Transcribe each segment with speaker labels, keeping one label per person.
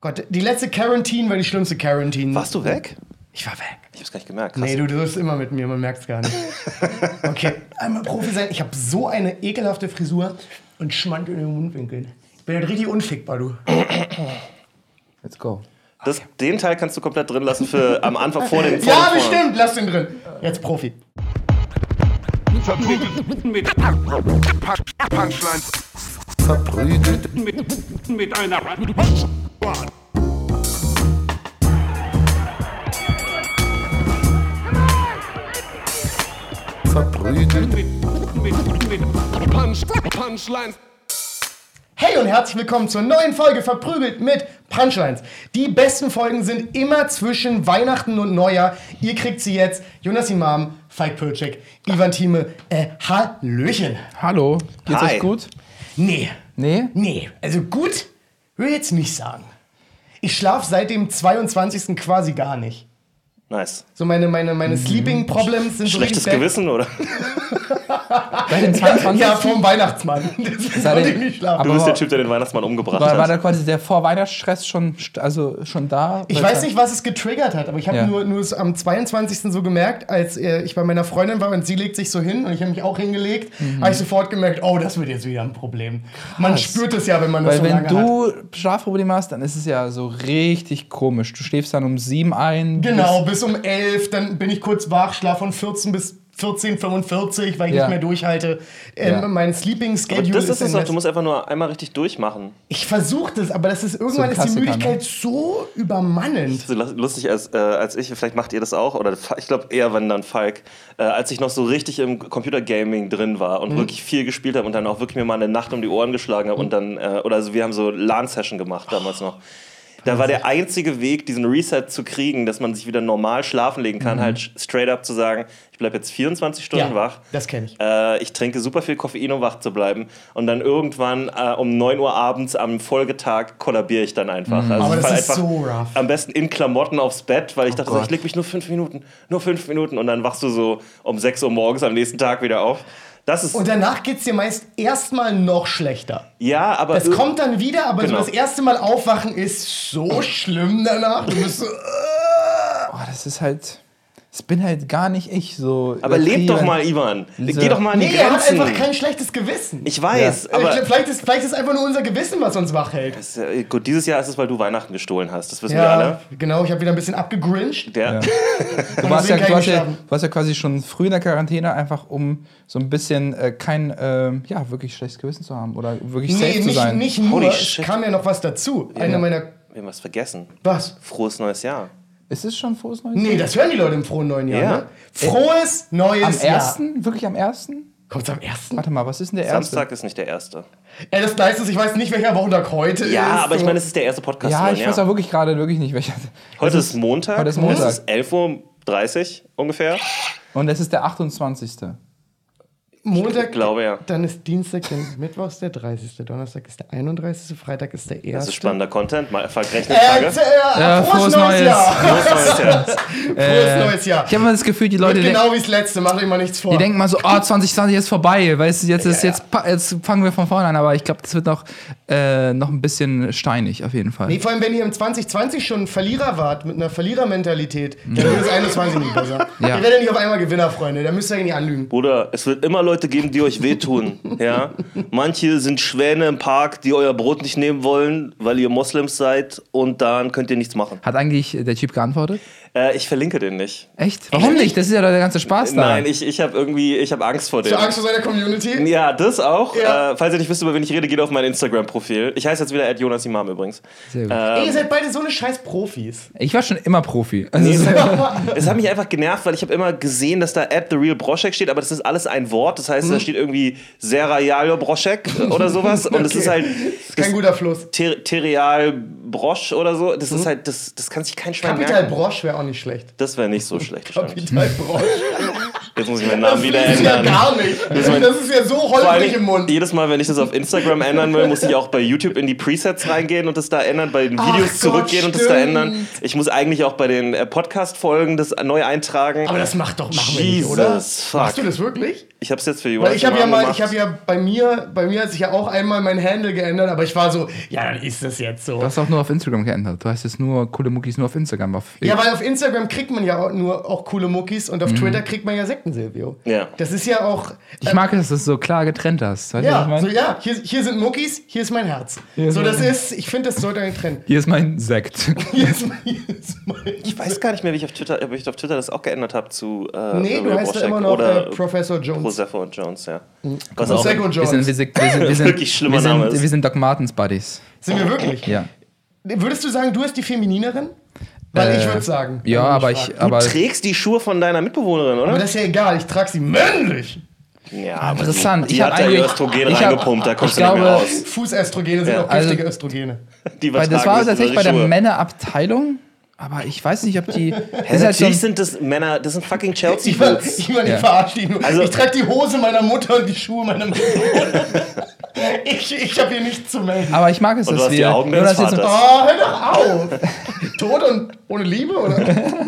Speaker 1: Gott, die letzte Quarantine war die schlimmste Quarantine.
Speaker 2: Warst du weg?
Speaker 1: Ich war weg.
Speaker 2: Ich hab's gar nicht gemerkt. Krass.
Speaker 1: Nee, du, du bist immer mit mir, man merkt's gar nicht. Okay, einmal Profi sein. Ich habe so eine ekelhafte Frisur und Schmand in den Mundwinkeln. Ich bin halt richtig unfickbar, du.
Speaker 3: Let's go.
Speaker 2: das, den Teil kannst du komplett drin lassen für am Anfang vor dem vor
Speaker 1: Ja,
Speaker 2: dem- vor-
Speaker 1: bestimmt, lass den drin. Jetzt Profi.
Speaker 4: Verprügelt mit Punchlines. Verprügelt mit, mit einer Punchline. Verprügelt mit, mit, mit Punch, Punchlines.
Speaker 1: Hey und herzlich willkommen zur neuen Folge Verprügelt mit Punchlines. Die besten Folgen sind immer zwischen Weihnachten und Neujahr. Ihr kriegt sie jetzt. Jonas Imam, Falk Pölczek, Ivan Thieme. Äh, Hallöchen.
Speaker 3: Hallo, geht's
Speaker 2: Hi.
Speaker 3: euch gut?
Speaker 1: Nee.
Speaker 3: Nee?
Speaker 1: Nee. Also gut, will ich jetzt nicht sagen. Ich schlafe seit dem 22. quasi gar nicht.
Speaker 2: Nice.
Speaker 1: So meine, meine, meine
Speaker 3: Mhm.
Speaker 1: Sleeping Problems sind so
Speaker 2: Schlechtes
Speaker 1: richtig bad.
Speaker 2: Gewissen, oder?
Speaker 3: Bei dem 22.
Speaker 1: Ja, vom Weihnachtsmann. Deswegen
Speaker 3: Sei
Speaker 1: konnte ich
Speaker 3: denn-
Speaker 1: nicht schlafen.
Speaker 2: Du
Speaker 3: Aber-
Speaker 2: bist der Typ, der den Weihnachtsmann umgebracht
Speaker 3: war, war
Speaker 2: hat.
Speaker 3: da quasi der Vorweihnachtsstress schon, st- also schon da?
Speaker 1: Ich weiß nicht, was es getriggert hat, aber ich habe
Speaker 3: Ja.
Speaker 1: nur, nur es am 22. so gemerkt, als äh, ich bei meiner Freundin war und sie legt sich so hin und ich habe mich auch hingelegt,
Speaker 3: Mhm.
Speaker 1: habe ich sofort gemerkt, oh, das wird jetzt wieder ein Problem. Man spürt es ja, wenn man das
Speaker 3: Weil
Speaker 1: so
Speaker 3: wenn
Speaker 1: lange hat.
Speaker 3: du Schlafprobleme hast, dann ist es ja so richtig komisch. Du schläfst dann um sieben ein.
Speaker 1: Genau, bis um 11, dann bin ich kurz wach, schlaf von 14 bis 14,45, weil ich
Speaker 3: Ja.
Speaker 1: nicht mehr durchhalte. Ähm,
Speaker 3: Ja.
Speaker 1: Mein Sleeping
Speaker 2: Aber
Speaker 1: Schedule
Speaker 2: das ist es
Speaker 1: in
Speaker 2: doch.
Speaker 1: der-
Speaker 2: Du musst einfach nur einmal richtig durchmachen.
Speaker 1: Ich versuche das, aber das ist irgendwann
Speaker 3: So ein
Speaker 1: ist die
Speaker 3: Klassiker, ne?
Speaker 1: Müdigkeit so übermannend.
Speaker 2: so lus- lustig als, äh, als ich, vielleicht macht ihr das auch, oder Fa- ich glaube eher, wenn dann Falk, äh, als ich noch so richtig im Computergaming drin war und wirklich viel gespielt habe und dann auch wirklich mir mal eine Nacht um die Ohren geschlagen habe und dann, äh, oder also wir haben so LAN-Session gemacht damals noch. Da war der einzige Weg, diesen Reset zu kriegen, dass man sich wieder normal schlafen legen kann, halt sch- straight up zu sagen, ich bleibe jetzt 24 Stunden
Speaker 1: Ja,
Speaker 2: wach.
Speaker 1: das kenn ich.
Speaker 2: Äh, ich trinke super viel Koffein, um wach zu bleiben. Und dann irgendwann äh, um 9 Uhr abends am Folgetag kollabiere ich dann einfach. Also
Speaker 1: Mhm. Aber
Speaker 2: ich
Speaker 1: das
Speaker 2: fall
Speaker 1: ist so rough. Oh
Speaker 2: am besten in Klamotten aufs Bett, weil ich dachte, so,
Speaker 3: Gott.
Speaker 2: ich leg mich nur fünf Minuten, nur fünf Minuten und dann wachst du so um 6 Uhr morgens am nächsten Tag wieder auf. Das ist
Speaker 1: Und danach geht es dir meist erstmal noch schlechter.
Speaker 2: ja, aber
Speaker 1: Das kommt dann wieder, aber
Speaker 2: Genau.
Speaker 1: so das erste Mal aufwachen ist so schlimm danach. Du bist so, äh.
Speaker 3: Oh, das ist halt. Das bin halt gar nicht ich so.
Speaker 2: aber leb
Speaker 3: übertrieben.
Speaker 2: doch mal, Ivan.
Speaker 3: Diese-
Speaker 2: Geh doch mal an die
Speaker 1: Nee, er hat
Speaker 2: Grenzen.
Speaker 1: einfach kein schlechtes Gewissen.
Speaker 2: ich weiß,
Speaker 1: Äh,
Speaker 2: aber
Speaker 1: vielleicht, ist, vielleicht ist einfach nur unser Gewissen, was uns wach hält.
Speaker 2: Ist ja- äh, gut, dieses Jahr ist es, weil du Weihnachten gestohlen hast. Das wissen wir
Speaker 1: Ja,
Speaker 2: alle.
Speaker 1: genau, ich habe wieder ein bisschen abgegrinscht.
Speaker 2: Der,
Speaker 3: Ja.
Speaker 1: und
Speaker 3: Du warst, ja,
Speaker 1: deswegen
Speaker 3: du,
Speaker 1: kann
Speaker 3: warst
Speaker 1: ich
Speaker 3: ja,
Speaker 1: nicht
Speaker 3: du warst ja quasi schon früh in der Quarantäne, einfach um so ein bisschen äh, kein, ähm, ja, wirklich schlechtes Gewissen zu haben oder wirklich safe
Speaker 1: Nee,
Speaker 3: zu
Speaker 1: nicht,
Speaker 3: sein.
Speaker 1: nicht
Speaker 2: Holy
Speaker 1: nur, es
Speaker 2: shit.
Speaker 1: kam ja noch was dazu. Einer meiner.
Speaker 2: Wir haben was vergessen.
Speaker 1: Was?
Speaker 2: Frohes neues Jahr.
Speaker 3: Ist es schon frohes Neues?
Speaker 1: Nee, das hören die Leute im frohen neuen Jahr.
Speaker 2: Ja.
Speaker 1: Ne? Frohes neues
Speaker 3: Am
Speaker 1: Jahr.
Speaker 3: ersten? Wirklich am ersten?
Speaker 1: Kommt's am ersten?
Speaker 3: Warte mal, was ist denn der
Speaker 2: Samstag ist nicht der erste.
Speaker 1: Ey, das Nice ist, ich weiß nicht, welcher Wochentag heute ist.
Speaker 2: Ja, aber ich
Speaker 1: so.
Speaker 2: meine, es ist der erste Podcast.
Speaker 3: erste? Ja,
Speaker 2: im
Speaker 3: ich
Speaker 2: neuen
Speaker 3: weiß
Speaker 2: Jahr.
Speaker 3: auch wirklich gerade wirklich nicht, welcher.
Speaker 2: Heute ist Montag.
Speaker 3: heute ist Montag.
Speaker 2: Es ist 11.30 Uhr ungefähr.
Speaker 3: Und es ist der 28.
Speaker 1: Montag,
Speaker 2: glaube, ja.
Speaker 1: Dann ist Dienstag, dann Mittwoch ist der 30. Donnerstag ist der 31. Freitag ist der 1.
Speaker 2: Das ist spannender Content. Mal verrechnet
Speaker 1: Äh,
Speaker 2: Tage.
Speaker 1: z- äh,
Speaker 3: Ja,
Speaker 1: frohes,
Speaker 3: frohes
Speaker 1: neues
Speaker 3: Neues. Äh,
Speaker 1: Jahr!
Speaker 2: Frohes neues Jahr.
Speaker 1: Frohes neues Jahr!
Speaker 3: Ich habe immer das Gefühl, die Leute
Speaker 1: Wird
Speaker 3: denken-
Speaker 1: genau wie das letzte, macht euch mal nichts vor.
Speaker 3: die denken mal so, oh, 2020 ist vorbei, weißt du, jetzt, ist, jetzt, pa- jetzt fangen wir von vorne an, aber ich glaube, das wird noch, äh, noch ein bisschen steinig auf jeden Fall.
Speaker 1: Nee, vor allem, wenn ihr im 2020 schon ein Verlierer wart, mit einer Verlierermentalität, dann wird das 21 nicht besser.
Speaker 3: Ja.
Speaker 1: Ihr werdet nicht auf einmal Gewinner, Freunde, da müsst ihr euch nicht anlügen.
Speaker 2: Bruder, es wird immer Leute geben, die euch wehtun. Ja? Manche sind Schwäne im Park, die euer Brot nicht nehmen wollen, weil ihr Moslems seid und dann könnt ihr nichts machen.
Speaker 3: Hat eigentlich der Typ geantwortet?
Speaker 2: Äh, ich verlinke den nicht.
Speaker 3: Echt? Warum nicht? Das ist ja der ganze Spaß da.
Speaker 2: Nein, ich, ich habe irgendwie, ich habe Angst vor dem.
Speaker 1: Zur Angst vor seiner Community?
Speaker 2: Ja, das auch.
Speaker 1: Ja.
Speaker 2: Äh, falls ihr nicht wisst, über wen ich rede, geht auf mein Instagram-Profil. Ich heiße jetzt wieder at Jonas Imam übrigens.
Speaker 3: Sehr gut.
Speaker 1: Ey, ihr
Speaker 2: ähm,
Speaker 1: seid beide so eine scheiß Profis.
Speaker 3: ich war schon immer Profi. Also es-
Speaker 2: Es hat mich einfach genervt, weil ich habe immer gesehen, dass da at the real Broschek steht, aber das ist alles ein Wort. Das
Speaker 1: Mhm.
Speaker 2: heißt, da steht irgendwie Serajalo Broschek oder sowas. Und es
Speaker 1: Okay.
Speaker 2: ist halt.
Speaker 1: Kein guter Fluss.
Speaker 2: Ter Terial Brosch oder so. Das ist halt, das, das kann sich kein Schwein
Speaker 1: Kapital
Speaker 2: merken.
Speaker 1: Brosch wäre auch nicht schlecht.
Speaker 2: Das wäre nicht so schlecht. wahrscheinlich.
Speaker 1: Kapital Brosch.
Speaker 2: Jetzt muss ich meinen Namen wieder
Speaker 1: Das ist ja
Speaker 2: ändern.
Speaker 1: gar nicht. Das ist ja so
Speaker 2: Vor allen
Speaker 1: holprig
Speaker 2: Dingen,
Speaker 1: im Mund.
Speaker 2: Jedes Mal, wenn ich das auf Instagram ändern will, muss ich auch bei YouTube in die Presets reingehen und das da ändern, bei den
Speaker 1: Ach
Speaker 2: Videos
Speaker 1: Gott,
Speaker 2: zurückgehen und das da
Speaker 1: stimmt.
Speaker 2: ändern. Ich muss eigentlich auch bei den äh, Podcast-Folgen das neu eintragen.
Speaker 1: Aber das macht doch, machen wir nicht,
Speaker 2: Jesus,
Speaker 1: oder?
Speaker 2: fuck.
Speaker 1: Machst du das wirklich?
Speaker 2: Ich hab's jetzt für Jonas
Speaker 1: Weil ich habe ja
Speaker 2: Mann
Speaker 1: mal,
Speaker 2: gemacht.
Speaker 1: ich habe ja bei mir, bei mir hat sich ja auch einmal mein Handle geändert, aber ich war so, ja, dann ist das jetzt so.
Speaker 3: Du hast auch nur auf Instagram geändert. Du hast jetzt nur coole Muckis nur auf Instagram. Auf
Speaker 1: ja, weil auf Instagram kriegt man ja auch nur auch coole Muckis und auf Twitter kriegt man ja Sekten, Silvio.
Speaker 2: Ja.
Speaker 1: Das ist ja auch,
Speaker 3: Mhm.
Speaker 1: äh,
Speaker 3: ich mag es, dass du so klar getrennt hast. Weißt du, was ich
Speaker 1: ja,
Speaker 3: meine?
Speaker 1: so, ja, hier, hier sind Muckis, hier ist mein Herz.
Speaker 3: Hier ist
Speaker 1: so,
Speaker 3: mein-
Speaker 1: das ist, ich finde, das sollte ein Trend.
Speaker 3: Hier ist mein Sekt.
Speaker 1: Hier ist mein, hier ist mein
Speaker 2: Ich weiß gar nicht mehr, wie ich auf Twitter, ob ich auf Twitter das auch geändert habe zu äh,
Speaker 1: Nee, du
Speaker 2: Real
Speaker 1: heißt ja
Speaker 2: Boschek
Speaker 1: immer noch
Speaker 2: oder
Speaker 1: äh, Professor Jones. Mhm.
Speaker 2: Prosecco und Jones, ja. Was auch,
Speaker 1: Prosecco
Speaker 3: Wir sind,
Speaker 1: Jones.
Speaker 3: wir sind, wir sind, wir sind,
Speaker 2: Wirklich schlimmer
Speaker 3: wir sind,
Speaker 2: Name ist.
Speaker 3: Wir sind Doc Martens Buddies.
Speaker 1: Sind wir wirklich?
Speaker 3: Ja.
Speaker 1: Würdest du sagen, du bist die Femininerin? Weil ich
Speaker 3: Äh,
Speaker 1: würde sagen. wenn
Speaker 3: Ja,
Speaker 1: du mich
Speaker 3: aber
Speaker 1: fragst.
Speaker 3: ich.
Speaker 2: du
Speaker 3: Aber,
Speaker 2: trägst die Schuhe von deiner Mitbewohnerin,
Speaker 1: Aber
Speaker 2: oder?
Speaker 1: das ist ja egal, ich trage sie männlich.
Speaker 2: Ja, aber
Speaker 3: Interessant.
Speaker 2: Die,
Speaker 3: Ich
Speaker 2: die
Speaker 3: hab
Speaker 2: hat da ihr
Speaker 3: eigentlich-
Speaker 2: Östrogen
Speaker 3: ich hab-
Speaker 2: reingepumpt, da kommst
Speaker 3: ich
Speaker 2: du nicht mehr
Speaker 3: glaube-
Speaker 2: raus.
Speaker 1: Fußöstrogene sind
Speaker 2: Ja,
Speaker 1: auch
Speaker 3: also-
Speaker 1: giftige Östrogene.
Speaker 2: Die
Speaker 3: weil das
Speaker 2: übertragen
Speaker 3: war
Speaker 2: sich
Speaker 3: tatsächlich
Speaker 2: über
Speaker 3: bei
Speaker 2: die
Speaker 3: der
Speaker 2: Schuhe.
Speaker 3: Männerabteilung. Aber ich weiß nicht, ob die.
Speaker 2: Ja,
Speaker 3: Das halt so
Speaker 2: natürlich
Speaker 3: ein-
Speaker 2: sind das Männer, das sind fucking
Speaker 1: Ich meine,
Speaker 2: Chelsea-Boots.
Speaker 1: ich, mein, ich
Speaker 3: Ja.
Speaker 1: verarsche die nur.
Speaker 2: Also-
Speaker 1: ich trage die Hose meiner Mutter und die Schuhe meiner Mitbewohnerin. ich ich habe hier nichts zu melden.
Speaker 3: aber ich mag es,
Speaker 2: Und du
Speaker 3: dass
Speaker 2: hast die
Speaker 3: wir.
Speaker 2: Augen
Speaker 3: nur,
Speaker 2: deines
Speaker 3: dass jetzt so-
Speaker 2: Vaters.
Speaker 1: Oh, hör doch auf! Tod und ohne Liebe? Oder?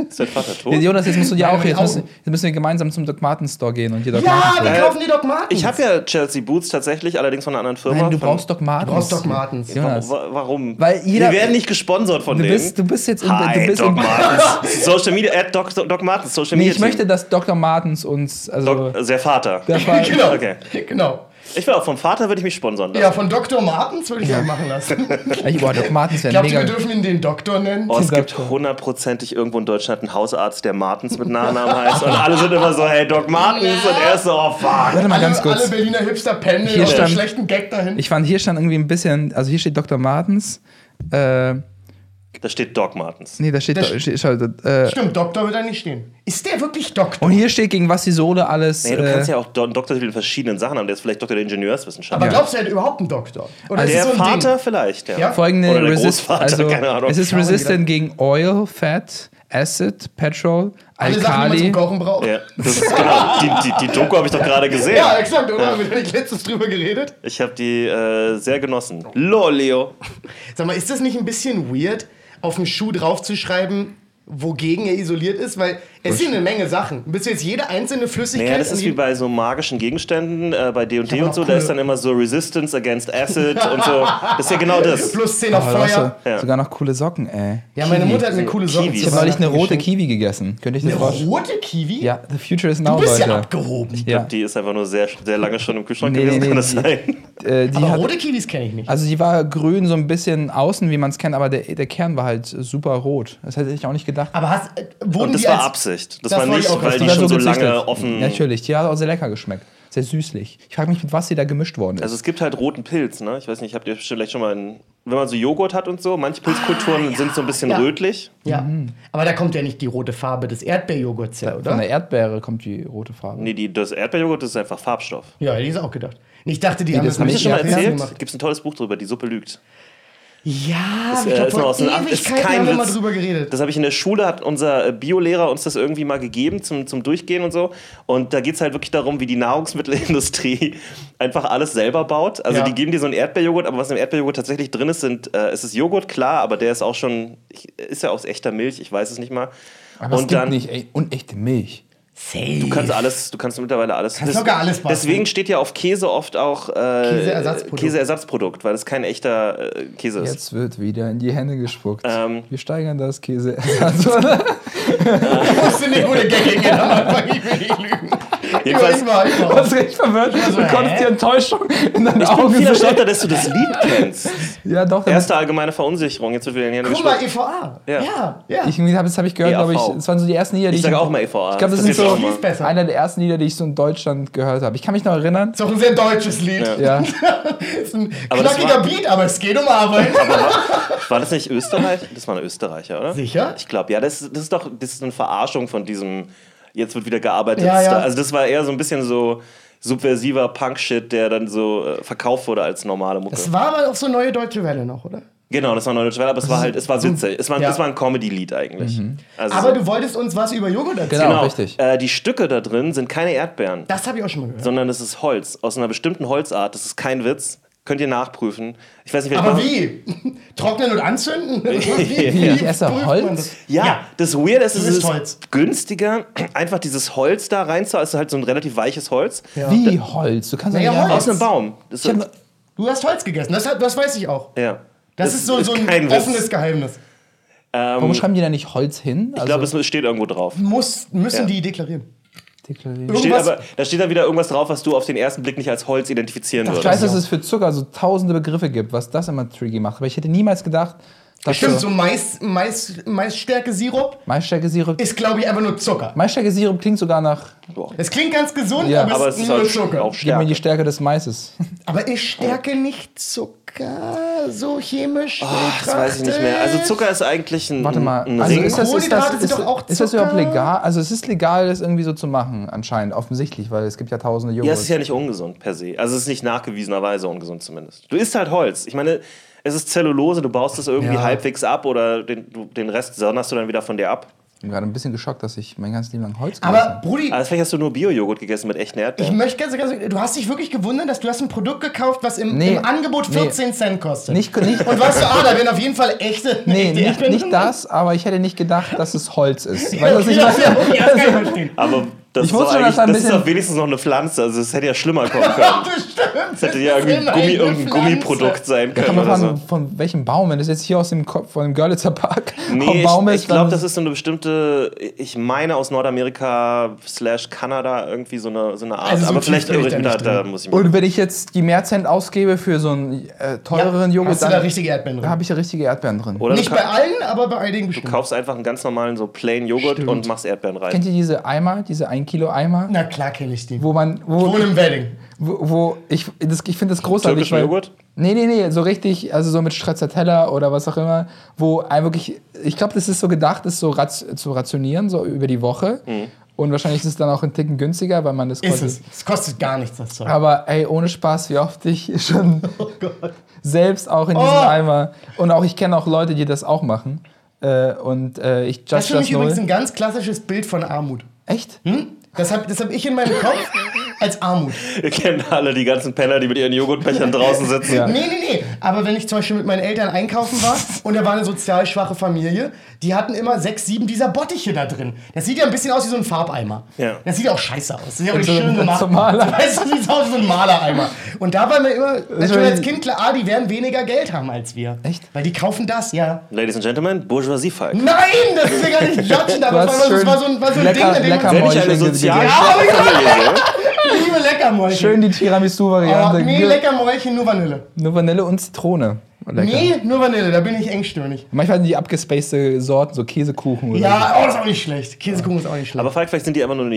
Speaker 2: Ist dein Vater tot?
Speaker 3: Ja, Jonas, jetzt musst du ja
Speaker 1: Nein,
Speaker 3: auch
Speaker 1: die
Speaker 3: jetzt müssen,
Speaker 1: Augen.
Speaker 3: jetzt müssen wir gemeinsam zum Doc Martens Store gehen und dir Doc
Speaker 1: Ja,
Speaker 3: Martens
Speaker 1: wir
Speaker 2: Äh,
Speaker 1: kaufen die Doc Martens.
Speaker 2: Ich habe ja Chelsea Boots tatsächlich, allerdings von einer anderen Firma.
Speaker 3: Nein, du
Speaker 2: Von-
Speaker 3: brauchst Doc Martens.
Speaker 1: brauchst Doc Martens.
Speaker 3: Jonas.
Speaker 2: Wa- Warum?
Speaker 3: Weil jeder-
Speaker 2: wir werden nicht gesponsert von
Speaker 3: Du
Speaker 2: denen.
Speaker 3: bist, du bist jetzt in,
Speaker 2: Hi,
Speaker 3: du bist
Speaker 2: Doc
Speaker 3: in,
Speaker 2: Martens. Social Media, at Doc, Doc Martens, Social
Speaker 3: Nee,
Speaker 2: Media.
Speaker 3: ich möchte, dass Dr. Martens uns. Also,
Speaker 2: Doc, äh, der Vater.
Speaker 3: der Fall,
Speaker 1: genau.
Speaker 2: Okay.
Speaker 1: genau.
Speaker 2: Ich will auch vom Vater würde ich mich sponsern lassen.
Speaker 1: Ja, von Dr. Martens würde ich ja. machen lassen.
Speaker 3: ich, boah, Doc Martens wäre
Speaker 1: Glaubt ihr, wir
Speaker 3: mega.
Speaker 1: dürfen ihn den Doktor nennen?
Speaker 2: Oh, es
Speaker 3: Doktor.
Speaker 2: gibt hundertprozentig irgendwo in Deutschland einen Hausarzt, der Martens mit Nachnamen heißt. Und alle sind immer so, hey, Doc Martens. Und er ist so, oh, fuck.
Speaker 3: Warte mal
Speaker 1: alle,
Speaker 3: ganz
Speaker 1: alle
Speaker 3: kurz.
Speaker 1: Berliner Hipster pendeln
Speaker 3: Hier
Speaker 1: auf
Speaker 3: stand-
Speaker 1: einen schlechten Gag dahin.
Speaker 3: Ich fand, hier stand irgendwie ein bisschen. Also, hier steht Dr. Martens. Äh,
Speaker 2: Da steht Doc
Speaker 1: Äh.
Speaker 2: Martens.
Speaker 3: nee, da steht.
Speaker 1: Das-
Speaker 3: Da, steht steht- äh,
Speaker 1: Stimmt, Doktor wird da nicht stehen. Ist der wirklich Doktor?
Speaker 3: und hier steht, gegen was die Sohle alles.
Speaker 2: Nee, du
Speaker 3: äh,
Speaker 2: kannst ja auch Do- einen Doktortitel in verschiedenen Sachen haben. Der ist vielleicht Doktor der Ingenieurswissenschaft.
Speaker 1: Aber
Speaker 3: Oh, Ja.
Speaker 1: glaubst du, er hat überhaupt einen Doktor? Oder
Speaker 3: Also
Speaker 1: ist
Speaker 2: der
Speaker 1: es so ein
Speaker 2: Vater
Speaker 1: Ding?
Speaker 2: vielleicht, ja.
Speaker 1: Ja.
Speaker 3: folgende
Speaker 2: Oder der
Speaker 3: Resist,
Speaker 2: Großvater,
Speaker 3: also,
Speaker 2: keine Ahnung.
Speaker 3: Es ist
Speaker 1: Keine Ahnung,
Speaker 3: resistant gegen Oil, Fat, Acid, Petrol,
Speaker 1: Alle Sachen, die man
Speaker 3: Alkali.
Speaker 1: zum Kochen braucht.
Speaker 2: Ja, das ist genau. Die, die, die Doku habe ich doch gerade gesehen.
Speaker 1: Ja, exakt, oder? Wir haben nicht letztens drüber geredet.
Speaker 2: Ich habe die äh, sehr genossen. Lol, Leo.
Speaker 1: Sag mal, ist das nicht ein bisschen weird, auf einen Schuh draufzuschreiben, wogegen er isoliert ist? Weil es sind eine Menge Sachen. Bist du jetzt jede einzelne Flüssigkeit?
Speaker 2: Naja, das
Speaker 1: an
Speaker 2: ist wie
Speaker 1: jedem-
Speaker 2: bei so magischen Gegenständen, äh, bei D&D
Speaker 1: aber
Speaker 2: und so,
Speaker 1: auch
Speaker 2: da ist
Speaker 1: coole-
Speaker 2: dann immer so Resistance against Acid und so. Das ist ja genau das.
Speaker 1: plus 10 auf
Speaker 3: Aber du hast
Speaker 1: Feuer.
Speaker 3: so-
Speaker 2: Ja.
Speaker 3: Sogar noch coole Socken, ey.
Speaker 1: Ja, meine Mutter hat mir coole Socken
Speaker 2: Kiwis.
Speaker 1: zu
Speaker 3: Ich habe neulich eine
Speaker 1: Weihnachten
Speaker 3: rote
Speaker 1: geschenkt.
Speaker 3: Kiwi gegessen. Könnt ihr nicht
Speaker 1: Eine
Speaker 3: vorstellen?
Speaker 1: rote Kiwi?
Speaker 3: Ja, the future is now,
Speaker 1: Du bist
Speaker 3: Leute.
Speaker 1: ja abgehoben.
Speaker 3: ja.
Speaker 2: Die ist einfach nur sehr, sehr lange schon im Kühlschrank
Speaker 3: Nee,
Speaker 2: gewesen,
Speaker 3: nee,
Speaker 2: kann das
Speaker 3: nee,
Speaker 2: sein?
Speaker 3: Äh, die
Speaker 1: Aber
Speaker 3: hat,
Speaker 1: rote Kiwis kenne ich nicht.
Speaker 3: also die war grün, so ein bisschen außen, wie man es kennt, aber der, der Kern war halt super rot. Das hätte ich auch nicht gedacht.
Speaker 1: Aber hast, äh, wurden
Speaker 2: Und das
Speaker 1: die
Speaker 2: war
Speaker 1: als-
Speaker 2: Absicht. Das,
Speaker 1: Das
Speaker 2: war
Speaker 1: wollte
Speaker 2: nicht,
Speaker 1: ich auch
Speaker 2: weil
Speaker 1: gerade
Speaker 2: die
Speaker 1: sagen.
Speaker 2: schon so
Speaker 3: gezüchtet.
Speaker 2: lange offen...
Speaker 3: Natürlich, die hat auch sehr lecker geschmeckt. Sehr süßlich. Ich frage mich, mit was sie da gemischt worden ist.
Speaker 2: Also es gibt halt roten Pilz, ne? Ich weiß nicht, habt ihr vielleicht schon mal einen... Wenn man so Joghurt hat und so, manche Pilzkulturen sind so ein bisschen
Speaker 1: Ah, ja.
Speaker 2: rötlich.
Speaker 1: Ja. Aber da kommt ja nicht die rote Farbe des Erdbeerjoghurts her,
Speaker 3: Mhm. Von
Speaker 1: oder?
Speaker 3: der Erdbeere kommt die rote Farbe.
Speaker 2: Nee, die, das Erdbeerjoghurt das ist einfach Farbstoff.
Speaker 1: Ja, hätte ich es auch gedacht. Ich dachte, die haben
Speaker 3: das
Speaker 1: das
Speaker 3: hab
Speaker 2: Hab
Speaker 1: mit
Speaker 2: ich das schon mal
Speaker 1: Erdbeeren
Speaker 2: erzählt?
Speaker 1: gemacht.
Speaker 2: Gibt es ein tolles Buch drüber, die Suppe lügt.
Speaker 1: Ja,
Speaker 2: Das,
Speaker 1: ich
Speaker 2: äh,
Speaker 1: glaube,
Speaker 2: ist noch
Speaker 1: vor
Speaker 2: aus den Acht- ist
Speaker 1: Ewigkeiten
Speaker 2: kein
Speaker 1: haben wir mal
Speaker 2: Witz.
Speaker 1: drüber geredet.
Speaker 2: Das habe ich in der Schule, hat unser äh, Biolehrer uns das irgendwie mal gegeben zum, zum Durchgehen und so. Und da geht es halt wirklich darum, wie die Nahrungsmittelindustrie einfach alles selber baut. Also
Speaker 1: Ja.
Speaker 2: die geben dir so einen Erdbeerjoghurt, aber was im Erdbeerjoghurt tatsächlich drin ist, sind, äh, es ist Joghurt, klar, aber der ist auch schon, ich, ist ja aus echter Milch, ich weiß es nicht mal.
Speaker 3: Aber es
Speaker 2: und
Speaker 3: gibt
Speaker 2: dann
Speaker 3: nicht ey, unechte Milch.
Speaker 1: Safe.
Speaker 2: Du kannst alles, du kannst mittlerweile alles.
Speaker 1: Kannst locker alles basteln.
Speaker 2: Deswegen steht ja auf Käse oft auch äh,
Speaker 1: Käseersatzprodukt.
Speaker 2: Käseersatzprodukt, weil es kein echter äh, Käse ist.
Speaker 3: Jetzt wird wieder in die Hände gespuckt.
Speaker 2: Ähm.
Speaker 3: Wir steigern das Käse. Also,
Speaker 1: Ich wusste nicht, wo der Gag hingeht. Am Anfang, ich will nicht lügen.
Speaker 2: Jedenfalls-
Speaker 1: Ich war, ich war.
Speaker 3: warst richtig verwirrt.
Speaker 1: so,
Speaker 3: du konntest
Speaker 1: Also, hä?
Speaker 3: die Enttäuschung in deinen Augen
Speaker 2: Viel
Speaker 3: sehen.
Speaker 2: erstaunter, dass du das Lied kennst.
Speaker 3: Ja, doch. damit-
Speaker 2: Erste allgemeine Verunsicherung. Jetzt wird wieder in die Hände
Speaker 1: Guck mal,
Speaker 2: gespuckt.
Speaker 1: EVA.
Speaker 2: Ja.
Speaker 1: Ja, ja.
Speaker 3: Ich, irgendwie hab- das habe ich gehört,
Speaker 2: EAV.
Speaker 3: glaube ich. Das waren so die ersten Lieder, die
Speaker 2: E Ich sage auch mal EVA.
Speaker 3: Ich glaube, das,
Speaker 2: Das
Speaker 3: sind
Speaker 2: geht auch
Speaker 3: so
Speaker 2: mal.
Speaker 1: Lies besser.
Speaker 3: einer der ersten Lieder, die ich so in Deutschland gehört habe. Ich kann mich noch erinnern.
Speaker 1: Ist doch ein sehr deutsches Lied.
Speaker 3: Ja.
Speaker 1: Ist ein
Speaker 2: Aber das
Speaker 1: knackiger
Speaker 2: war-
Speaker 1: Beat, aber es geht um Arbeit.
Speaker 2: War das nicht Österreich? Das war ein Österreicher, oder?
Speaker 1: Sicher?
Speaker 2: Ich glaube, ja, das, das ist doch das ist eine Verarschung von diesem, jetzt wird wieder gearbeitet.
Speaker 1: Ja, ja.
Speaker 2: Also das war eher so ein bisschen so subversiver Punk-Shit, der dann so äh, verkauft wurde als normale Mucke.
Speaker 1: Das war aber auch so neue deutsche Welle noch, oder?
Speaker 2: Genau, das war eine deutsche Welle, aber es war halt, es war witzig. Es war,
Speaker 1: Also, Ja. Mhm.
Speaker 2: es war ein Comedy-Lied eigentlich. Also,
Speaker 1: Aber du wolltest uns was über Joghurt erzählen.
Speaker 3: Genau.
Speaker 2: genau,
Speaker 3: richtig.
Speaker 2: Äh, die Stücke da drin sind keine Erdbeeren,
Speaker 1: Das habe ich auch schon mal gehört.
Speaker 2: sondern es ist Holz aus einer bestimmten Holzart. Das ist kein Witz. Könnt ihr nachprüfen. Ich weiß nicht, wer
Speaker 1: Aber wie? Trocknen und anzünden? wie,
Speaker 3: Ich esse
Speaker 1: prüft man
Speaker 3: Holz?
Speaker 1: das?
Speaker 2: Ja, das Weirde ist, es
Speaker 1: Dieses
Speaker 2: ist
Speaker 1: Holz.
Speaker 2: günstiger, einfach dieses Holz da reinzuhauen. Es ist halt so ein relativ weiches Holz.
Speaker 3: Wie Holz? Du kannst doch
Speaker 1: Ja,
Speaker 3: nicht
Speaker 1: Holz.
Speaker 2: Aus einem Baum. Das
Speaker 3: Ich
Speaker 2: ist,
Speaker 3: hab-
Speaker 1: Du hast Holz gegessen, das, hat- das weiß ich auch.
Speaker 2: ja.
Speaker 1: Das, ist so, so ein
Speaker 2: kein Witz. Ähm,
Speaker 1: offenes Geheimnis.
Speaker 3: Warum schreiben die da nicht Holz hin?
Speaker 2: Ich
Speaker 3: Also,
Speaker 2: glaube, es steht irgendwo drauf.
Speaker 1: Muss, müssen
Speaker 2: Ja.
Speaker 1: die deklarieren.
Speaker 3: deklarieren.
Speaker 2: Steht
Speaker 1: Irgendwas,
Speaker 2: aber, da steht dann wieder irgendwas drauf, was du auf den ersten Blick nicht als Holz identifizieren
Speaker 3: Ich
Speaker 2: würdest.
Speaker 3: weiß, dass es für Zucker so tausende Begriffe gibt, was das immer tricky macht. Aber ich hätte niemals gedacht, dass
Speaker 1: stimmt, so Mais, Mais, Maisstärke-Sirup
Speaker 3: Maisstärke-Sirup.
Speaker 1: ist, glaube ich, einfach nur Zucker.
Speaker 3: Maisstärke-Sirup klingt sogar nach
Speaker 1: Es klingt ganz gesund,
Speaker 3: Ja,
Speaker 1: aber,
Speaker 2: aber
Speaker 1: es
Speaker 2: es ist
Speaker 1: ist nur
Speaker 2: halt
Speaker 1: Zucker.
Speaker 2: auch
Speaker 3: Gib mir
Speaker 2: Stärke.
Speaker 3: die Stärke des Maises.
Speaker 1: Aber ist Stärke nicht Zucker so chemisch
Speaker 2: Ach, das weiß ich nicht mehr. Also Zucker ist eigentlich ein,
Speaker 3: Warte mal,
Speaker 2: ein
Speaker 3: also
Speaker 2: Ring.
Speaker 3: ist das, ist, das,
Speaker 1: Kohlenhydrate sind
Speaker 3: ist,
Speaker 1: doch auch
Speaker 3: ist das
Speaker 1: Zucker.
Speaker 3: überhaupt legal? Also es ist legal, das irgendwie so zu machen, anscheinend, offensichtlich, weil es gibt ja tausende
Speaker 2: ja,
Speaker 3: Joghurt.
Speaker 2: es ist ja nicht ungesund per se. Also es ist nicht nachgewiesenerweise ungesund zumindest. Du isst halt Holz. Ich meine, es ist Zellulose, du baust es irgendwie
Speaker 1: Ja.
Speaker 2: halbwegs ab oder den, du, den Rest sonderst du dann wieder von dir ab.
Speaker 3: ich bin gerade ein bisschen geschockt, dass ich mein ganzes Leben lang Holz
Speaker 1: Aber
Speaker 3: gegessen
Speaker 1: Brudi,
Speaker 2: Also vielleicht hast du nur Bio-Joghurt gegessen mit echten
Speaker 1: ich
Speaker 2: Erdbeeren.
Speaker 1: möchte ganz, ganz, du hast dich wirklich gewundert, dass du hast ein Produkt gekauft, was im,
Speaker 3: Nee,
Speaker 1: im Angebot
Speaker 3: nee.
Speaker 1: 14 Cent kostet.
Speaker 3: Nicht, nicht,
Speaker 1: Und weißt du, ah, da werden auf jeden Fall echte.
Speaker 3: nee,
Speaker 1: echte
Speaker 3: nicht,
Speaker 1: Erdbeeren
Speaker 3: nicht
Speaker 1: drin.
Speaker 3: das, aber ich hätte nicht gedacht, dass es Holz ist. Weißt du,
Speaker 1: Ja,
Speaker 3: was ich
Speaker 1: ja,
Speaker 3: meine?
Speaker 1: ja, okay, das kann ich verstehen.
Speaker 2: Aber das,
Speaker 3: Ich
Speaker 2: ist, doch
Speaker 3: wusste schon,
Speaker 2: eigentlich-
Speaker 3: dass da ein
Speaker 2: das ist
Speaker 3: bisschen-
Speaker 2: doch wenigstens noch eine Pflanze. Also es hätte ja schlimmer kommen können.
Speaker 1: Ach, das stimmt.
Speaker 2: Es hätte ja irgendwie Gummi, irgendein Gummiprodukt sein
Speaker 3: Ich
Speaker 2: können
Speaker 3: mal
Speaker 2: oder
Speaker 3: fragen,
Speaker 2: so.
Speaker 3: von welhem Baum? Wenn das jetzt hier aus dem Kopf, von dem Görlitzer Park auf
Speaker 2: Nee,
Speaker 3: dem
Speaker 2: ich,
Speaker 3: Baum ist,
Speaker 2: ich glaube,
Speaker 3: dann-
Speaker 2: das ist so eine bestimmte, ich meine aus Nordamerika slash Kanada irgendwie so eine, so eine Art.
Speaker 1: Also so
Speaker 2: aber
Speaker 1: tief
Speaker 2: vielleicht
Speaker 1: bin ich
Speaker 2: irre ich
Speaker 1: da
Speaker 2: mich da,
Speaker 1: nicht
Speaker 2: da
Speaker 1: drin.
Speaker 2: muss ich mich.
Speaker 3: Und wenn ich jetzt die mehr Cent ausgebe für so einen äh, teureren
Speaker 1: Ja,
Speaker 3: Joghurt,
Speaker 1: hast du da richtige Erdbeeren
Speaker 3: Da
Speaker 1: drin.
Speaker 3: habe ich ja richtige Erdbeeren drin.
Speaker 2: Oder
Speaker 1: Nicht
Speaker 2: du,
Speaker 1: bei
Speaker 2: ka
Speaker 1: allen, aber bei einigen bestimmt.
Speaker 2: kaufst einfach einen ganz normalen so plain Joghurt
Speaker 1: Hm. Stimmt.
Speaker 2: und machst Erdbeeren rein.
Speaker 3: Kennt ihr diese Eimer, diese 1 Kilo Eimer,
Speaker 1: Na klar kenne ich die.
Speaker 3: wo man, wo,
Speaker 1: Wohnen im Wedding.
Speaker 3: wo, wo ich, das, ich finde das großartig.
Speaker 2: Türkischen
Speaker 3: weil-
Speaker 2: Joghurt?
Speaker 3: Nee, nee, nee, so richtig, also so mit Stracciatella oder was auch immer, wo ein wirklich, ich glaube, das ist so gedacht, ist so rat, zu rationieren, so über die Woche.
Speaker 2: Mhm.
Speaker 3: Und wahrscheinlich ist es dann auch ein Ticken günstiger, weil man das
Speaker 1: Ist
Speaker 3: quasi-
Speaker 1: es. Es kostet gar nichts, das Zeug.
Speaker 3: Aber ey, ohne Spaß, wie oft ich schon selbst auch in diesem
Speaker 1: Oh.
Speaker 3: Eimer. Und auch ich kenne auch Leute, die das auch machen. Äh, und äh, ich judge
Speaker 1: Das ist
Speaker 3: das,
Speaker 1: für mich übrigens
Speaker 3: null.
Speaker 1: ein ganz klassisches Bild von Armut.
Speaker 3: Echt?
Speaker 1: Hm? Das habe das hab ich in meinem Kopf als Armut.
Speaker 2: Ihr kennt alle die ganzen Penner, die mit ihren Joghurtbechern draußen sitzen.
Speaker 3: Ja.
Speaker 1: Nee, nee, nee. Aber wenn ich zum Beispiel mit meinen Eltern einkaufen war und da war eine sozial schwache Familie, die hatten immer sechs, sieben dieser Bottiche da drin. Das sieht ja ein bisschen aus wie so ein Farbeimer.
Speaker 2: Ja.
Speaker 1: Das sieht ja auch scheiße aus. Das ist ja auch nicht
Speaker 3: so ein-
Speaker 1: schön gemacht.
Speaker 3: so ein Maler.
Speaker 1: Weißt du, das sieht aus wie so ein Malereimer. Und da war mir immer, natürlich als Kind klar, ah, die werden weniger Geld haben als wir.
Speaker 3: Echt?
Speaker 1: Weil die kaufen das, ja.
Speaker 2: Ladies and Gentlemen, Bourgeoisie-Falk.
Speaker 1: Nein, das ist ja gar nicht judgen, aber
Speaker 3: Du
Speaker 1: es
Speaker 3: hast
Speaker 1: war, immer so- es
Speaker 3: schön
Speaker 1: war so ein, war so ein
Speaker 3: lecker-
Speaker 1: Ding, an dem
Speaker 3: lecker
Speaker 1: man
Speaker 2: Wenn ich eine
Speaker 3: Mäulchen
Speaker 2: sozial
Speaker 3: gegeben.
Speaker 2: schwache Familie ne? sehe,
Speaker 1: Ich liebe Leckermäulchen.
Speaker 3: Schön die Tiramisu-Variante.
Speaker 1: Oh, nee, Leckermäulchen, nur Vanille.
Speaker 3: Nur Vanille und Zitrone. Lecker.
Speaker 1: Nee, nur Vanille, da bin ich engstirnig.
Speaker 3: Manchmal sind die abgespacete Sorten, so Käsekuchen oder so.
Speaker 1: Ja, oh, ist auch nicht schlecht. Käsekuchen ist auch nicht schlecht.
Speaker 2: Aber Falk, vielleicht sind die einfach nur eine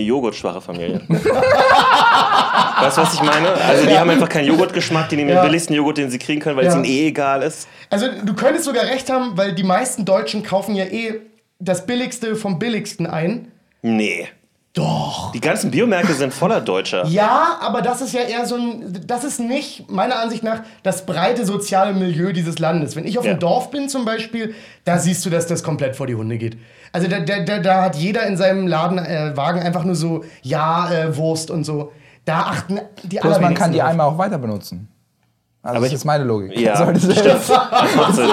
Speaker 2: joghurtschwache Familie. weißt du, was ich meine? Also die
Speaker 1: Ja.
Speaker 2: haben einfach keinen Joghurtgeschmack, die nehmen
Speaker 1: Ja.
Speaker 2: den billigsten Joghurt, den sie kriegen können, weil es
Speaker 1: Ja.
Speaker 2: ihnen eh egal ist.
Speaker 1: Also, du könntest sogar recht haben, weil die meisten Deutschen kaufen ja eh das Billigste vom Billigsten ein.
Speaker 2: Nee. Doch. Die ganzen Biomärkte sind voller Deutscher.
Speaker 1: Ja, aber das ist ja eher so ein. Das ist nicht, meiner Ansicht nach, das breite soziale Milieu dieses Landes. Wenn ich auf
Speaker 2: Ja.
Speaker 1: dem Dorf bin zum Beispiel, da siehst du, dass das komplett vor die Hunde geht. Also, da, da, da, da hat jeder in seinem Laden, äh, Wagen einfach nur so, ja, äh, Wurst und so. Da achten die
Speaker 3: Bloß man
Speaker 1: allerwenigsten
Speaker 3: kann die
Speaker 1: drauf.
Speaker 3: Eimer auch weiter benutzen. Also
Speaker 2: Aber
Speaker 3: das
Speaker 2: ich-
Speaker 3: ist meine Logik.
Speaker 2: Ja,
Speaker 3: Soll das-
Speaker 2: Macht Sinn.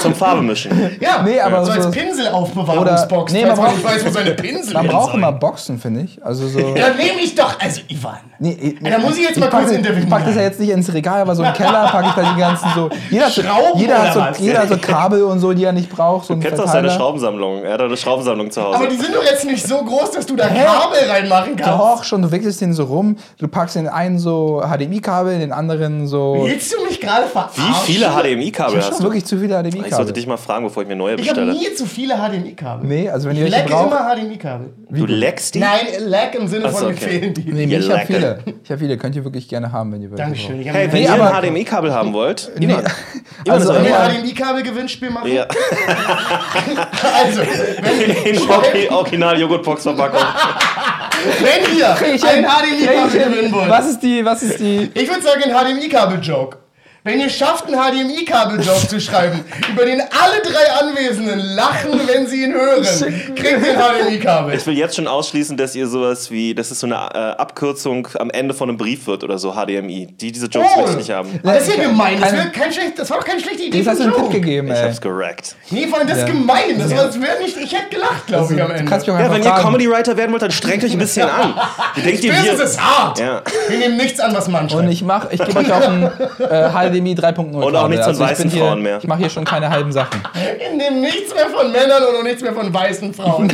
Speaker 2: Zum Farbe mischen.
Speaker 1: Ja,
Speaker 3: Nee, aber
Speaker 1: so als
Speaker 3: so-
Speaker 1: Pinselaufbewahrungsbox,
Speaker 3: Oder-
Speaker 1: falls
Speaker 3: nee, man
Speaker 1: man
Speaker 3: braucht-
Speaker 1: nicht weiß, wo seine Pinsel
Speaker 3: Man
Speaker 1: hin
Speaker 3: braucht
Speaker 1: sollen.
Speaker 3: immer Boxen, finde ich. Also so.
Speaker 1: Ja, Dann nehme ich doch, also Ivan.
Speaker 3: Nee,
Speaker 1: Ey, da muss ich jetzt mal
Speaker 3: pack
Speaker 1: kurz
Speaker 3: das-
Speaker 1: intervenieren.
Speaker 3: Ich pack das ja jetzt nicht ins Regal, aber so im Keller packe ich da die ganzen so. Jeder, hat so-
Speaker 1: Schrauben
Speaker 3: jeder, hat,
Speaker 1: oder was?
Speaker 3: so, jeder hat so Kabel und so, die er nicht braucht. So einen
Speaker 2: Du kennst doch
Speaker 3: Verteiler.
Speaker 2: seine Schraubensammlung. Er hat eine Schraubensammlung zu Hause.
Speaker 1: Aber die sind doch jetzt nicht so groß, dass du da Kabel reinmachen kannst.
Speaker 3: Doch, schon, du wickelst den so rum, du packst den einen so HDMI-Kabel, den anderen so.
Speaker 1: Willst du mich gerade verarschen?
Speaker 2: Wie viele HDMI-Kabel
Speaker 3: Ich hab
Speaker 2: hast
Speaker 3: schon
Speaker 2: du?
Speaker 3: wirklich zu viele
Speaker 2: Ah, Ich sollte dich
Speaker 3: HDMI-Kabel.
Speaker 2: mal fragen, bevor ich mir neue
Speaker 1: Ich habe
Speaker 2: bestelle.
Speaker 1: nie zu viele HDMI-Kabel.
Speaker 3: Nee, also wenn ihr
Speaker 1: ich
Speaker 3: welche
Speaker 1: lag
Speaker 3: braucht.
Speaker 1: immer HDMI-Kabel.
Speaker 2: Du leckst die?
Speaker 1: Nein, lag im Sinne
Speaker 2: Ach so,
Speaker 1: von mir
Speaker 2: okay.
Speaker 1: fehlen die.
Speaker 3: Nee,
Speaker 2: Ihr
Speaker 3: ich hab
Speaker 2: Lacker.
Speaker 3: viele. Ich hab viele, könnt ihr wirklich gerne haben, wenn ihr welche
Speaker 1: Dankeschön. Ich hab
Speaker 2: Hey, wenn
Speaker 1: mir-
Speaker 2: ihr
Speaker 3: aber-
Speaker 2: ein HDMI-Kabel haben wollt,
Speaker 3: Nee.
Speaker 2: Ivan. Ivan ist
Speaker 3: Also,
Speaker 1: Sollen wir
Speaker 2: euer
Speaker 3: ja.
Speaker 1: ein HDMI-Kabel-Gewinnspiel machen?
Speaker 2: Ja.
Speaker 1: Also, wenn,
Speaker 2: in Orgi- Original-Joghurt-Box-Verpackung.
Speaker 1: wenn ihr
Speaker 3: braucht.
Speaker 1: ein HDMI-Kabel gewinnen wollt,
Speaker 3: Was ist die, was ist die.
Speaker 1: ich würde sagen, ein HDMI-Kabel-Joke. Wenn ihr schafft, einen HDMI-Kabeljoke zu schreiben, über den alle drei Anwesenden lachen, wenn sie ihn hören, kriegt ihr ein HDMI-Kabel.
Speaker 2: Ich will jetzt schon ausschließen, dass ihr sowas wie, dass es so eine äh, Abkürzung am Ende von einem Brief wird oder so, HDMI. Die diese Jokes
Speaker 1: Oh.
Speaker 2: will ich nicht haben.
Speaker 1: Aber das ist ja gemein. Das,
Speaker 3: Keine-
Speaker 1: wird kein schlecht, das war doch keine schlechte Idee.
Speaker 3: Jetzt hast du
Speaker 1: für
Speaker 3: einen
Speaker 1: einen
Speaker 3: Tipp
Speaker 1: Joke.
Speaker 3: gegeben,
Speaker 2: Ich
Speaker 3: ey.
Speaker 2: hab's gerackt.
Speaker 1: Nee, vor allem das ist gemein. Das war, das wäre nicht, ich hätte gelacht, glaube ich, am
Speaker 3: Also, Du
Speaker 1: Ende.
Speaker 3: kannst mich auch
Speaker 2: Ja,
Speaker 3: einfach
Speaker 2: wenn ihr
Speaker 3: fragen.
Speaker 2: Comedy-Writer werden wollt, dann strengt euch ein bisschen an. Wie denkt ihr,
Speaker 1: Business
Speaker 2: wir...
Speaker 1: ist hart.
Speaker 2: Ja.
Speaker 1: Wir nehmen nichts an, was man
Speaker 3: Und
Speaker 1: schreibt.
Speaker 3: ich mach, ich gebe euch auch ein äh, HDMI 3.0.
Speaker 2: Und auch nichts von
Speaker 3: Also, ich bin
Speaker 2: weißen
Speaker 3: hier,
Speaker 2: Frauen mehr.
Speaker 3: Ich mache hier schon keine halben Sachen.
Speaker 1: Wir nehmen nichts mehr von Männern und auch nichts mehr von weißen Frauen.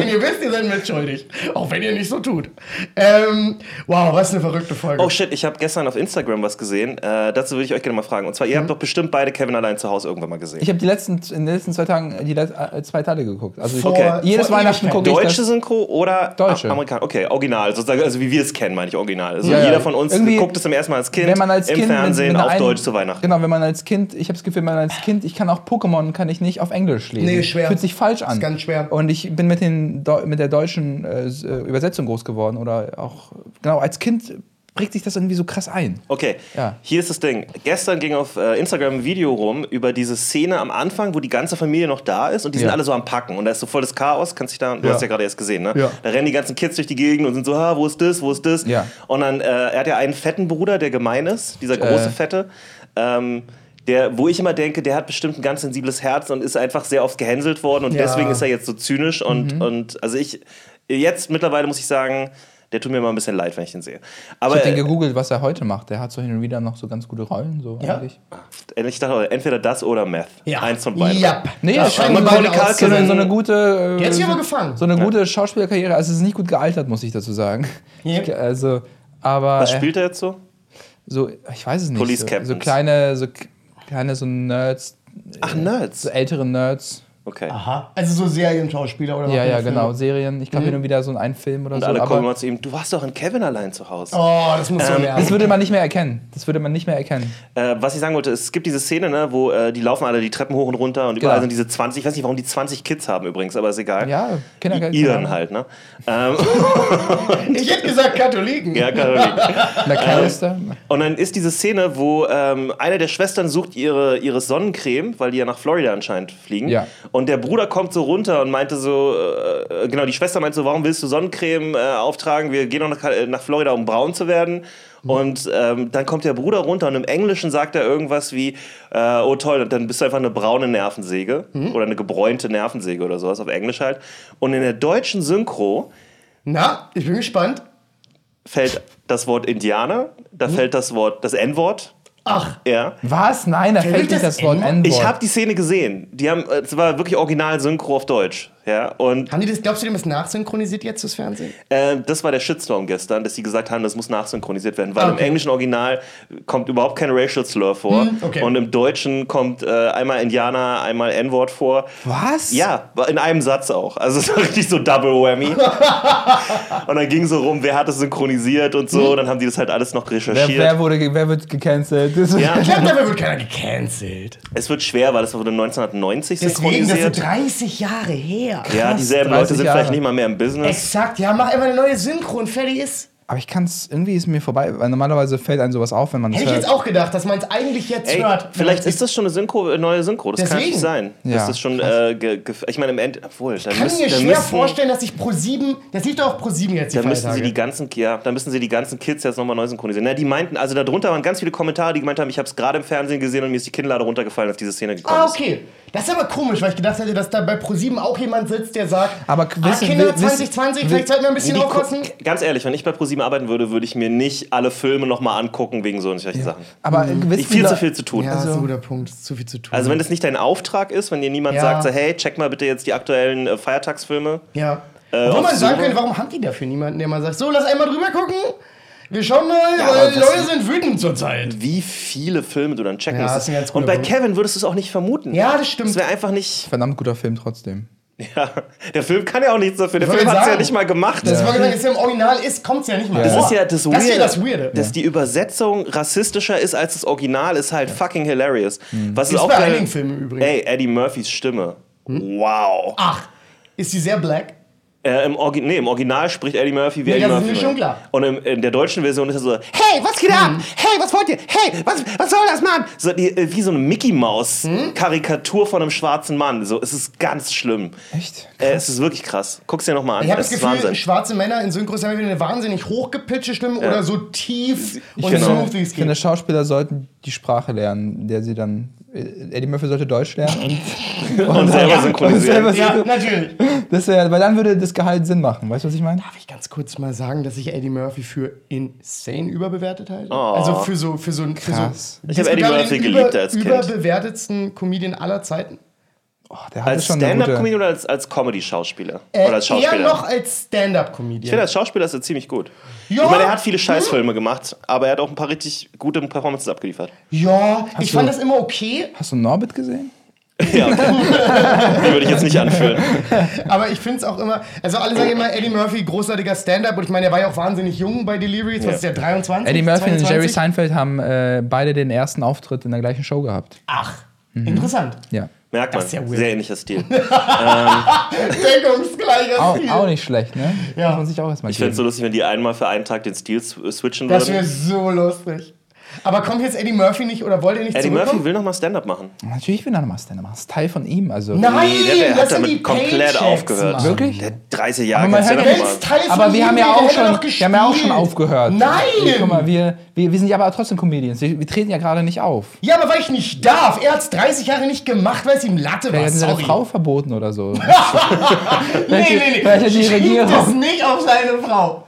Speaker 1: Denn ihr wisst, ihr seid mitschuldig. Auch wenn ihr nicht so tut. Ähm, wow, was eine verrückte Folge.
Speaker 2: Oh shit, ich habe gestern auf Instagram was gesehen. Äh, dazu würde ich euch gerne mal fragen. Und zwar, ihr habt doch bestimmt beide Kevin allein zu Hause irgendwann mal gesehen.
Speaker 3: Ich habe die letzten, in den letzten zwei Tagen die let- äh, zwei Teile geguckt. Also ich,
Speaker 1: Vor-
Speaker 2: Okay.
Speaker 3: jedes
Speaker 1: vor
Speaker 3: Weihnachten
Speaker 1: Ewigkeit.
Speaker 3: gucke ich
Speaker 2: Deutsche
Speaker 3: das.
Speaker 2: Synchro oder
Speaker 3: Deutsche.
Speaker 2: Amerikaner? Okay, original. Sozusagen, also wie wir es kennen, meine ich original. Also
Speaker 3: Ja, ja.
Speaker 2: jeder von uns
Speaker 3: Irgendwie,
Speaker 2: guckt es zum ersten Mal als Kind,
Speaker 3: Wenn man als
Speaker 2: im
Speaker 3: Kind
Speaker 2: Fernsehen auf
Speaker 3: einem-
Speaker 2: Deutsch zu Weihnachten.
Speaker 3: Genau, wenn man als Kind, ich habe das Gefühl, wenn man als Kind, ich kann auch Pokémon, kann ich nicht auf Englisch lesen.
Speaker 1: Nee, schwer.
Speaker 3: Fühlt sich falsch an.
Speaker 1: Ist ganz schwer.
Speaker 3: Und ich bin mit, den, Deu- mit der deutschen äh, s- äh, Übersetzung groß geworden oder auch genau als Kind prägt sich das irgendwie so krass ein.
Speaker 2: Okay,
Speaker 3: Ja.
Speaker 2: hier ist das Ding. Gestern ging auf äh, Instagram ein Video rum über diese Szene am Anfang, wo die ganze Familie noch da ist und die sind
Speaker 3: Ja.
Speaker 2: alle so am Packen. Und da ist so volles Chaos, kannst dich da, du
Speaker 3: Ja.
Speaker 2: hast ja gerade erst gesehen, ne?
Speaker 3: Ja.
Speaker 2: Da rennen die ganzen Kids durch die Gegend und sind so, ha, wo ist das, wo ist das?
Speaker 3: Ja.
Speaker 2: Und dann, äh, er hat ja einen fetten Bruder, der gemein ist, dieser große
Speaker 3: Äh.
Speaker 2: Fette. Ähm, der, wo ich immer denke, der hat bestimmt ein ganz sensibles Herz und ist einfach sehr oft gehänselt worden und
Speaker 1: Ja.
Speaker 2: deswegen ist er jetzt so zynisch und,
Speaker 3: Mhm.
Speaker 2: und also ich, jetzt mittlerweile muss ich sagen, der tut mir immer ein bisschen leid, wenn ich den sehe. Aber
Speaker 3: Ich habe den gegoogelt, was er heute macht. Der hat so hin und wieder noch so ganz gute Rollen, so
Speaker 1: Ja.
Speaker 3: eigentlich.
Speaker 2: Ich dachte, auch, entweder das oder Meth. Eins von beiden.
Speaker 1: Ja.
Speaker 3: Nee,
Speaker 1: das
Speaker 3: das scheint
Speaker 1: scheint
Speaker 2: mir
Speaker 1: beide
Speaker 2: Macaulay
Speaker 3: So
Speaker 1: auszunehmen.
Speaker 3: eine, so eine gute. Äh,
Speaker 1: Jetzt hier
Speaker 3: so-
Speaker 1: aber gefangen.
Speaker 3: So eine gute Schauspielerkarriere. Also, es ist nicht gut gealtert, muss ich dazu sagen.
Speaker 1: Ja.
Speaker 3: Ich, also, aber.
Speaker 2: Was
Speaker 3: äh,
Speaker 2: spielt er jetzt so?
Speaker 3: So, ich weiß es nicht.
Speaker 2: Police
Speaker 3: so,
Speaker 2: Captains.
Speaker 3: so kleine, so k- kleine, so Nerds,
Speaker 2: Ach, Nerds.
Speaker 3: so ältere Nerds.
Speaker 2: Okay.
Speaker 1: Aha. Also so Serienschauspieler oder was?
Speaker 3: Ja, ja,
Speaker 1: Filme.
Speaker 3: genau. Serien. Ich glaube,
Speaker 1: Mhm.
Speaker 3: hin und wieder so einen Film oder
Speaker 2: Und
Speaker 3: so.
Speaker 2: alle kommen
Speaker 3: aber
Speaker 2: immer zu ihm, du warst doch in Kevin allein zu Hause.
Speaker 1: Oh, das muss
Speaker 2: Ähm,
Speaker 1: so
Speaker 3: das
Speaker 1: nerven.
Speaker 3: würde man nicht mehr erkennen. Das würde man nicht mehr erkennen.
Speaker 2: Äh, was ich sagen wollte, es gibt diese Szene, ne, wo äh, die laufen alle die Treppen hoch und runter und überall
Speaker 3: Genau.
Speaker 2: sind diese 20, ich weiß nicht, warum die 20 Kids haben übrigens, aber ist egal.
Speaker 3: Ja, Kindergarten.
Speaker 2: Iren halt, ne? Ähm,
Speaker 1: Ich hätte gesagt Katholiken.
Speaker 2: ja, Caroline.
Speaker 3: Na, Callister.
Speaker 2: Und dann ist diese Szene, wo ähm, eine der Schwestern sucht ihre, ihre Sonnencreme, weil die ja nach Florida anscheinend fliegen.
Speaker 3: Ja.
Speaker 2: Und der Bruder kommt so runter und meinte so, äh, äh, genau, die Schwester meinte so, warum willst du Sonnencreme äh, auftragen? Wir gehen doch nach, äh, nach Florida, um braun zu werden. Und ähm, dann kommt der Bruder runter und im Englischen sagt er irgendwas wie, äh, oh toll, und dann bist du einfach eine braune Nervensäge oder eine gebräunte Nervensäge oder sowas auf Englisch halt. Und in der deutschen Synchro
Speaker 1: Na, ich bin gespannt.
Speaker 2: fällt das Wort Indianer, da fällt das Wort, das N-Wort,
Speaker 1: Ach,
Speaker 2: ja.
Speaker 3: Was? Nein, da fällt
Speaker 1: ich
Speaker 3: nicht
Speaker 1: das
Speaker 3: das Wort
Speaker 1: ändern?
Speaker 3: N-Wort.
Speaker 2: Ich habe die Szene gesehen. Die haben, äh, es war wirklich original Synchro auf Deutsch. Ja, und
Speaker 1: haben die das, glaubst du, die haben das nachsynchronisiert jetzt das Fernsehen?
Speaker 2: äh, das war der Shitstorm gestern, dass sie gesagt haben, das muss nachsynchronisiert werden, weil im
Speaker 1: Okay.
Speaker 2: englischen Original kommt überhaupt kein Racial Slur vor
Speaker 1: okay.
Speaker 2: und im Deutschen kommt äh, einmal Indianer, einmal N-Wort vor.
Speaker 3: Was?
Speaker 2: Ja, in einem Satz auch. Also es war richtig so Double Whammy. und dann ging so rum, wer hat es synchronisiert und so. Dann haben die das halt alles noch
Speaker 3: Wer,
Speaker 2: recherchiert.
Speaker 3: wer, wurde, ge- wer wird gecancelt?
Speaker 2: Ja.
Speaker 1: Ich glaube, dafür wird keiner gecancelt.
Speaker 2: Es wird schwer, weil das wurde 1990
Speaker 1: Deswegen, das
Speaker 2: synchronisiert.
Speaker 1: sind 30 Jahre her.
Speaker 2: ja, dieselben
Speaker 3: 30
Speaker 2: Leute sind
Speaker 3: Jahre.
Speaker 2: vielleicht nicht mal mehr im Business.
Speaker 1: Exakt, ja, mach einfach eine neue Synchro und fertig ist.
Speaker 3: Aber ich kann es, irgendwie ist mir vorbei, weil normalerweise fällt einem sowas auf, wenn man es
Speaker 1: Hätte ich
Speaker 3: hört.
Speaker 1: jetzt auch gedacht, dass man es eigentlich jetzt
Speaker 2: Ey,
Speaker 1: hört.
Speaker 2: vielleicht ist das schon eine Synchro, äh, neue Synchro. Das kann
Speaker 1: Deswegen.
Speaker 2: nicht sein.
Speaker 3: Ja,
Speaker 2: Das ist schon, äh, ge, ge, ich meine, im End, obwohl, da
Speaker 1: Ich kann
Speaker 2: müssen,
Speaker 1: mir
Speaker 2: da
Speaker 1: schwer
Speaker 2: müssen,
Speaker 1: vorstellen, dass ich pro 7, das lief doch auch pro 7 jetzt die
Speaker 2: Da müssen sie
Speaker 1: Feiertage.
Speaker 2: die ganzen, ja, da müssen sie die ganzen Kids jetzt nochmal neu synchronisieren. Na, die meinten, also darunter waren ganz viele Kommentare, die gemeint haben, ich habe es gerade im Fernsehen gesehen und mir ist die Kinnlade runtergefallen, als diese Szene gekommen
Speaker 1: Ah,
Speaker 2: ist.
Speaker 1: okay. Das ist aber komisch, weil ich gedacht hätte, dass da bei ProSieben auch jemand sitzt, der sagt,
Speaker 3: Aber
Speaker 1: ah,
Speaker 3: wissen-
Speaker 1: Kinder
Speaker 3: wissen-
Speaker 1: 2020, vielleicht sollten wir ein bisschen
Speaker 2: Die gu-
Speaker 1: aufpassen.
Speaker 2: Ganz ehrlich, wenn ich bei ProSieben arbeiten würde, würde ich mir nicht alle Filme nochmal angucken wegen so und solchen Sachen.
Speaker 3: Aber
Speaker 1: Mhm.
Speaker 3: wissen
Speaker 2: Ich viel
Speaker 3: Le-
Speaker 2: zu viel zu tun.
Speaker 1: Ja,
Speaker 3: Also-
Speaker 1: das ist ein guter Punkt, ist zu viel zu tun.
Speaker 2: Also wenn das nicht dein Auftrag ist, wenn dir niemand
Speaker 1: Ja.
Speaker 2: sagt, so, hey, check mal bitte jetzt die aktuellen äh, Feiertagsfilme.
Speaker 1: ja. Obwohl
Speaker 2: Äh, auf
Speaker 1: man sagen
Speaker 2: Suche-
Speaker 1: könnte, warum haben die dafür niemanden, der mal sagt, so, lass einmal drüber gucken. Wir schauen mal,
Speaker 2: Ja, aber
Speaker 1: weil die
Speaker 2: das-
Speaker 1: Leute sind wütend zurzeit.
Speaker 2: wie viele Filme du dann checken
Speaker 1: Ja,
Speaker 2: musst.
Speaker 1: ist ein ganz guter
Speaker 2: Und bei
Speaker 1: Punkt.
Speaker 2: Kevin würdest du es auch nicht vermuten.
Speaker 1: Ja, das stimmt.
Speaker 2: Das wäre einfach nicht.
Speaker 3: Verdammt guter Film trotzdem.
Speaker 2: Ja, der Film kann ja auch nichts dafür. Der
Speaker 1: Ich wollte
Speaker 2: Film hat es ja
Speaker 1: sagen.
Speaker 2: nicht mal gemacht.
Speaker 1: Das war gesagt, ist ja im Original ist, kommt es ja nicht mal.
Speaker 2: Das
Speaker 1: vor.
Speaker 2: ist ja das Weirde.
Speaker 1: Das ist ja das Weirde.
Speaker 2: Dass die Übersetzung rassistischer ist als das Original, ist halt fucking hilarious. Was ist,
Speaker 1: Ist
Speaker 2: auch
Speaker 1: Mhm. bei
Speaker 2: geil-
Speaker 1: einigen Filmen übrigens. Hm? Ah,
Speaker 2: Ey, Eddie Murphys Stimme. Wow.
Speaker 1: Ach, ist die sehr black?
Speaker 2: Äh, im, Orgi nee, Im Original spricht Eddie Murphy wie
Speaker 1: Nee,
Speaker 2: Eddie
Speaker 1: das ist
Speaker 2: Murphy.
Speaker 1: mir schon klar. Hm.
Speaker 2: Und im, in der deutschen Version ist er so, hey, was geht ab? Hey, was wollt ihr? Hey, was, was soll das, Mann? So, die, äh, wie so eine
Speaker 1: Hm?
Speaker 2: Mickey-Maus-Karikatur von einem schwarzen Mann. So, es ist ganz schlimm.
Speaker 3: Echt?
Speaker 2: Äh, es ist wirklich krass. Guck's dir nochmal an.
Speaker 1: Ich habe
Speaker 2: es
Speaker 1: das
Speaker 2: ist
Speaker 1: Gefühl,
Speaker 2: Wahnsinn.
Speaker 1: schwarze Männer in Synchros haben entweder eine wahnsinnig hochgepitchte Stimme oder so tief und
Speaker 2: Genau.
Speaker 1: smooth wie es
Speaker 3: Ich finde,
Speaker 1: geht.
Speaker 3: Schauspieler sollten die Sprache lernen, der sie dann. äh, Eddie Murphy sollte Deutsch lernen und,
Speaker 2: Und selber synchronisieren.
Speaker 3: selber-
Speaker 1: Ja, natürlich.
Speaker 3: Das wär, weil dann würde das Gehalt Sinn machen. Weißt du, was ich meine?
Speaker 1: Darf ich ganz kurz mal sagen, dass ich Eddie Murphy für insane überbewertet halte? Also für so für so ein für
Speaker 3: Krass.
Speaker 1: So,
Speaker 2: Ich hab Eddie Murphy geliebt als Kind.
Speaker 1: Überbewertetsten Comedian aller Zeiten.
Speaker 3: Oh, der hatte
Speaker 2: Als
Speaker 3: schon eine
Speaker 2: Stand-Up-Comedian
Speaker 3: gute.
Speaker 2: oder als, als Comedy-Schauspieler?
Speaker 1: Äh,
Speaker 2: oder als Schauspieler?
Speaker 1: Eher noch als
Speaker 2: Ich finde,
Speaker 1: Stand-up-Comedian.
Speaker 2: als Schauspieler ist er ziemlich gut.
Speaker 1: Ja. Hm?
Speaker 2: Ich meine, er hat viele Scheißfilme gemacht, aber er hat auch ein paar richtig gute Performances abgeliefert.
Speaker 1: Ja, ich
Speaker 3: du-
Speaker 1: fand das immer okay,
Speaker 3: Hast du Norbit gesehen?
Speaker 2: Ja, die würde ich jetzt nicht anführen.
Speaker 1: aber ich finde es auch immer. Also, alle sagen immer, Eddie Murphy, großartiger Stand-up. Und ich meine, er war ja auch wahnsinnig jung bei Deliveries. Was ist der, 23?
Speaker 3: Eddie Murphy und
Speaker 1: 22?
Speaker 3: Jerry Seinfeld haben äh, beide den ersten Auftritt in der gleichen Show gehabt.
Speaker 1: Ach,
Speaker 3: Mhm.
Speaker 1: interessant.
Speaker 3: Ja.
Speaker 2: Merkt man.
Speaker 1: ist ja weird.
Speaker 2: Sehr ähnlicher Stil.
Speaker 1: Deckungsgleicher
Speaker 3: Auch,
Speaker 1: Stil.
Speaker 3: auch nicht schlecht, ne?
Speaker 1: Ja.
Speaker 3: Muss man sich auch erstmal
Speaker 2: Ich fände
Speaker 3: geben.
Speaker 2: es so lustig, wenn die einmal für einen Tag den Stil sw- äh, switchen
Speaker 1: Das wäre
Speaker 2: würden.
Speaker 1: so lustig. Aber kommt jetzt Eddie Murphy nicht oder wollte er nicht
Speaker 2: Eddie
Speaker 1: zurückkommen?
Speaker 2: Murphy will nochmal Stand-up machen.
Speaker 3: Natürlich will er nochmal Stand-up machen. Das ist Teil von ihm. Also.
Speaker 1: Nein,
Speaker 2: Nee, der- der
Speaker 1: das
Speaker 2: hat
Speaker 1: sind
Speaker 2: damit
Speaker 1: die
Speaker 2: komplett
Speaker 1: Paychecks,
Speaker 2: aufgehört.
Speaker 1: Mann.
Speaker 3: Wirklich?
Speaker 2: Der hat 30 Jahre
Speaker 3: Aber man
Speaker 2: kein
Speaker 3: hört
Speaker 2: Stand-up
Speaker 3: ja-
Speaker 1: Wenn es
Speaker 2: gemacht.
Speaker 1: Teil von
Speaker 3: Aber wir
Speaker 1: ihm
Speaker 3: haben, ja
Speaker 1: wäre,
Speaker 3: auch
Speaker 1: hätte er
Speaker 3: schon,
Speaker 1: doch
Speaker 3: wir haben ja auch schon
Speaker 1: gespielt.
Speaker 3: aufgehört.
Speaker 1: Nein!
Speaker 3: Ey, guck mal, wir, wir, wir sind ja aber trotzdem Comedians. Wir, wir treten ja gerade nicht auf.
Speaker 1: Ja, aber weil ich nicht darf. Er hat es 30 Jahre nicht gemacht, weil es ihm Latte
Speaker 3: Wir
Speaker 1: war.
Speaker 3: hätten seine
Speaker 1: Ah, Sorry.
Speaker 3: Frau verboten oder so.
Speaker 1: nee, nee,
Speaker 3: vielleicht
Speaker 1: nee.
Speaker 3: hat die Regierung-
Speaker 1: das nicht auf seine Frau.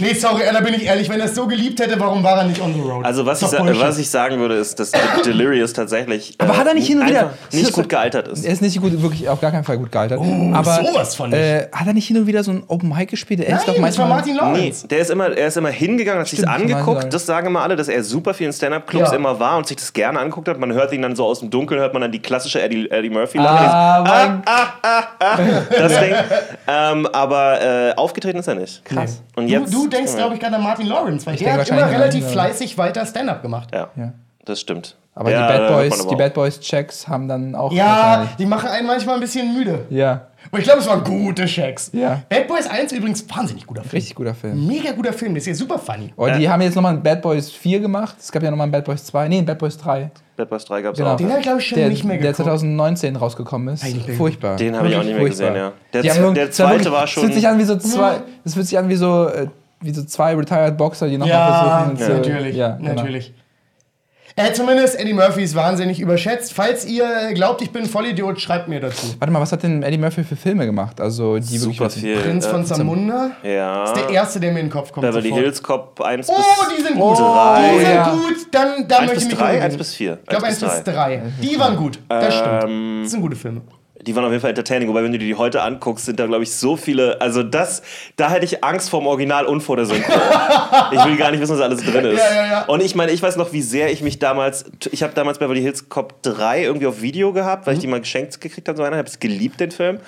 Speaker 1: Nee, sorry, da bin ich ehrlich. Wenn er es so geliebt hätte, warum war er nicht on the road?
Speaker 2: Also was ich,
Speaker 1: Ist doch
Speaker 2: sa-
Speaker 1: Bullshit.
Speaker 2: was ich sagen würde, ist, dass Delirious tatsächlich äh,
Speaker 3: Aber hat er nicht hin und wieder-
Speaker 2: einfach nicht gut gealtert ist.
Speaker 3: Er ist nicht gut, wirklich auf gar keinen Fall gut gealtert. aber
Speaker 1: Oh, sowas von nicht.
Speaker 3: Äh, hat er nicht hin und wieder so ein Open Mic gespielt? Er ist doch
Speaker 1: Nein, das war
Speaker 3: manchmal.
Speaker 1: Martin
Speaker 2: Nee,
Speaker 1: Lawrence.
Speaker 2: der ist immer, er ist immer hingegangen, hat sich's
Speaker 3: Stimmt, kann man sagen.
Speaker 2: angeguckt. Das sagen immer alle, dass er super viel in Stand-Up-Clubs
Speaker 1: Ja.
Speaker 2: immer war und sich das gerne angeguckt hat. Man hört ihn dann so aus dem Dunkeln, hört man dann die klassische Eddie, Eddie murphy lache
Speaker 3: Ah,
Speaker 2: ah, ah, ah, das Ding. ähm, aber äh, aufgetreten ist er nicht. Krass. Und
Speaker 1: Du,
Speaker 2: jetzt,
Speaker 1: du denkst, glaube ich, gerade an Martin Lawrence, weil der
Speaker 3: denk
Speaker 1: hat immer
Speaker 3: wahrscheinlich
Speaker 1: relativ
Speaker 3: an-
Speaker 1: fleißig weiter Stand-up gemacht.
Speaker 2: Ja,
Speaker 3: Ja.
Speaker 2: das stimmt.
Speaker 3: Aber
Speaker 2: ja,
Speaker 3: die
Speaker 2: da
Speaker 3: Bad
Speaker 2: hört man
Speaker 3: Boys,
Speaker 2: aber
Speaker 3: die
Speaker 2: auch.
Speaker 3: Bad Boys Checks haben dann auch.
Speaker 1: Ja,
Speaker 3: wahrscheinlich-
Speaker 1: die machen einen manchmal ein bisschen müde.
Speaker 3: Ja.
Speaker 1: Aber ich glaube, es waren gute Checks.
Speaker 3: Ja.
Speaker 1: Bad Boys 1 übrigens wahnsinnig guter Film.
Speaker 3: Richtig guter Film.
Speaker 1: Mega guter Film, der ist ja super funny.
Speaker 3: Und die haben jetzt nochmal ein Bad Boys 4 gemacht. Es gab ja nochmal ein Bad Boys 2. Nee, ein Bad Boys 3.
Speaker 2: Bad Boys 3 gab's
Speaker 3: Genau.
Speaker 2: auch.
Speaker 1: Den habe ich glaube ich schon
Speaker 3: Der,
Speaker 1: nicht mehr
Speaker 3: der
Speaker 1: geguckt.
Speaker 3: 2019 rausgekommen ist.
Speaker 1: nicht mehr
Speaker 3: Furchtbar.
Speaker 2: Den habe ich auch nicht mehr gesehen, ja. Der,
Speaker 3: Die haben nur-
Speaker 2: der
Speaker 3: es war
Speaker 2: zweite
Speaker 3: wirklich-
Speaker 2: war
Speaker 3: Es
Speaker 2: schon.
Speaker 3: fühlt sich an wie so zwei, es fühlt sich an wie so, äh, wie so zwei retired Boxer, die nochmal
Speaker 1: ja,
Speaker 3: versuchen. zu-
Speaker 1: natürlich,
Speaker 3: ja, genau.
Speaker 1: natürlich. Äh, zumindest Eddie Murphy ist wahnsinnig überschätzt. Falls ihr äh, glaubt, ich bin ein Vollidiot, schreibt mir dazu.
Speaker 3: Warte mal, was hat denn Eddie Murphy für Filme gemacht? Also die
Speaker 2: Super
Speaker 3: wirklich
Speaker 2: viel.
Speaker 1: Prinz von Zamunda
Speaker 2: äh, ja.
Speaker 1: ist der erste, der mir in den Kopf kommt.
Speaker 2: Beverly
Speaker 1: sofort.
Speaker 2: Hills Cop 1 bis
Speaker 1: Oh, die sind gut.
Speaker 2: drei.
Speaker 1: Die sind
Speaker 3: ja.
Speaker 1: gut. Dann, da
Speaker 2: Eins
Speaker 1: möchte ich
Speaker 2: bis
Speaker 1: mich
Speaker 2: drei,
Speaker 1: reden.
Speaker 2: eins bis vier,
Speaker 1: Ich glaube,
Speaker 2: eins
Speaker 1: 1
Speaker 2: bis Ähm,
Speaker 1: bis 3. Die waren gut. Das stimmt. Das sind gute Filme.
Speaker 2: Die waren auf jeden Fall entertaining, wobei, wenn du die heute anguckst, sind da, glaube ich, so viele. Also, das, da hätte ich Angst vorm Original und vor der Synchro. ich will gar nicht wissen, was da alles drin ist.
Speaker 1: Ja, ja, ja.
Speaker 2: Und ich meine, ich weiß noch, wie sehr ich mich damals. Ich habe damals Beverly Hills Cop 3 irgendwie auf Video gehabt,
Speaker 1: Mhm.
Speaker 2: weil ich die mal geschenkt gekriegt habe. So einer habe es geliebt, den Film.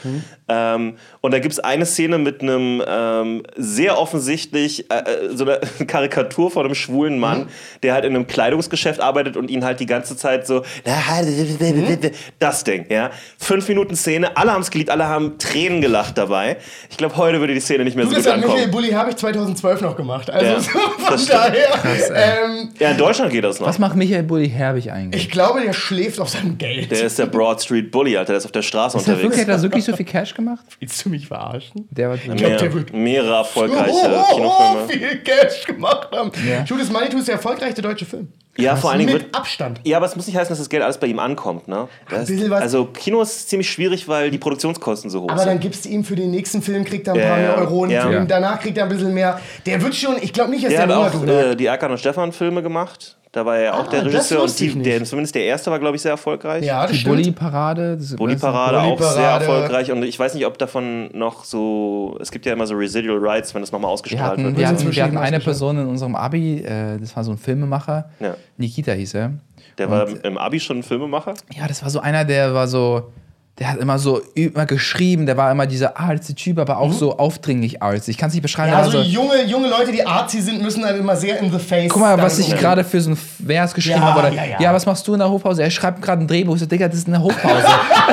Speaker 2: Ähm, und da gibt es eine Szene mit einem ähm, sehr offensichtlich äh, äh, so eine Karikatur von einem schwulen Mann,
Speaker 1: Mhm.
Speaker 2: der halt in einem Kleidungsgeschäft arbeitet und ihn halt die ganze Zeit so.
Speaker 1: Mhm.
Speaker 2: Das Ding, ja. Fünf Minuten Szene, alle haben es geliebt, alle haben Tränen gelacht dabei. Ich glaube, heute würde die Szene nicht mehr so
Speaker 1: Du, das
Speaker 2: gut
Speaker 1: an Michael
Speaker 2: ankommen.
Speaker 1: Bulli habe ich 2012 noch gemacht. Also
Speaker 2: Ja,
Speaker 1: von
Speaker 2: das stimmt.
Speaker 1: daher. ähm,
Speaker 2: Ja, in Deutschland geht das noch.
Speaker 3: Was macht Michael Bulli Herbig eigentlich?
Speaker 1: ich glaube, der schläft auf seinem Geld.
Speaker 2: Der ist der Broad Street Bully, Alter. Der ist auf der Straße
Speaker 3: Ist das wirklich,
Speaker 2: unterwegs.
Speaker 3: hat er wirklich so viel Cash gemacht?
Speaker 1: Willst du mich verarschen?
Speaker 3: Der war drin.
Speaker 1: glaub, der
Speaker 2: Mehr,
Speaker 1: wird-
Speaker 2: mehrere erfolgreiche
Speaker 1: oh,
Speaker 2: Kinofilme.
Speaker 1: viel Cash gemacht haben.
Speaker 3: Ja.
Speaker 1: Judas Manitou ist der erfolgreichste deutsche Film.
Speaker 2: Ja, vor allen Dingen
Speaker 1: Mit
Speaker 2: wird.
Speaker 1: Abstand.
Speaker 2: Ja, aber es muss nicht heißen, dass das Geld alles bei ihm ankommt, ne? Das,
Speaker 1: bisschen was-
Speaker 2: also Kino ist ziemlich schwierig, weil die Produktionskosten so hoch
Speaker 1: Aber dann
Speaker 2: sind.
Speaker 1: gibst du ihm für den nächsten Film, kriegt er ein
Speaker 2: Ja,
Speaker 1: paar mehr
Speaker 2: ja,
Speaker 1: Euro und
Speaker 2: ja.
Speaker 1: für den
Speaker 3: Ja.
Speaker 1: danach kriegt er ein bisschen mehr. Der wird schon, ich glaube nicht, dass
Speaker 2: Der
Speaker 1: der,
Speaker 2: hat
Speaker 1: Monat
Speaker 2: auch
Speaker 1: oder?
Speaker 2: äh, die Erkan und Stefan Filme gemacht. Da war er auch
Speaker 1: Ah,
Speaker 2: der
Speaker 1: das
Speaker 2: Regisseur und
Speaker 1: wusste ich
Speaker 2: die, der,
Speaker 1: nicht.
Speaker 2: zumindest der erste war, glaube ich, sehr erfolgreich.
Speaker 1: Ja, das
Speaker 3: Die
Speaker 1: stimmt.
Speaker 3: Bulli-Parade. das-
Speaker 2: Bulli-Parade auch
Speaker 1: Bulli-Parade.
Speaker 2: sehr erfolgreich und ich weiß nicht, ob davon noch so. Es gibt ja immer so Residual Rights, wenn das nochmal
Speaker 3: Wir
Speaker 2: ausgestrahlt
Speaker 3: hatten,
Speaker 2: wird.
Speaker 3: wir, hatten,
Speaker 1: inzwischen
Speaker 3: wir hatten eine
Speaker 1: hinausgeschaut.
Speaker 3: Person in unserem Abi, äh, das war so ein Filmemacher.
Speaker 2: Ja.
Speaker 3: Nikita hieß er.
Speaker 2: Der war im Abi schon ein Filmemacher.
Speaker 3: Ja, das war so einer, der war so, der hat immer so immer geschrieben, der war immer dieser artsy Typ, aber auch so aufdringlich artsy. Ich kann es nicht beschreiben.
Speaker 1: Mhm. Ja,
Speaker 3: aber
Speaker 1: also
Speaker 3: so-
Speaker 1: junge, junge Leute, die artsy sind, müssen halt immer sehr in the face.
Speaker 3: Guck mal, was
Speaker 1: damit
Speaker 3: ich
Speaker 1: umgehen.
Speaker 3: gerade für so ein Vers geschrieben
Speaker 1: Ja,
Speaker 3: habe. Oder,
Speaker 1: ja,
Speaker 3: ja,
Speaker 1: ja.
Speaker 3: was machst du in der Hofpause? Er schreibt gerade ein Drehbuch. Ich so, Digga, das ist eine Hofpause.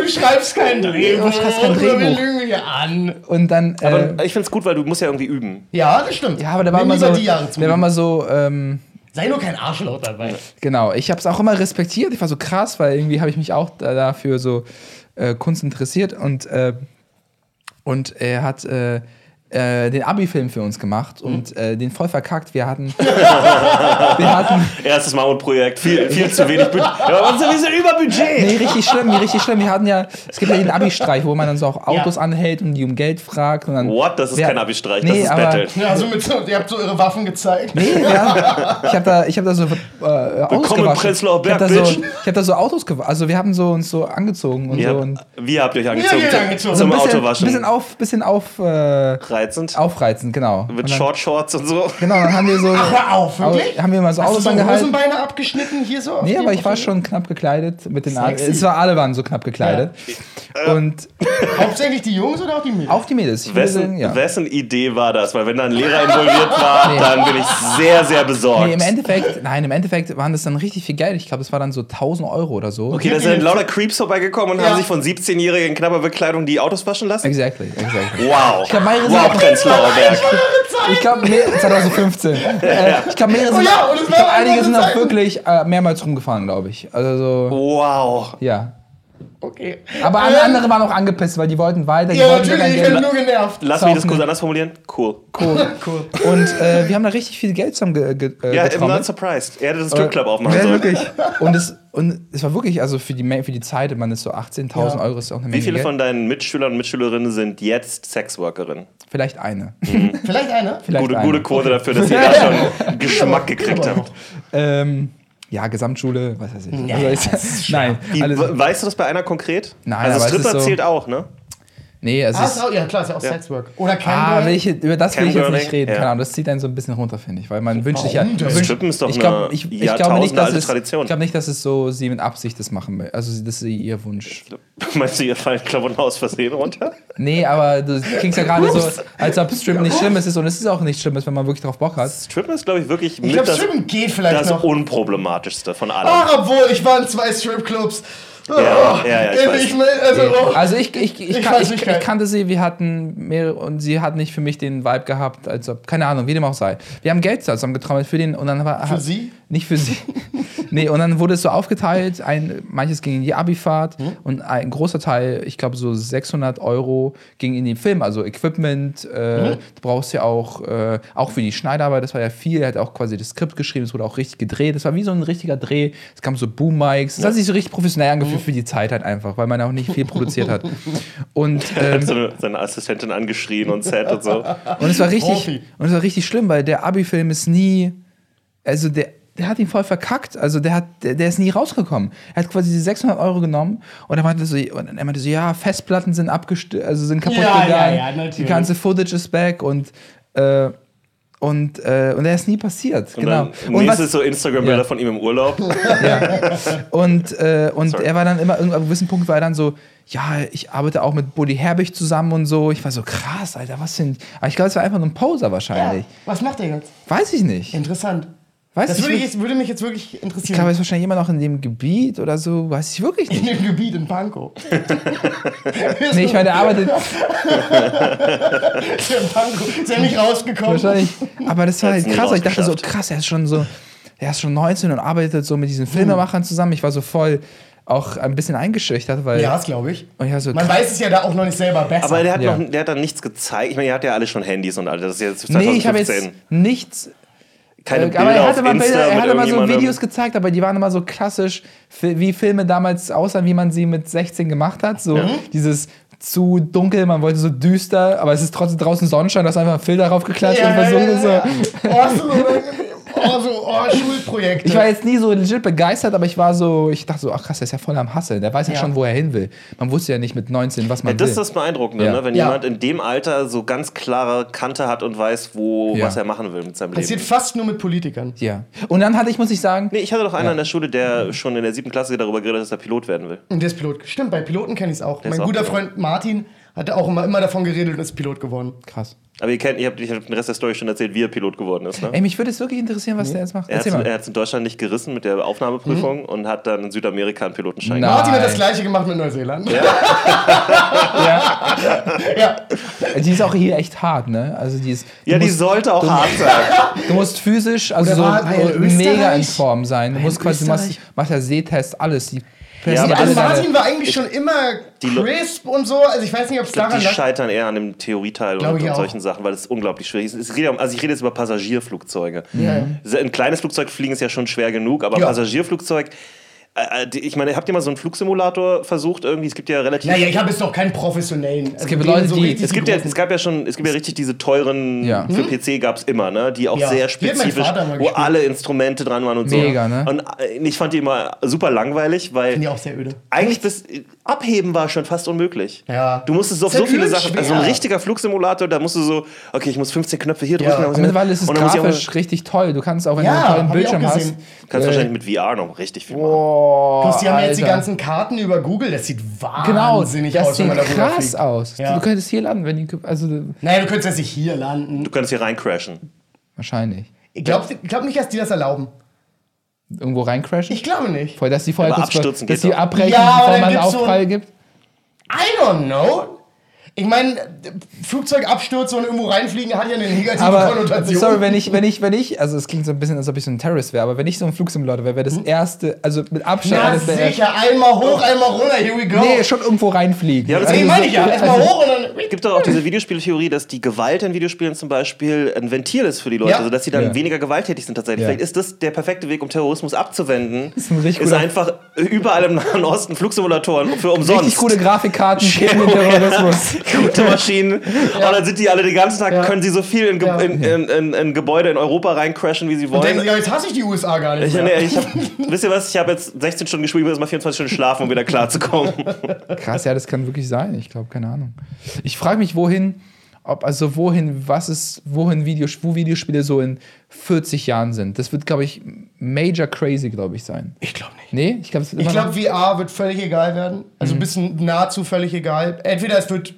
Speaker 1: Du schreibst kein Drehbuch.
Speaker 3: Du schreibst kein
Speaker 1: oder
Speaker 3: Drehbuch.
Speaker 1: Wir lügen dir an.
Speaker 3: Und dann. Äh,
Speaker 2: Aber ich finde es gut, weil du musst ja irgendwie üben.
Speaker 1: Ja, das stimmt.
Speaker 3: ja, aber der war
Speaker 1: Nimm
Speaker 3: immer so.
Speaker 1: lieber die Jahre zu.
Speaker 3: Der war immer so. Ähm,
Speaker 1: Sei nur kein Arschloch dabei.
Speaker 3: Genau, ich habe es auch immer respektiert. Ich war so krass, weil irgendwie habe ich mich auch da, dafür so äh, Kunst interessiert und äh, und er hat äh, äh, den Abi-Film für uns gemacht und äh, den voll verkackt. Wir hatten, wir hatten
Speaker 2: Erstes Mammutprojekt, viel, viel zu wenig Budget. Ja, was ist denn diese Überbudget?
Speaker 3: nee, richtig schlimm, nee, richtig schlimm. Wir hatten ja, es gibt ja den Abi-Streich, wo man dann so auch Autos anhält und die um Geld fragt und dann.
Speaker 2: What? Das ist
Speaker 3: Ja.
Speaker 2: kein Abi-Streich,
Speaker 3: Nee,
Speaker 2: das ist
Speaker 3: aber-
Speaker 2: Battle.
Speaker 1: Ja, also mit so, ihr habt so eure Waffen gezeigt.
Speaker 3: Nee, ja. Ich habe da, ich hab da so äh, Autos
Speaker 2: Willkommen im
Speaker 3: gewaschen. Ich
Speaker 2: Prenzlauer
Speaker 3: habe da,
Speaker 2: Berg,
Speaker 3: so,
Speaker 2: Bitch.
Speaker 3: ich hab da so Autos gewaschen. Also wir haben so, uns so angezogen und
Speaker 2: Ihr
Speaker 3: so. Und
Speaker 2: habt, wie habt ihr euch angezogen?
Speaker 1: gehen angezogen.
Speaker 2: Zum
Speaker 3: Also ein bisschen,
Speaker 2: Autowaschen.
Speaker 3: Bisschen auf, bisschen auf, äh,
Speaker 2: Reizend.
Speaker 3: aufreizend, genau. Und
Speaker 2: Mit
Speaker 3: dann-
Speaker 2: Short Shorts und so.
Speaker 3: Genau, dann haben wir so.
Speaker 1: Hör auf,
Speaker 3: Au-
Speaker 1: wirklich?
Speaker 3: haben wir mal so
Speaker 1: Hast du
Speaker 3: Autos
Speaker 1: so
Speaker 3: angehalten.
Speaker 1: Hosenbeine abgeschnitten hier so? auf
Speaker 3: Nee,
Speaker 1: dem-
Speaker 3: aber ich war
Speaker 1: auf dem-
Speaker 3: schon knapp gekleidet mit den Ar-
Speaker 1: Sexy.
Speaker 3: Es war alle waren so knapp gekleidet.
Speaker 2: Äh,
Speaker 3: Und
Speaker 1: Hauptsächlich die Jungs oder auch die Mädels?
Speaker 3: auch die Mädels. Ich würde
Speaker 2: Wessen,
Speaker 3: sagen, ja.
Speaker 2: wessen Idee war das? Weil wenn da ein Lehrer involviert war, dann bin ich sehr, sehr besorgt.
Speaker 3: Nee, im Endeffekt, nein, im Endeffekt waren das dann richtig viel Geld. Ich glaube, es war dann so 1000 Euro oder so.
Speaker 2: Okay, da sind lauter Creeps vorbeigekommen und
Speaker 1: Ja.
Speaker 2: haben sich von 17-Jährigen in knapper Bekleidung die Autos waschen lassen?
Speaker 3: Exactly, exactly.
Speaker 2: Wow.
Speaker 3: glaub, meine sind
Speaker 2: wow,
Speaker 3: auch-
Speaker 2: Prenzlauer Berg.
Speaker 3: Ich glaube, mehr, 2015. äh, ich glaube, mehrere sind,
Speaker 1: Oh ja, und es
Speaker 3: ich glaub,
Speaker 1: waren
Speaker 3: einige sind auch
Speaker 1: Zeiten.
Speaker 3: wirklich äh, mehrmals rumgefahren, glaube ich. Also
Speaker 2: Oh.
Speaker 3: so,
Speaker 2: Wow.
Speaker 3: ja.
Speaker 1: Okay.
Speaker 3: Aber
Speaker 1: Ähm,
Speaker 3: andere waren auch angepisst, weil die wollten weiter. Die
Speaker 1: Ja,
Speaker 3: wollten
Speaker 1: natürlich, genau. ich
Speaker 3: Geld.
Speaker 1: bin nur genervt.
Speaker 2: Lass
Speaker 3: Ist
Speaker 2: mich
Speaker 3: auch
Speaker 2: das kurz
Speaker 3: eine-
Speaker 2: anders formulieren. Cool.
Speaker 3: Cool. cool. Und äh, wir haben da richtig viel Geld zusammen ge ge äh,
Speaker 2: Ja, I'm not
Speaker 3: getrommelt.
Speaker 2: surprised. Er hätte das Stripclub aufmachen
Speaker 3: Ja,
Speaker 2: sollen.
Speaker 3: wirklich. Und es, und es war wirklich, also für die, Me- für die Zeit, man ist so 18.000 Euro, ist auch eine Menge
Speaker 2: Wie viele
Speaker 3: Geld.
Speaker 2: von deinen Mitschülern und Mitschülerinnen sind jetzt Sexworkerinnen?
Speaker 3: Vielleicht eine.
Speaker 1: Vielleicht einer?
Speaker 3: Vielleicht
Speaker 2: Gute,
Speaker 3: eine.
Speaker 2: gute Quote dafür, dass ihr da schon Geschmack gekriegt habt.
Speaker 3: Ähm, ja, Gesamtschule, was weiß ich. Also ist- nein,
Speaker 2: Die,
Speaker 3: alles,
Speaker 2: we- weißt du das bei einer konkret?
Speaker 3: Nein,
Speaker 2: also
Speaker 3: aber es
Speaker 2: Stripper
Speaker 3: ist so-
Speaker 2: zählt auch, ne?
Speaker 3: nee, also es
Speaker 1: Ah, ist
Speaker 3: ist.
Speaker 1: auch, ja, klar, ist ja auch Sexwork. Oder kein
Speaker 3: Ah,
Speaker 1: Girl.
Speaker 3: will ich, über das will ich jetzt
Speaker 2: Camgirling,
Speaker 3: nicht reden.
Speaker 2: ja.
Speaker 3: Keine Ahnung, das zieht einen so ein bisschen runter, finde ich. Weil man wünscht sich ja.
Speaker 1: Warum denn?
Speaker 3: wünscht-
Speaker 2: Strippen ist doch
Speaker 3: ich glaub-
Speaker 2: eine
Speaker 3: ich, ich glaube nicht, dass
Speaker 2: jahrtausende
Speaker 3: es,
Speaker 2: Tradition.
Speaker 3: Ich glaube nicht, dass es so sie mit Absicht das machen will. Also, das ist ihr Wunsch.
Speaker 2: Meinst du, ihr fallen Klamotten aus Versehen runter?
Speaker 3: Nee, aber du klingst ja gerade so, als ob Strippen nicht schlimm ist. Und es ist auch nicht schlimm, wenn man wirklich drauf Bock hat.
Speaker 2: Strippen ist, glaube ich, wirklich
Speaker 1: Ich
Speaker 2: mit
Speaker 1: glaube,
Speaker 2: das,
Speaker 1: Strippen geht vielleicht
Speaker 2: das
Speaker 1: noch.
Speaker 2: unproblematischste von allem.
Speaker 1: Ach, obwohl, ich war in zwei Stripclubs.
Speaker 2: Ja, ja, ja, ich weiß.
Speaker 1: ich, mein, also, oh.
Speaker 3: Also ich, ich, ich,
Speaker 1: Ich
Speaker 3: kan-
Speaker 1: weiß
Speaker 3: ich,
Speaker 1: nicht,
Speaker 3: ich,
Speaker 1: geil.
Speaker 3: kannte sie, wir hatten mehrere und sie hat nicht für mich den Vibe gehabt, als ob, keine Ahnung, wie dem auch sei. Wir haben Geld zusammen getrommelt für den und dann war.
Speaker 1: Für sie?
Speaker 3: Nicht für sie. nee, und dann wurde es so aufgeteilt, ein, manches ging in die Abifahrt und ein großer Teil, ich glaube so 600 Euro, ging in den Film, also Equipment, äh, du brauchst ja auch, äh, auch für die Schneidarbeit, das war ja viel, er hat auch quasi das Skript geschrieben, es wurde auch richtig gedreht, es war wie so ein richtiger Dreh, es kamen so Boom-Mics, es hat sich so richtig professionell angefühlt für die Zeit halt einfach, weil man auch nicht viel produziert hat. Und ähm,
Speaker 2: Hat seine, seine Assistentin angeschrien und sad und so.
Speaker 3: und es war richtig,
Speaker 1: Profi.
Speaker 3: und es war richtig schlimm, weil der Abi-Film ist nie, also der, der hat ihn voll verkackt, also der hat, der, der ist nie rausgekommen. Er hat quasi die 600 Euro genommen und er meinte so, und er meinte so, ja, Festplatten sind abgestürzt, also sind kaputt
Speaker 1: Ja, ja,
Speaker 3: gegangen,
Speaker 1: ja, natürlich.
Speaker 3: die ganze Footage ist back und äh, und äh, und er ist nie passiert, genau.
Speaker 2: Dann und
Speaker 3: was-
Speaker 2: nächstes so Instagram-Bilder
Speaker 3: Ja.
Speaker 2: von ihm im Urlaub.
Speaker 3: und äh, und
Speaker 2: Sorry.
Speaker 3: er war dann immer, irgendwann an einem gewissen Punkt war er dann so, ja, ich arbeite auch mit Buddy Herbig zusammen und so. Ich war so, krass, Alter, was denn? Aber ich glaube, es war einfach nur ein Poser
Speaker 1: ja.
Speaker 3: wahrscheinlich.
Speaker 1: Was macht der jetzt?
Speaker 3: Weiß ich nicht.
Speaker 1: Interessant.
Speaker 3: Weiß
Speaker 1: Das
Speaker 3: ich
Speaker 1: würde,
Speaker 3: wirklich-
Speaker 1: ich, würde mich jetzt wirklich
Speaker 3: Ich glaube, er
Speaker 2: Hm.
Speaker 1: interessieren.
Speaker 3: ist wahrscheinlich immer noch in dem Gebiet oder so. Weiß ich wirklich
Speaker 1: In
Speaker 3: nicht.
Speaker 1: dem Gebiet in Pankow.
Speaker 3: Nee, ich meine, er
Speaker 1: in
Speaker 3: arbeitet
Speaker 1: Pankow. Ist ja nicht rausgekommen.
Speaker 3: wahrscheinlich. Aber das war
Speaker 2: Hat's
Speaker 3: halt
Speaker 2: nie
Speaker 3: krass. weil Ich dachte so,
Speaker 2: rausgeschafft. Hm.
Speaker 3: krass, er ist schon so, er ist schon 19 und arbeitet so mit diesen Filmemachern zusammen. Ich war so voll auch ein bisschen eingeschüchtert, weil.
Speaker 1: Ja, das glaube ich.
Speaker 3: Und ich war so,
Speaker 1: Man
Speaker 3: krass.
Speaker 1: weiß es ja da auch noch nicht selber besser.
Speaker 2: Aber der hat,
Speaker 3: Ja.
Speaker 2: noch, der hat dann nichts gezeigt. Ich meine, ihr habt ja alle schon Handys und alles. Das ist jetzt 2015.
Speaker 3: Nee, ich habe jetzt nichts.
Speaker 2: Keine
Speaker 3: äh,
Speaker 2: Bilder
Speaker 3: aber er hatte
Speaker 2: auf
Speaker 3: mal,
Speaker 2: Insta
Speaker 3: Bilder, er
Speaker 2: mit
Speaker 3: hatte mal so
Speaker 2: irgendjemandem.
Speaker 3: Videos gezeigt, aber die waren immer so klassisch, fi- wie Filme damals aussahen, wie man sie mit 16 gemacht hat. So dieses zu dunkel, man wollte so düster, aber es ist trotzdem draußen Sonnenschein, da ist einfach ein Filter draufgeklatscht
Speaker 1: ja,
Speaker 3: und versucht
Speaker 1: ja,
Speaker 3: es so.
Speaker 1: ja, ja. Oh, hast du so unangenehm. Oh, Oh, so, oh, Schulprojekte.
Speaker 3: Ich war jetzt nie so legit begeistert, aber ich war so, ich dachte so, ach krass, der ist ja voll am Hassel. Der weiß ja,
Speaker 1: Ja.
Speaker 3: schon, wo er hin will. Man wusste ja nicht mit 19, was man
Speaker 2: Ja, das ist
Speaker 3: will.
Speaker 2: das Beeindruckende,
Speaker 3: Ja.
Speaker 2: ne? wenn
Speaker 1: Ja.
Speaker 2: jemand in dem Alter so ganz klare Kante hat und weiß, wo,
Speaker 3: Ja.
Speaker 2: was er machen will mit seinem
Speaker 1: Passiert
Speaker 2: Leben.
Speaker 1: fast nur mit Politikern.
Speaker 3: ja. Und dann hatte ich, muss ich sagen,
Speaker 2: Nee, ich hatte doch einen in der Schule,
Speaker 3: Mhm.
Speaker 2: der schon in der siebten Klasse darüber geredet hat, dass er Pilot werden will.
Speaker 1: Und der ist Pilot. Stimmt, bei Piloten kenne ich es auch.
Speaker 2: ist
Speaker 1: mein
Speaker 2: auch
Speaker 1: guter
Speaker 2: Pilot.
Speaker 1: Freund Martin hatte auch immer, immer davon geredet und ist Pilot geworden.
Speaker 3: krass.
Speaker 2: Aber ihr kennt, ich habe hab den Rest der Story schon erzählt, wie er Pilot geworden ist. Ne?
Speaker 3: Ey, mich würde es wirklich interessieren, was der jetzt macht.
Speaker 2: Er hat
Speaker 3: Erzähl mal. Mhm.
Speaker 2: es in Deutschland nicht gerissen mit der Aufnahmeprüfung und hat dann in Südamerika einen Pilotenschein.
Speaker 3: Na.
Speaker 2: gemacht.
Speaker 1: Martin hat das
Speaker 3: Nein.
Speaker 1: gleiche gemacht mit Neuseeland.
Speaker 3: Ja.
Speaker 1: ja.
Speaker 3: Die ist auch hier echt hart, ne? Also die ist.
Speaker 2: Ja,
Speaker 3: du
Speaker 2: die
Speaker 3: musst-
Speaker 2: sollte auch hart sein.
Speaker 3: Du musst physisch, also
Speaker 1: Oder
Speaker 3: so
Speaker 1: war- war er in
Speaker 3: mega
Speaker 1: Österreich?
Speaker 3: in Form sein. Du musst quasi, du machst,
Speaker 1: Österreich?
Speaker 3: machst ja Sehtest, alles. Die
Speaker 2: Ja, aber
Speaker 1: Also
Speaker 2: das-
Speaker 1: Martin war eigentlich schon immer
Speaker 2: Le-
Speaker 1: crisp und so. Also ich weiß nicht, ob es daran
Speaker 2: Die
Speaker 1: lag.
Speaker 2: scheitern eher an dem Theorieteil und,
Speaker 1: Glaub ich
Speaker 2: und
Speaker 1: auch.
Speaker 2: solchen Sachen, weil es unglaublich schwierig ist. Ich rede, also ich rede jetzt über Passagierflugzeuge.
Speaker 1: Ja.
Speaker 2: Ein kleines Flugzeug fliegen ist ja schon schwer genug, aber
Speaker 1: Ja.
Speaker 2: Passagierflugzeug, äh, äh, die- ich meine, habt ihr mal so einen Flugsimulator versucht irgendwie? Es gibt ja relativ.
Speaker 1: Naja, ich habe jetzt noch keinen professionellen. Also
Speaker 3: gibt
Speaker 1: den
Speaker 3: Leute, die-
Speaker 1: richtig
Speaker 2: es gibt ja,
Speaker 1: großen-
Speaker 2: es gab ja schon, es gibt ja richtig diese teuren,
Speaker 3: Ja.
Speaker 2: für PC gab es immer, ne? Die auch
Speaker 1: Mhm. Ja.
Speaker 2: sehr
Speaker 1: Die hat mein
Speaker 2: spezifisch,
Speaker 1: Vater mal
Speaker 2: wo
Speaker 1: gespielt.
Speaker 2: alle Instrumente dran waren und so.
Speaker 3: Mega, ne?
Speaker 2: Und äh, ich fand die immer super langweilig, weil
Speaker 1: Finde ich auch sehr öde.
Speaker 2: eigentlich das Abheben war schon fast unmöglich.
Speaker 1: Ja.
Speaker 2: Du musstest auf
Speaker 1: Ist ja
Speaker 2: so viele
Speaker 1: übel
Speaker 2: Sachen, also ein
Speaker 1: schwer.
Speaker 2: richtiger Flugsimulator, da musst du so, okay, ich muss 15 Knöpfe hier drücken. dann muss
Speaker 3: Aber
Speaker 2: ich-
Speaker 3: mittlerweile ist es
Speaker 2: und dann muss ich auch-
Speaker 3: grafisch richtig toll. Du kannst auch, wenn du
Speaker 1: Ja,
Speaker 3: einen tollen
Speaker 1: hab ich auch
Speaker 3: Bildschirm hast.
Speaker 1: gesehen.
Speaker 2: Kannst
Speaker 3: äh,
Speaker 2: wahrscheinlich mit VR noch richtig viel machen.
Speaker 3: Boah,
Speaker 1: Plus, die haben jetzt die
Speaker 3: Alter.
Speaker 1: ganzen Karten über Google. Das sieht
Speaker 3: Genau,
Speaker 1: wahnsinnig
Speaker 3: das
Speaker 1: aus, wenn
Speaker 3: sieht
Speaker 1: man darüber
Speaker 3: krass
Speaker 1: fliegt.
Speaker 3: aus.
Speaker 1: Ja.
Speaker 3: Du könntest hier landen, wenn die. Also,
Speaker 1: Naja, du könntest jetzt nicht hier landen.
Speaker 2: Du könntest hier reincrashen.
Speaker 3: wahrscheinlich.
Speaker 1: Ich glaube glaub nicht, dass die das erlauben.
Speaker 3: Irgendwo reincrashen.
Speaker 1: Ich glaube nicht.
Speaker 3: Voll, dass die vorher
Speaker 2: Aber
Speaker 3: kurz vor-
Speaker 2: abstürzen
Speaker 3: dass
Speaker 2: geht
Speaker 3: die
Speaker 2: doch.
Speaker 3: abbrechen,
Speaker 1: Ja, aber
Speaker 3: bevor
Speaker 1: dann
Speaker 3: man einen
Speaker 1: gibt's so ein-
Speaker 3: Aufprall gibt.
Speaker 1: I don't know. Ich meine, Flugzeugabstürze und irgendwo reinfliegen hat ja eine negative
Speaker 3: Aber
Speaker 1: Konnotation.
Speaker 3: sorry, wenn ich, wenn ich, wenn ich, also es klingt so ein bisschen, als ob ich so ein Terrorist wäre, aber wenn ich so ein Flugsimulator wäre, wäre das erste, also mit Abstand
Speaker 1: Na
Speaker 3: eines der
Speaker 1: Hm? sicher, einmal hoch, einmal runter, here we go.
Speaker 3: Nee, schon irgendwo reinfliegen.
Speaker 2: Ja, das-
Speaker 1: Deswegen
Speaker 2: also
Speaker 1: meine ich ja, erstmal hoch und dann.
Speaker 2: Es gibt doch auch diese Videospieltheorie, dass die Gewalt in Videospielen zum Beispiel ein Ventil ist für die Leute,
Speaker 1: Ja.
Speaker 2: also dass sie dann
Speaker 3: Ja.
Speaker 2: weniger gewalttätig sind tatsächlich.
Speaker 3: Ja.
Speaker 2: Vielleicht ist das der perfekte Weg, um Terrorismus abzuwenden.
Speaker 3: Ist ein richtig
Speaker 2: ist
Speaker 3: guter-
Speaker 2: einfach überall im Nahen Osten Flugsimulatoren für umsonst.
Speaker 3: Richtig coole Grafikkarten gegen den Terrorismus.
Speaker 2: gute Maschinen. Und dann sind die alle den ganzen Tag,
Speaker 1: Ja.
Speaker 2: können sie so viel in, Ge
Speaker 1: Ja.
Speaker 2: in, in, in, in Gebäude in Europa reincrashen, wie sie
Speaker 1: Und denken
Speaker 2: wollen.
Speaker 1: sie, ja, jetzt hasse ich die USA gar nicht.
Speaker 2: Ich,
Speaker 1: Mehr.
Speaker 2: nee, ich hab, wisst ihr was? Ich habe jetzt 16 Stunden gespielt, ich muss erst mal 24 Stunden schlafen, um wieder klarzukommen.
Speaker 3: Krass, ja, das kann wirklich sein. Ich glaube, keine Ahnung. Ich frage mich, wohin, ob, also wohin, was ist, wohin Videos, wo Videospiele so in 40 Jahren sind. Das wird, glaube ich, major crazy, glaube ich, sein.
Speaker 1: ich glaube nicht.
Speaker 3: Nee, ich glaube, es wird
Speaker 1: Ich
Speaker 3: immer
Speaker 1: glaube,
Speaker 3: noch- Mhm.
Speaker 1: VR wird völlig egal werden. Also ein bisschen nahezu völlig egal. Entweder es wird.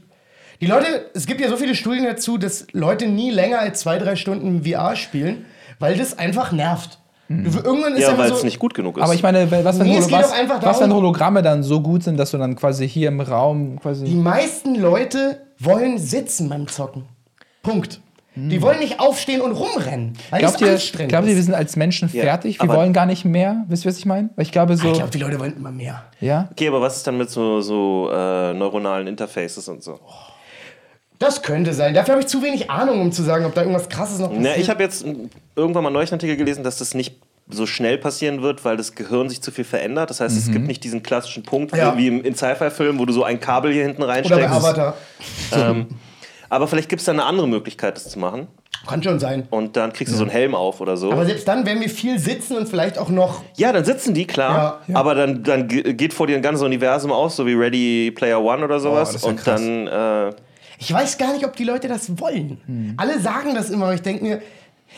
Speaker 1: Die Leute, es gibt ja so viele Studien dazu, dass Leute nie länger als zwei, drei Stunden VR spielen, weil das einfach nervt.
Speaker 3: Mhm.
Speaker 1: Du, irgendwann ist
Speaker 2: ja,
Speaker 1: einfach
Speaker 2: weil
Speaker 1: so,
Speaker 2: es nicht gut genug ist.
Speaker 3: aber ich meine, wenn- was wenn,
Speaker 1: Nee, es
Speaker 3: Holo-
Speaker 1: geht
Speaker 3: was,
Speaker 1: doch einfach
Speaker 3: was, wenn
Speaker 1: darum-
Speaker 3: Hologramme dann so gut sind, dass du dann quasi hier im Raum quasi.
Speaker 1: Die meisten Leute wollen sitzen beim Zocken. Punkt. Die wollen nicht aufstehen und rumrennen, weil
Speaker 3: Mhm.
Speaker 1: das
Speaker 3: Glaubt ihr,
Speaker 1: anstrengend
Speaker 3: glaubt ihr, wir
Speaker 1: ist.
Speaker 3: sind als Menschen
Speaker 2: Ja,
Speaker 3: fertig? Wir
Speaker 2: aber-
Speaker 3: wollen gar nicht mehr? Wisst ihr, was ich meine? Weil ich glaube so,
Speaker 1: Ich glaube, die Leute wollen immer mehr.
Speaker 3: ja.
Speaker 2: okay, aber was ist dann mit so, so äh, neuronalen Interfaces und so?
Speaker 1: Oh, Das könnte sein. Dafür habe ich zu wenig Ahnung, um zu sagen, ob da irgendwas Krasses noch passiert.
Speaker 2: Na, Ne, ich habe jetzt m, irgendwann mal einen neuen Artikel gelesen, dass das nicht so schnell passieren wird, weil das Gehirn sich zu viel verändert. Das heißt, es gibt nicht diesen klassischen Punkt
Speaker 1: Mhm. Ja.
Speaker 2: wie im, in Sci-Fi-Filmen, wo du so ein Kabel hier hinten
Speaker 1: Oder bei
Speaker 2: reinsteckst.
Speaker 1: Avatar.
Speaker 2: ähm, aber vielleicht gibt es da eine andere Möglichkeit, das zu machen.
Speaker 1: Kann schon sein.
Speaker 2: Und dann kriegst du so einen Helm auf oder so.
Speaker 1: Aber selbst dann werden wir viel sitzen und vielleicht auch noch.
Speaker 2: Ja, dann sitzen die, klar.
Speaker 1: Ja.
Speaker 2: Aber dann, dann ge- geht vor dir ein ganzes Universum auf, so wie Ready Player One oder
Speaker 3: Oh, das
Speaker 2: sowas.
Speaker 3: ist ja
Speaker 2: und
Speaker 3: krass.
Speaker 2: dann. Äh,
Speaker 1: Ich weiß gar nicht, ob die Leute das wollen. Alle sagen das immer, aber ich denke mir,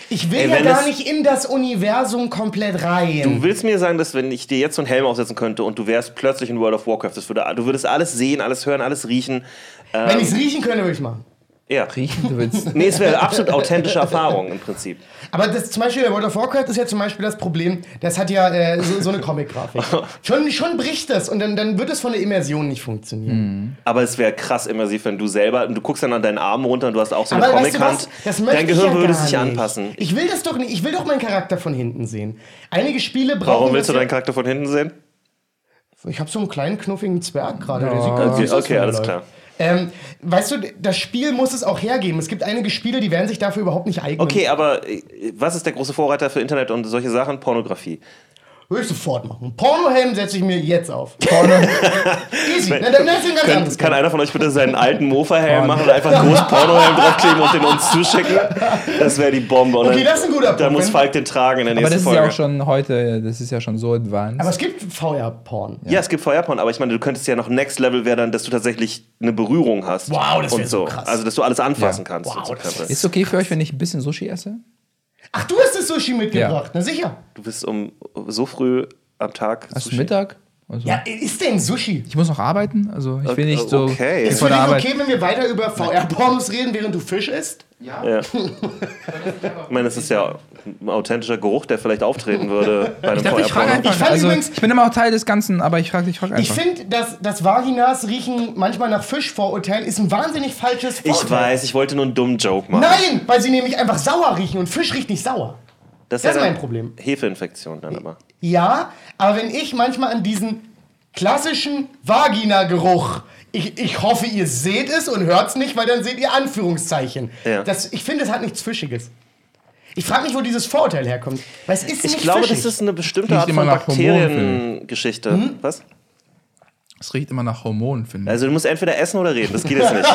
Speaker 1: ich will
Speaker 2: Hm. Ey,
Speaker 1: ja
Speaker 2: wenn
Speaker 1: gar
Speaker 2: es-
Speaker 1: nicht in das Universum komplett
Speaker 2: du
Speaker 1: rein.
Speaker 2: willst mir sagen, dass wenn ich dir jetzt so einen Helm aufsetzen könnte und du wärst plötzlich in World of Warcraft, das würde, du würdest alles sehen, alles hören, alles riechen. ähm,
Speaker 1: Wenn ich es riechen könnte, würde ich es machen.
Speaker 2: Ja.
Speaker 3: Riechen, du willst.
Speaker 2: Nee, es wäre eine absolut authentische Erfahrung im Prinzip.
Speaker 1: Aber das zum Beispiel bei World of Warcraft ist ja zum Beispiel das Problem, das hat ja äh, so, so eine Comic-Grafik. schon, schon bricht das und dann, dann wird es von der Immersion nicht
Speaker 2: Hm.
Speaker 1: funktionieren.
Speaker 2: Aber es wäre krass immersiv, wenn du selber, du guckst dann an deinen Arm runter und du hast auch so eine
Speaker 1: Aber weißt du
Speaker 2: Comic-Hand.
Speaker 1: was? Das möchte
Speaker 2: Dein
Speaker 1: ich
Speaker 2: Gehirn
Speaker 1: ja
Speaker 2: würde
Speaker 1: gar
Speaker 2: sich
Speaker 1: nicht.
Speaker 2: anpassen.
Speaker 1: Ich will das doch nicht. Ich will doch meinen Charakter von hinten sehen. Einige Spiele brauchen.
Speaker 2: Warum willst du
Speaker 1: das ja-
Speaker 2: deinen Charakter von hinten sehen?
Speaker 1: Ich habe so einen kleinen knuffigen Zwerg gerade. Der sieht ganz
Speaker 2: Okay,
Speaker 1: süß aus, wenn
Speaker 2: okay
Speaker 1: er
Speaker 2: alles
Speaker 1: läuft.
Speaker 2: klar.
Speaker 1: Ähm, weißt du, das Spiel muss es auch hergeben. Es gibt einige Spiele, die werden sich dafür überhaupt nicht eignen.
Speaker 2: Okay, aber äh, was ist der große Vorreiter für Internet und solche Sachen? Pornografie.
Speaker 1: Würde ich sofort machen. Pornohelm setze ich mir jetzt auf.
Speaker 3: Porno,
Speaker 1: Easy. Na, dann ist ein ganz
Speaker 2: Kann,
Speaker 1: anderes
Speaker 2: kann
Speaker 1: Thema.
Speaker 2: einer von euch bitte seinen alten Mofa-Helm
Speaker 3: Porno.
Speaker 2: machen und einfach groß Porno-Helm draufkleben und den uns zuschicken? Das wäre die Bombe. Und
Speaker 1: Okay,
Speaker 2: dann-
Speaker 1: das ist ein guter
Speaker 2: Dann
Speaker 1: Punkt.
Speaker 2: muss Falk den tragen in der
Speaker 3: aber
Speaker 2: nächsten
Speaker 3: das ist
Speaker 2: Folge.
Speaker 3: ja auch schon heute, das ist ja schon so advanced.
Speaker 1: Aber es gibt VR-Porn.
Speaker 2: Ja, es gibt Feuerporn, aber ich meine, du könntest ja noch Next Level wäre dann, dass du tatsächlich eine Berührung hast.
Speaker 1: Wow, das wär
Speaker 2: Und
Speaker 1: so krass.
Speaker 2: Also, dass du alles anfassen
Speaker 3: Ja.
Speaker 2: kannst.
Speaker 1: Wow,
Speaker 2: und so
Speaker 1: das wär
Speaker 2: Krempel.
Speaker 3: ist es okay für euch, wenn ich ein bisschen Sushi esse?
Speaker 1: Ach, du hast das Sushi mitgebracht, na sicher.
Speaker 2: du bist um so früh am Tag.
Speaker 3: Hast du
Speaker 2: Sushi-
Speaker 3: Mittag? Also,
Speaker 1: Ja, ist denn Sushi?
Speaker 3: Ich muss noch arbeiten, also ich will nicht so
Speaker 2: Okay.
Speaker 1: Ist
Speaker 3: vor
Speaker 1: für dich
Speaker 3: der Arbeit.
Speaker 1: okay, wenn wir weiter über VR-Pornos reden, während du Fisch isst?
Speaker 2: Ja. ich meine, es ist ja ein authentischer Geruch, der vielleicht auftreten würde bei einem
Speaker 3: Ich dachte, ich frage
Speaker 2: Feuerporn.
Speaker 3: einfach.
Speaker 1: Ich fand
Speaker 3: also,
Speaker 1: übrigens-
Speaker 3: ich bin immer auch Teil des Ganzen, aber ich frage ich frag
Speaker 1: Ich
Speaker 3: einfach.
Speaker 1: finde, dass, dass Vaginas riechen manchmal nach Fischvorurteilen ist ein wahnsinnig falsches Vorurteil.
Speaker 2: Ich weiß, ich wollte nur einen dummen Joke machen.
Speaker 1: Nein, weil sie nämlich einfach sauer riechen und Fisch riecht nicht sauer.
Speaker 2: wär
Speaker 1: das ist
Speaker 2: dann
Speaker 1: mein Problem.
Speaker 2: Hefeinfektion dann immer.
Speaker 1: Ja, aber wenn ich manchmal an diesen klassischen Vagina-Geruch, ich, ich hoffe, ihr seht es und hört es nicht, weil dann seht ihr Anführungszeichen.
Speaker 2: Ja.
Speaker 1: Das, ich finde, es hat nichts Fischiges. Ich frage mich, wo dieses Vorurteil herkommt. Weil es ist
Speaker 2: Ich
Speaker 1: nicht
Speaker 2: glaube,
Speaker 1: fischig. Mhm.
Speaker 2: das ist eine bestimmte
Speaker 3: Riecht
Speaker 2: Art
Speaker 3: immer
Speaker 2: von
Speaker 3: nach Hormonen, finde ich.
Speaker 2: Bakteriengeschichte. Was?
Speaker 3: Es riecht immer nach Hormonen, finde ich.
Speaker 2: Also du musst entweder essen oder reden, das geht jetzt nicht.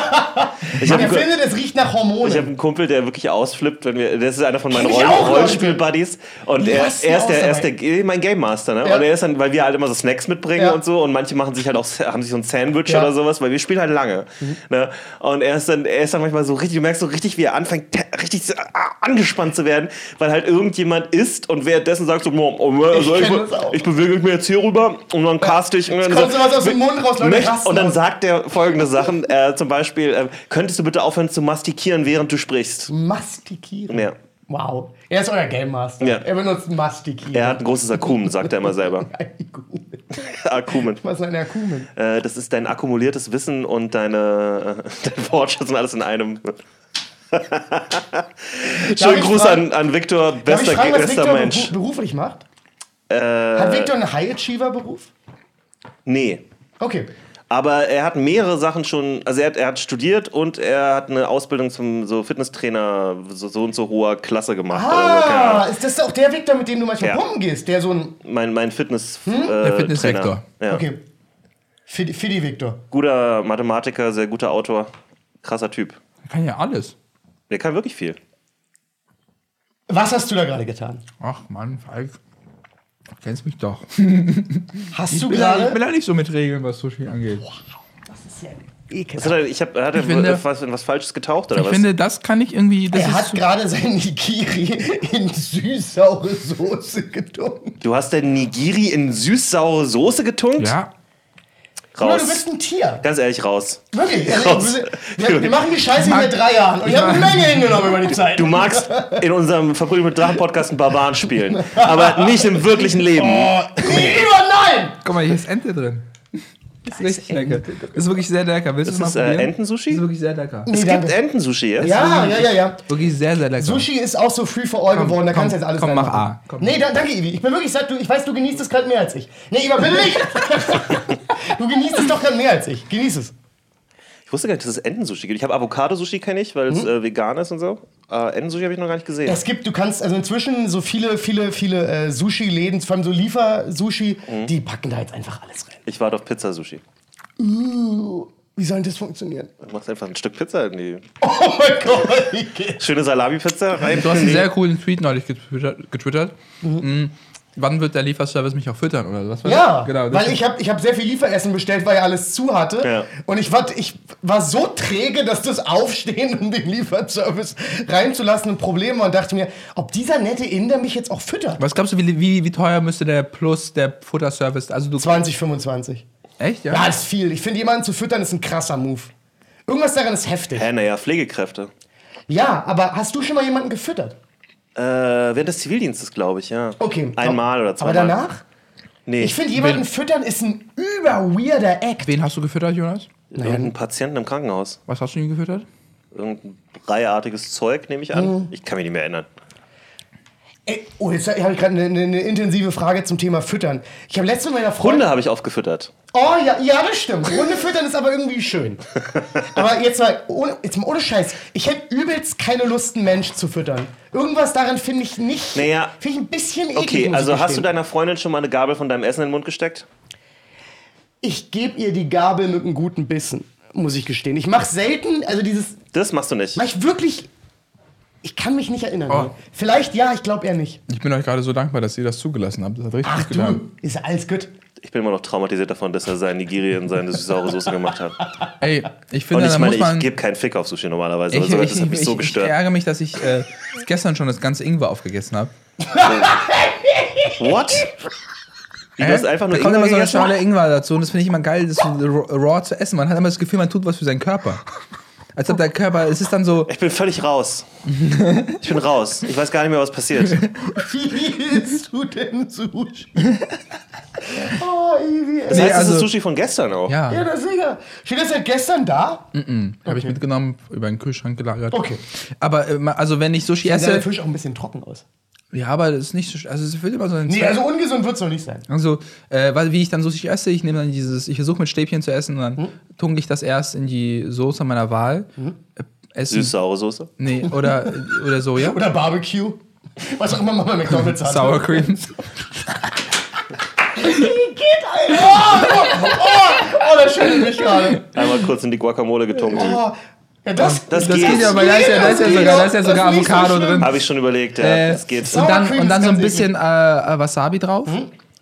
Speaker 2: Ich habe
Speaker 1: Der
Speaker 2: einen, Ku-
Speaker 1: findet, es riecht nach
Speaker 2: ich hab
Speaker 1: Hormonen.
Speaker 2: einen Kumpel, der wirklich ausflippt, wenn wir. Das ist einer von meinen
Speaker 1: Kenn ich
Speaker 2: Roll
Speaker 1: auch, Leute.
Speaker 2: Rollenspiel-Buddies. Und
Speaker 1: Die
Speaker 2: er,
Speaker 1: rasten
Speaker 2: er ist,
Speaker 1: aus
Speaker 2: der, er ist
Speaker 1: dabei.
Speaker 2: der, mein Game Master, ne?
Speaker 1: Ja.
Speaker 2: Und er ist dann, weil wir halt immer so Snacks mitbringen
Speaker 1: Ja.
Speaker 2: und so und manche machen sich halt auch haben sich so ein Sandwich
Speaker 1: Ja. Mhm.
Speaker 2: oder sowas, weil wir spielen halt lange. Ne? Und er ist dann, er ist dann manchmal so richtig, du merkst so richtig, wie er anfängt, te- richtig so, ah, angespannt zu werden, weil halt irgendjemand isst und währenddessen sagt so, "Mo- oh, also
Speaker 1: kenn
Speaker 2: ich, be-
Speaker 1: das auch.
Speaker 2: ich bewege mich jetzt hier rüber und dann caste ich. Und dann
Speaker 1: kommt sowas aus dem Mund raus, Leute,
Speaker 2: Möcht-
Speaker 1: rasten
Speaker 2: Und dann
Speaker 1: aus.
Speaker 2: sagt er folgende Sachen, äh, zum Beispiel, äh, könntest du bitte aufhören zu mastikieren, während du sprichst?
Speaker 1: Mastikieren.
Speaker 2: Ja.
Speaker 1: Wow. Er ist euer Game Master.
Speaker 2: Ja.
Speaker 1: Er benutzt Mastikieren.
Speaker 2: Er hat ein großes Akumen, sagt er immer selber.
Speaker 1: Akumen.
Speaker 2: Akumen.
Speaker 1: Was ist ein Akumen?
Speaker 2: Äh, das ist dein akkumuliertes Wissen und deine, äh, dein Wortschatz und alles in einem. Schönen
Speaker 1: ich
Speaker 2: Gruß
Speaker 1: fragen-
Speaker 2: an, an Viktor,
Speaker 1: Darf ich
Speaker 2: bester,
Speaker 1: fragen, was
Speaker 2: bester
Speaker 1: Victor
Speaker 2: Mensch. Äh.
Speaker 1: beru- beruflich macht? Hat Victor einen High-Achiever-Beruf?
Speaker 2: Nee.
Speaker 1: Okay.
Speaker 2: Aber er hat mehrere Sachen schon, also er hat, er hat studiert und er hat eine Ausbildung zum so Fitnesstrainer so, so und so hoher Klasse gemacht. oder so, keine Ahnung.
Speaker 1: Ah, ist das auch der Victor, mit dem du manchmal
Speaker 2: Ja.
Speaker 1: pumpen gehst? Der so ein.
Speaker 2: mein, mein Fitness,
Speaker 1: Hm?
Speaker 2: äh,
Speaker 3: Der Fitnessvektor.
Speaker 2: Trainer. Ja.
Speaker 1: Okay. Fidi Fidi Victor.
Speaker 2: Guter Mathematiker, sehr guter Autor, krasser Typ.
Speaker 3: Ich kann ja alles.
Speaker 2: Der kann wirklich viel.
Speaker 1: Was hast du da gerade getan?
Speaker 3: Ach Mann, Falk. Du kennst mich doch.
Speaker 1: Hast du
Speaker 3: Ich bin ja- ich bin
Speaker 1: gerade.
Speaker 3: ja nicht so mit Regeln, was Sushi angeht.
Speaker 1: Das ist ja
Speaker 2: Was
Speaker 1: ekelhaft.
Speaker 2: Hat er, ich hab, hat er
Speaker 3: finde-
Speaker 2: w- was, in was Falsches getaucht oder
Speaker 3: Ich
Speaker 2: was?
Speaker 3: finde, das kann ich irgendwie. Das
Speaker 1: Er hat
Speaker 3: ist
Speaker 1: gerade sein Nigiri in süß-saure Soße getunkt.
Speaker 2: du hast den Nigiri in süß-saure Soße getunkt?
Speaker 3: ja,
Speaker 1: Bruder, du bist
Speaker 2: Raus.
Speaker 1: ein Tier.
Speaker 2: Ganz ehrlich, raus.
Speaker 1: Wirklich.
Speaker 2: Raus.
Speaker 1: Also, wir, wir machen die Scheiße
Speaker 3: mag-
Speaker 1: seit drei Jahren. Und ich
Speaker 3: ich
Speaker 1: habe eine
Speaker 3: mag-
Speaker 1: Menge hingenommen über die Zeit.
Speaker 2: Du magst in unserem Verbrüder mit Drachen Podcast einen Barbaren spielen, aber nicht im wirklichen Leben.
Speaker 1: Oh, Igor, nein!
Speaker 3: guck mal, hier ist Ente drin. Das ist richtig lecker. Das ist wirklich sehr lecker. Willst du
Speaker 2: Ist
Speaker 3: es mal
Speaker 2: das äh,
Speaker 3: probieren?
Speaker 2: Entensushi?
Speaker 3: Das ist wirklich sehr lecker.
Speaker 2: es
Speaker 1: danke.
Speaker 2: gibt Entensushi jetzt.
Speaker 1: Ja, ja, ja, ja.
Speaker 3: Wirklich sehr, sehr lecker.
Speaker 1: Sushi ist auch so free for all geworden, da
Speaker 3: komm,
Speaker 1: kannst du jetzt alles
Speaker 3: komm, mach
Speaker 1: reinmachen.
Speaker 3: A. Komm.
Speaker 1: Nee, da, danke, Ivi. Ich bin wirklich satt. Du, ich weiß, du genießt es gerade mehr als ich. Nee, Iva, bitte nicht! du genießt es doch gerade mehr als ich. Genieß es.
Speaker 2: Ich wusste gar nicht, dass es Entensushi gibt. Ich habe Avocado-Sushi, kenne ich,
Speaker 1: Hm?
Speaker 2: weil es äh, vegan ist und so. Äh, Entensushi habe ich noch gar nicht gesehen.
Speaker 1: Es gibt, du kannst, also inzwischen so viele, viele, viele äh, Sushi-Läden, vor allem so Liefer-Sushi,
Speaker 3: Mhm.
Speaker 1: die packen da jetzt einfach alles rein.
Speaker 2: Ich warte auf Pizza-Sushi.
Speaker 1: Wie soll denn das funktionieren?
Speaker 2: Du machst einfach ein Stück Pizza in die
Speaker 1: Oh mein Gott, wie geht's?
Speaker 2: Schöne Salami-Pizza rein.
Speaker 3: Du hast einen sehr coolen Tweet neulich getwittert. getwittert.
Speaker 1: Mhm.
Speaker 3: Mm, Wann wird der Lieferservice mich auch füttern oder was? war
Speaker 1: Ja,
Speaker 3: das? genau. das-
Speaker 1: weil ich habe ich hab sehr viel Lieferessen bestellt, weil er alles zu hatte.
Speaker 2: Ja.
Speaker 1: Und ich war, ich war so träge, dass das Aufstehen, um den Lieferservice reinzulassen, ein Problem war und dachte mir, ob dieser nette Inder mich jetzt auch füttert.
Speaker 3: Was glaubst du, wie, wie, wie teuer müsste der Plus, der Futterservice, also du...
Speaker 1: 20, 25.
Speaker 3: Echt, ja?
Speaker 1: Ja, das ist viel. Ich finde, jemanden zu füttern ist ein krasser Move. Irgendwas daran ist heftig.
Speaker 2: Hä, Äh, naja, Pflegekräfte.
Speaker 1: Ja, aber hast du schon mal jemanden gefüttert?
Speaker 2: Äh, während des Zivildienstes, glaube ich, ja.
Speaker 1: Okay.
Speaker 2: Einmal oder
Speaker 1: Aber
Speaker 2: zweimal.
Speaker 1: danach?
Speaker 2: Nee.
Speaker 1: Ich finde, jemanden füttern ist ein überweirder Act.
Speaker 3: Wen hast du gefüttert, Jonas?
Speaker 2: Irgendeinen Patienten im Krankenhaus.
Speaker 3: Was hast du ihm gefüttert? Mhm.
Speaker 2: Irgendein reiartiges Zeug, nehme ich an. Ich kann mich nicht mehr erinnern.
Speaker 1: Ey, oh, jetzt habe ich gerade eine, eine, eine intensive Frage zum Thema Füttern. Ich habe letztens mit meiner Freundin.
Speaker 2: Hunde habe ich aufgefüttert.
Speaker 1: Oh ja, ja, das stimmt. Hunde füttern ist aber irgendwie schön. Aber jetzt mal, ohne, jetzt mal ohne Scheiß. Ich hätte übelst keine Lust, einen Mensch zu füttern. Irgendwas daran finde ich nicht.
Speaker 2: Naja.
Speaker 1: Finde ich ein bisschen eklig.
Speaker 2: Okay,
Speaker 1: muss ich
Speaker 2: also hast du
Speaker 1: gestehen.
Speaker 2: deiner Freundin schon mal eine Gabel von deinem Essen in den Mund gesteckt?
Speaker 1: Ich gebe ihr die Gabel mit einem guten Bissen, muss ich gestehen. Ich mache selten, also dieses.
Speaker 2: Das machst du nicht.
Speaker 1: Mach ich wirklich. Ich kann mich nicht erinnern.
Speaker 3: Oh.
Speaker 1: Vielleicht ja, ich glaube eher nicht.
Speaker 5: Ich bin euch gerade so dankbar, dass ihr das zugelassen habt. Das hat richtig
Speaker 1: Ach
Speaker 5: gut getan.
Speaker 1: du, ist ja alles gut.
Speaker 2: Ich bin immer noch traumatisiert davon, dass er sein Nigeria in seine saure Soße gemacht hat.
Speaker 3: Ey, ich
Speaker 2: Und
Speaker 3: finde,
Speaker 2: ich
Speaker 3: da
Speaker 2: meine,
Speaker 3: muss man.
Speaker 2: ich gebe keinen Fick auf Sushi normalerweise, aber
Speaker 3: ich,
Speaker 2: sowas,
Speaker 3: ich,
Speaker 2: das hat mich
Speaker 3: ich,
Speaker 2: so
Speaker 3: ich,
Speaker 2: gestört.
Speaker 3: ärgere mich, dass ich äh, gestern schon das ganze Ingwer aufgegessen habe.
Speaker 2: What? Wie, du hast einfach nur
Speaker 3: da kommt immer so eine
Speaker 2: gegessen?
Speaker 3: Schale Ingwer dazu und das finde ich immer geil, das so raw raw zu essen. Man hat immer das Gefühl, man tut was für seinen Körper. Als ob der Körper, es ist dann so,
Speaker 2: Ich bin völlig raus. Ich bin raus. Ich weiß gar nicht mehr, was passiert.
Speaker 1: Wie isst du denn Sushi? oh, easy.
Speaker 2: Das
Speaker 3: Nee,
Speaker 2: heißt, das
Speaker 3: also-
Speaker 2: ist Sushi von gestern auch.
Speaker 3: ja,
Speaker 1: Ja, das ist egal. Steht das seit gestern da?
Speaker 5: Habe ich mitgenommen, über den Kühlschrank gelagert.
Speaker 1: Okay.
Speaker 3: aber äh, ma- also wenn ich Sushi
Speaker 1: Dann sah der
Speaker 3: esse,
Speaker 1: Fisch auch ein bisschen trocken aus.
Speaker 3: ja, aber das ist nicht so, sch- also es wird immer so ein
Speaker 1: Nee,
Speaker 3: Zweck.
Speaker 1: also ungesund wird es noch nicht sein.
Speaker 3: Also, äh, weil, wie ich dann Sushi esse, ich nehme dann dieses, ich versuche mit Stäbchen zu essen und
Speaker 1: Hm?
Speaker 3: dann tunke ich das erst in die Soße meiner Wahl. Äh, essen.
Speaker 2: Süß-saure Soße.
Speaker 3: Nee, oder, oder Soja.
Speaker 1: Oder Barbecue. Was auch immer Mama McDonalds hat.
Speaker 3: Sour Cream.
Speaker 1: Oh, das schüttelt mich gerade.
Speaker 2: Einmal kurz in die Guacamole getunkt.
Speaker 1: Oh, ja, das,
Speaker 2: Das
Speaker 3: Das
Speaker 2: geht.
Speaker 3: geht ja, weil da ist ja, da ist ja
Speaker 1: Das geht
Speaker 3: sogar, da ist ja
Speaker 1: doch. Das
Speaker 3: sogar
Speaker 1: ist nicht so
Speaker 3: Avocado
Speaker 1: schlimm.
Speaker 3: drin.
Speaker 2: Habe ich schon überlegt, ja.
Speaker 3: Äh,
Speaker 2: das geht.
Speaker 3: Und dann,
Speaker 1: Sour Cream
Speaker 3: und dann
Speaker 1: ist
Speaker 3: so ein
Speaker 1: ganz
Speaker 3: bisschen äh, äh, Wasabi drauf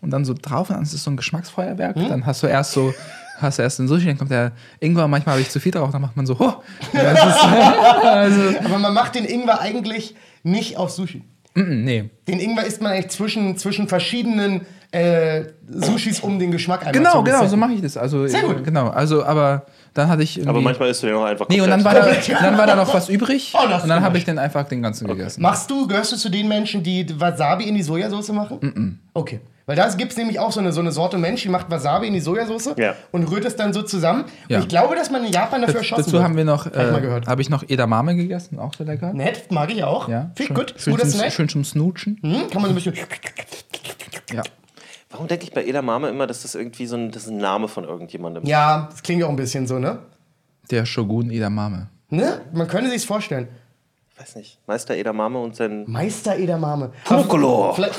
Speaker 3: und dann so drauf und dann ist es so ein Geschmacksfeuerwerk. Dann hast du erst so, hast du erst den Sushi, dann kommt der Ingwer, manchmal habe ich zu viel drauf, dann macht man so, oh, das ist, also,
Speaker 1: Aber man macht den Ingwer eigentlich nicht auf Sushi.
Speaker 3: mm, nee.
Speaker 1: Den Ingwer isst man eigentlich zwischen, zwischen verschiedenen äh, Sushis, um den Geschmack einmal
Speaker 3: Genau,
Speaker 1: zu
Speaker 3: genau, so
Speaker 1: resetten.
Speaker 3: mache ich das. Also,
Speaker 1: Sehr gut.
Speaker 3: Genau, also, aber dann hatte ich irgendwie...
Speaker 2: Aber manchmal isst du den auch einfach
Speaker 3: Nee, und dann war, da, dann war da noch was übrig
Speaker 1: Oh, das
Speaker 3: und dann
Speaker 1: ist
Speaker 3: habe ich den einfach den ganzen gegessen.
Speaker 1: Machst du, gehörst du zu den Menschen, die Wasabi in die Sojasauce machen? Okay. Weil da gibt es nämlich auch so eine, so eine Sorte Mensch, die macht Wasabi in die Sojasauce
Speaker 2: Ja.
Speaker 1: und rührt es dann so zusammen.
Speaker 3: Ja.
Speaker 1: Und ich glaube, dass man in Japan dafür erschossen
Speaker 3: Dazu
Speaker 1: wird.
Speaker 3: haben wir noch,
Speaker 1: ich mal
Speaker 3: äh,
Speaker 1: gehört.
Speaker 3: habe ich noch Edamame gegessen, auch sehr lecker.
Speaker 1: Nett, mag ich auch.
Speaker 3: Ja,
Speaker 1: Viel
Speaker 3: schön-
Speaker 1: gut.
Speaker 3: Schön,
Speaker 1: Guter
Speaker 3: zum,
Speaker 1: Snack.
Speaker 3: schön zum Snootchen.
Speaker 1: Hm, kann man so ein bisschen.
Speaker 3: Ja.
Speaker 2: Warum denke ich bei Edamame immer, dass das irgendwie so ein, das ist ein Name von irgendjemandem ist?
Speaker 1: Ja, das klingt auch ein bisschen so, ne?
Speaker 3: Der Shogun Edamame.
Speaker 1: Ne? Man könnte sich's vorstellen.
Speaker 2: Ich weiß nicht. Meister Edamame und sein.
Speaker 1: Meister Edamame.
Speaker 2: Kokolo.
Speaker 1: Vielleicht-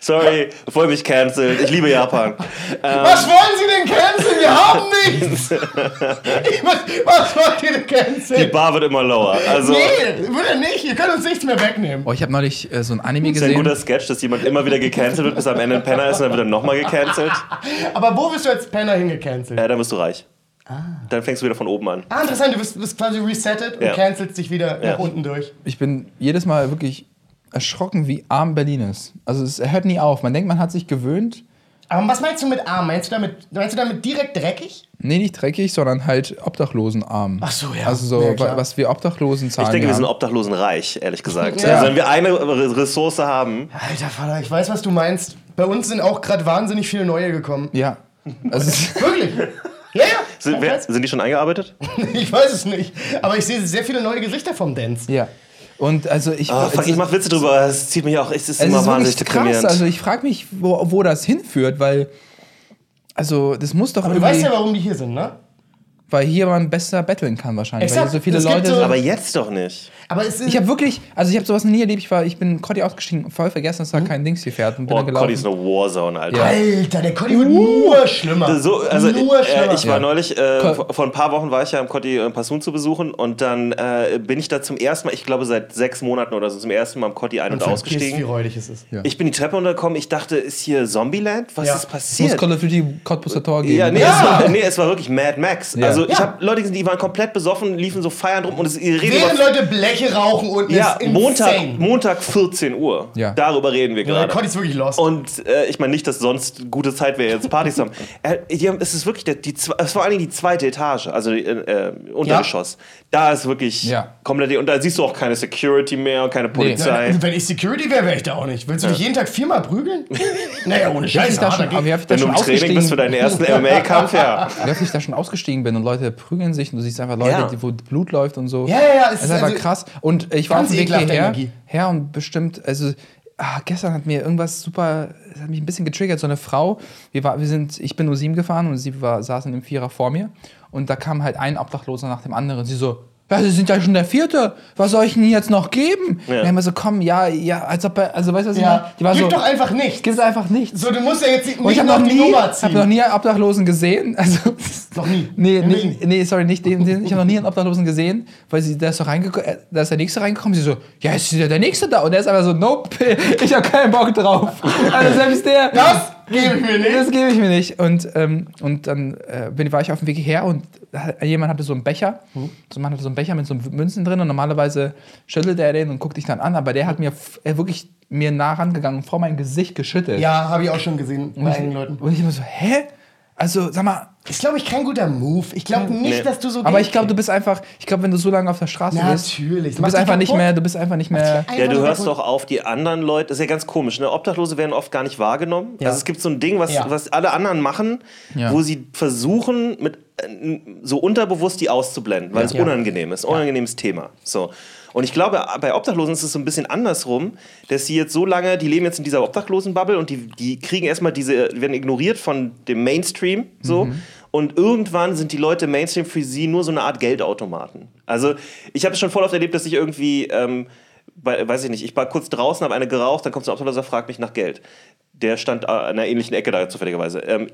Speaker 2: Sorry, voll mich cancelt. Ich liebe Japan. Ähm.
Speaker 1: Was wollen Sie denn canceln? Wir haben nichts! Ich- was, was wollt ihr denn
Speaker 2: Die
Speaker 1: canceln?
Speaker 2: Bar wird immer lower. Also.
Speaker 1: Nee, würde nicht. Ihr könnt uns nichts mehr wegnehmen.
Speaker 3: Oh, ich habe neulich äh, so ein Anime
Speaker 2: Ist ja ein
Speaker 3: gesehen.
Speaker 2: guter Sketch, dass jemand immer wieder gecancelt wird, bis er am Ende ein Penner ist und dann wird er nochmal gecancelt.
Speaker 1: Aber wo bist du als Penner hingecancelt?
Speaker 2: Ja, dann bist du reich.
Speaker 3: Ah.
Speaker 2: Dann fängst du wieder von oben an.
Speaker 1: Ah, interessant, du bist, bist quasi resettet und
Speaker 2: Ja.
Speaker 1: cancelst dich wieder
Speaker 2: Ja.
Speaker 1: nach unten durch.
Speaker 3: Ich bin jedes Mal wirklich erschrocken, wie arm Berlin ist. Also es hört nie auf. Man denkt, man hat sich gewöhnt.
Speaker 1: Aber Ähm, was meinst du mit arm? Meinst du damit, meinst du damit direkt dreckig?
Speaker 3: Nee, nicht dreckig, sondern halt Obdachlosenarm.
Speaker 1: Ach so, ja.
Speaker 3: Also so,
Speaker 1: Ja, klar.
Speaker 3: wa- was wir Obdachlosen zahlen.
Speaker 2: Ich denke, wir sind
Speaker 3: haben.
Speaker 2: obdachlosenreich, ehrlich gesagt.
Speaker 1: Ja.
Speaker 2: Also, wenn wir eine Re- Ressource haben,
Speaker 1: Alter Vater, ich weiß, was du meinst. Bei uns sind auch gerade wahnsinnig viele neue gekommen.
Speaker 3: Ja. Also, es-
Speaker 1: Wirklich? Ja, ja.
Speaker 2: sind, wer,
Speaker 1: Krass.
Speaker 2: sind die schon eingearbeitet?
Speaker 3: Oh,
Speaker 1: Ich weiß es nicht. Aber ich sehe sehr viele neue Gesichter vom Dance.
Speaker 3: ja. Und also ich.
Speaker 2: Oh, fuck,
Speaker 3: es
Speaker 2: ich
Speaker 3: ist-
Speaker 2: mach Witze drüber. Es zieht mich auch. Es ist
Speaker 3: es
Speaker 2: immer
Speaker 3: ist
Speaker 2: wahnsinnig
Speaker 3: wirklich krass.
Speaker 2: deprimierend.
Speaker 3: Also ich frage mich, wo, wo das hinführt, weil. Also, das muss doch
Speaker 1: Du
Speaker 3: irgendwie.
Speaker 1: weißt ja, warum die hier sind, ne?
Speaker 3: weil hier man besser betteln kann, wahrscheinlich. Weil
Speaker 1: Exakt.
Speaker 3: hier so viele
Speaker 1: Es gibt
Speaker 3: Leute.
Speaker 1: so-
Speaker 3: sind.
Speaker 2: aber jetzt doch nicht.
Speaker 1: Aber es ist.
Speaker 3: Ich habe wirklich, also ich habe sowas noch nie erlebt. Ich war, ich bin Cotti ausgestiegen, voll vergessen, dass da kein Dings hier fährt und bin
Speaker 2: Oh,
Speaker 3: dann
Speaker 2: Cody
Speaker 3: gelaufen.
Speaker 2: Mhm. ist eine Warzone, Alter.
Speaker 3: Ja.
Speaker 1: Alter, der Conny wird nur schlimmer.
Speaker 2: Uh. So, also
Speaker 1: nur
Speaker 2: äh,
Speaker 1: schlimmer.
Speaker 2: ich war
Speaker 3: Ja.
Speaker 2: neulich, äh,
Speaker 3: Cool.
Speaker 2: vor vor ein paar Wochen war ich ja im Cotti äh, Passun zu besuchen und dann äh, bin ich da zum ersten Mal, ich glaube seit sechs Monaten oder so, zum ersten Mal im Cotti ein- und,
Speaker 1: Vergiss, Wie
Speaker 2: ausgestiegen.
Speaker 1: räudig es ist.
Speaker 2: Ich bin die Treppe runtergekommen, ich dachte, ist hier Zombieland? Was
Speaker 1: Ja.
Speaker 2: ist
Speaker 3: muss
Speaker 2: passiert?
Speaker 3: Call of Duty Cottbusser Tor geben.
Speaker 2: Ja, nee,
Speaker 1: Ja.
Speaker 2: Es war, nee, es war wirklich Mad Max.
Speaker 3: Ja.
Speaker 2: Also ich
Speaker 1: Ja.
Speaker 2: habe Leute gesehen, die waren komplett besoffen, liefen so feiernd rum und es ihr redet
Speaker 1: Während
Speaker 2: über-
Speaker 1: Leute Bleche rauchen und
Speaker 2: Ja,
Speaker 1: ist
Speaker 2: Montag,
Speaker 1: insane.
Speaker 2: Montag 14 Uhr.
Speaker 3: Ja.
Speaker 2: Darüber reden wir
Speaker 1: Ja, der
Speaker 2: gerade.
Speaker 1: Conny Äh, ist wirklich lost.
Speaker 2: Und äh, ich meine nicht, dass sonst gute Zeit wäre, jetzt Partys haben. Äh, die haben. Es ist wirklich, der, die, zwe- es ist vor allen Dingen die zweite Etage, also die, äh, äh, Untergeschoss. Da ist wirklich
Speaker 3: Ja.
Speaker 2: komplett, und da siehst du auch keine Security mehr und keine Polizei.
Speaker 1: Also, wenn ich Security wäre, wäre ich da auch nicht. Willst du dich jeden Tag viermal prügeln? naja, ohne
Speaker 3: Als
Speaker 1: Scheiß.
Speaker 3: ich da schon, aber
Speaker 1: Alter,
Speaker 3: wie oft ich da
Speaker 2: Wenn du
Speaker 3: schon
Speaker 2: im Training
Speaker 3: ausgestiegen
Speaker 2: bist für deinen ersten MMA-Kampf, ja.
Speaker 1: Äh,
Speaker 3: wie oft ich da schon ausgestiegen bin und Leute prügeln sich und du siehst einfach Leute,
Speaker 2: Ja.
Speaker 3: die, wo Blut läuft und so.
Speaker 1: Ja, ja, ja, es
Speaker 3: Es
Speaker 1: ist
Speaker 3: ist einfach
Speaker 1: also-
Speaker 3: krass. Und ich war
Speaker 1: Ganz
Speaker 3: auf dem Weg
Speaker 1: ekelhafte
Speaker 3: hierher
Speaker 1: Energie.
Speaker 3: her und bestimmt, also ah, gestern hat mir irgendwas super, das hat mich ein bisschen getriggert. So eine Frau, wir war, wir sind, ich bin nur sieben gefahren und sie war, saß in dem Vierer vor mir und da kam halt ein Obdachloser nach dem anderen. Sie so, ja, Sie sind ja schon der Vierte. Was soll ich denn jetzt noch geben?
Speaker 2: Ja.
Speaker 3: Ja. Dann haben wir so, komm, ja, ja, als ob, er- also weißt du, was ich
Speaker 1: Ja.
Speaker 3: meine? Die war
Speaker 1: Gib
Speaker 3: so,
Speaker 1: doch einfach nichts.
Speaker 3: Gib einfach nichts.
Speaker 1: So, du musst ja jetzt nicht
Speaker 3: Und Oh, ich habe
Speaker 1: noch
Speaker 3: noch
Speaker 1: die
Speaker 3: nie,
Speaker 1: Nummer
Speaker 3: hab
Speaker 1: ziehen.
Speaker 3: noch nie einen Obdachlosen gesehen. Also,
Speaker 1: Noch nie.
Speaker 3: Nee,
Speaker 1: Noch
Speaker 3: nee,
Speaker 1: nie.
Speaker 3: nee, sorry, nicht den, den ich habe noch nie einen Obdachlosen gesehen, weil sie da ist doch reingekommen, äh, da ist der nächste reingekommen, sie so, ja, ist wieder der nächste da und er ist einfach so, nope, ich habe keinen Bock drauf. Also selbst der
Speaker 1: Das gebe ich mir nicht.
Speaker 3: das gebe ich mir nicht. Und, ähm, und dann äh, bin, war ich auf dem Weg her und da- jemand hatte so einen Becher.
Speaker 1: Hm.
Speaker 3: So ein Mann hatte so einen Becher mit so Münzen drin und normalerweise schüttelt er den und guckt dich dann an, aber der hat mir f- er wirklich mir nah rangegangen und vor mein Gesicht geschüttelt.
Speaker 1: Ja, habe ich auch schon gesehen bei einigen Leuten.
Speaker 3: Und ich immer so, hä? Also, sag mal,
Speaker 1: Ist, glaube ich, kein guter Move. Ich glaube nicht,
Speaker 2: Nee.
Speaker 1: dass du so
Speaker 3: aber ich glaube, du bist einfach, ich glaube, wenn du so lange auf der Straße bist,
Speaker 1: Natürlich.
Speaker 3: du
Speaker 1: Mach
Speaker 3: bist
Speaker 1: dich
Speaker 3: einfach nicht
Speaker 1: kaputt.
Speaker 3: mehr, du bist einfach nicht mehr.
Speaker 2: Ja, du hörst
Speaker 1: kaputt.
Speaker 2: doch auf die anderen Leute. Das ist ja ganz komisch. Ne? Obdachlose werden oft gar nicht wahrgenommen.
Speaker 1: Ja.
Speaker 2: Also es gibt so ein Ding, was,
Speaker 1: Ja.
Speaker 2: was alle anderen machen,
Speaker 3: Ja.
Speaker 2: wo sie versuchen, mit, äh, so unterbewusst die auszublenden, weil es
Speaker 1: Ja.
Speaker 2: unangenehm ist. Unangenehmes Thema. So. Und ich glaube, bei Obdachlosen ist es so ein bisschen andersrum, dass sie jetzt so lange, die leben jetzt in dieser Obdachlosen-Bubble und die, die kriegen erstmal diese, werden ignoriert von dem Mainstream. So.
Speaker 1: Mhm.
Speaker 2: Und irgendwann sind die Leute Mainstream für sie nur so eine Art Geldautomaten. Also ich habe es schon voll oft erlebt, dass ich irgendwie ähm, bei, weiß ich nicht, ich war kurz draußen, habe eine geraucht, dann kommt so ein Obdachloser, fragt mich nach Geld. Der stand äh, an einer ähnlichen Ecke da zufälligerweise. Ähm,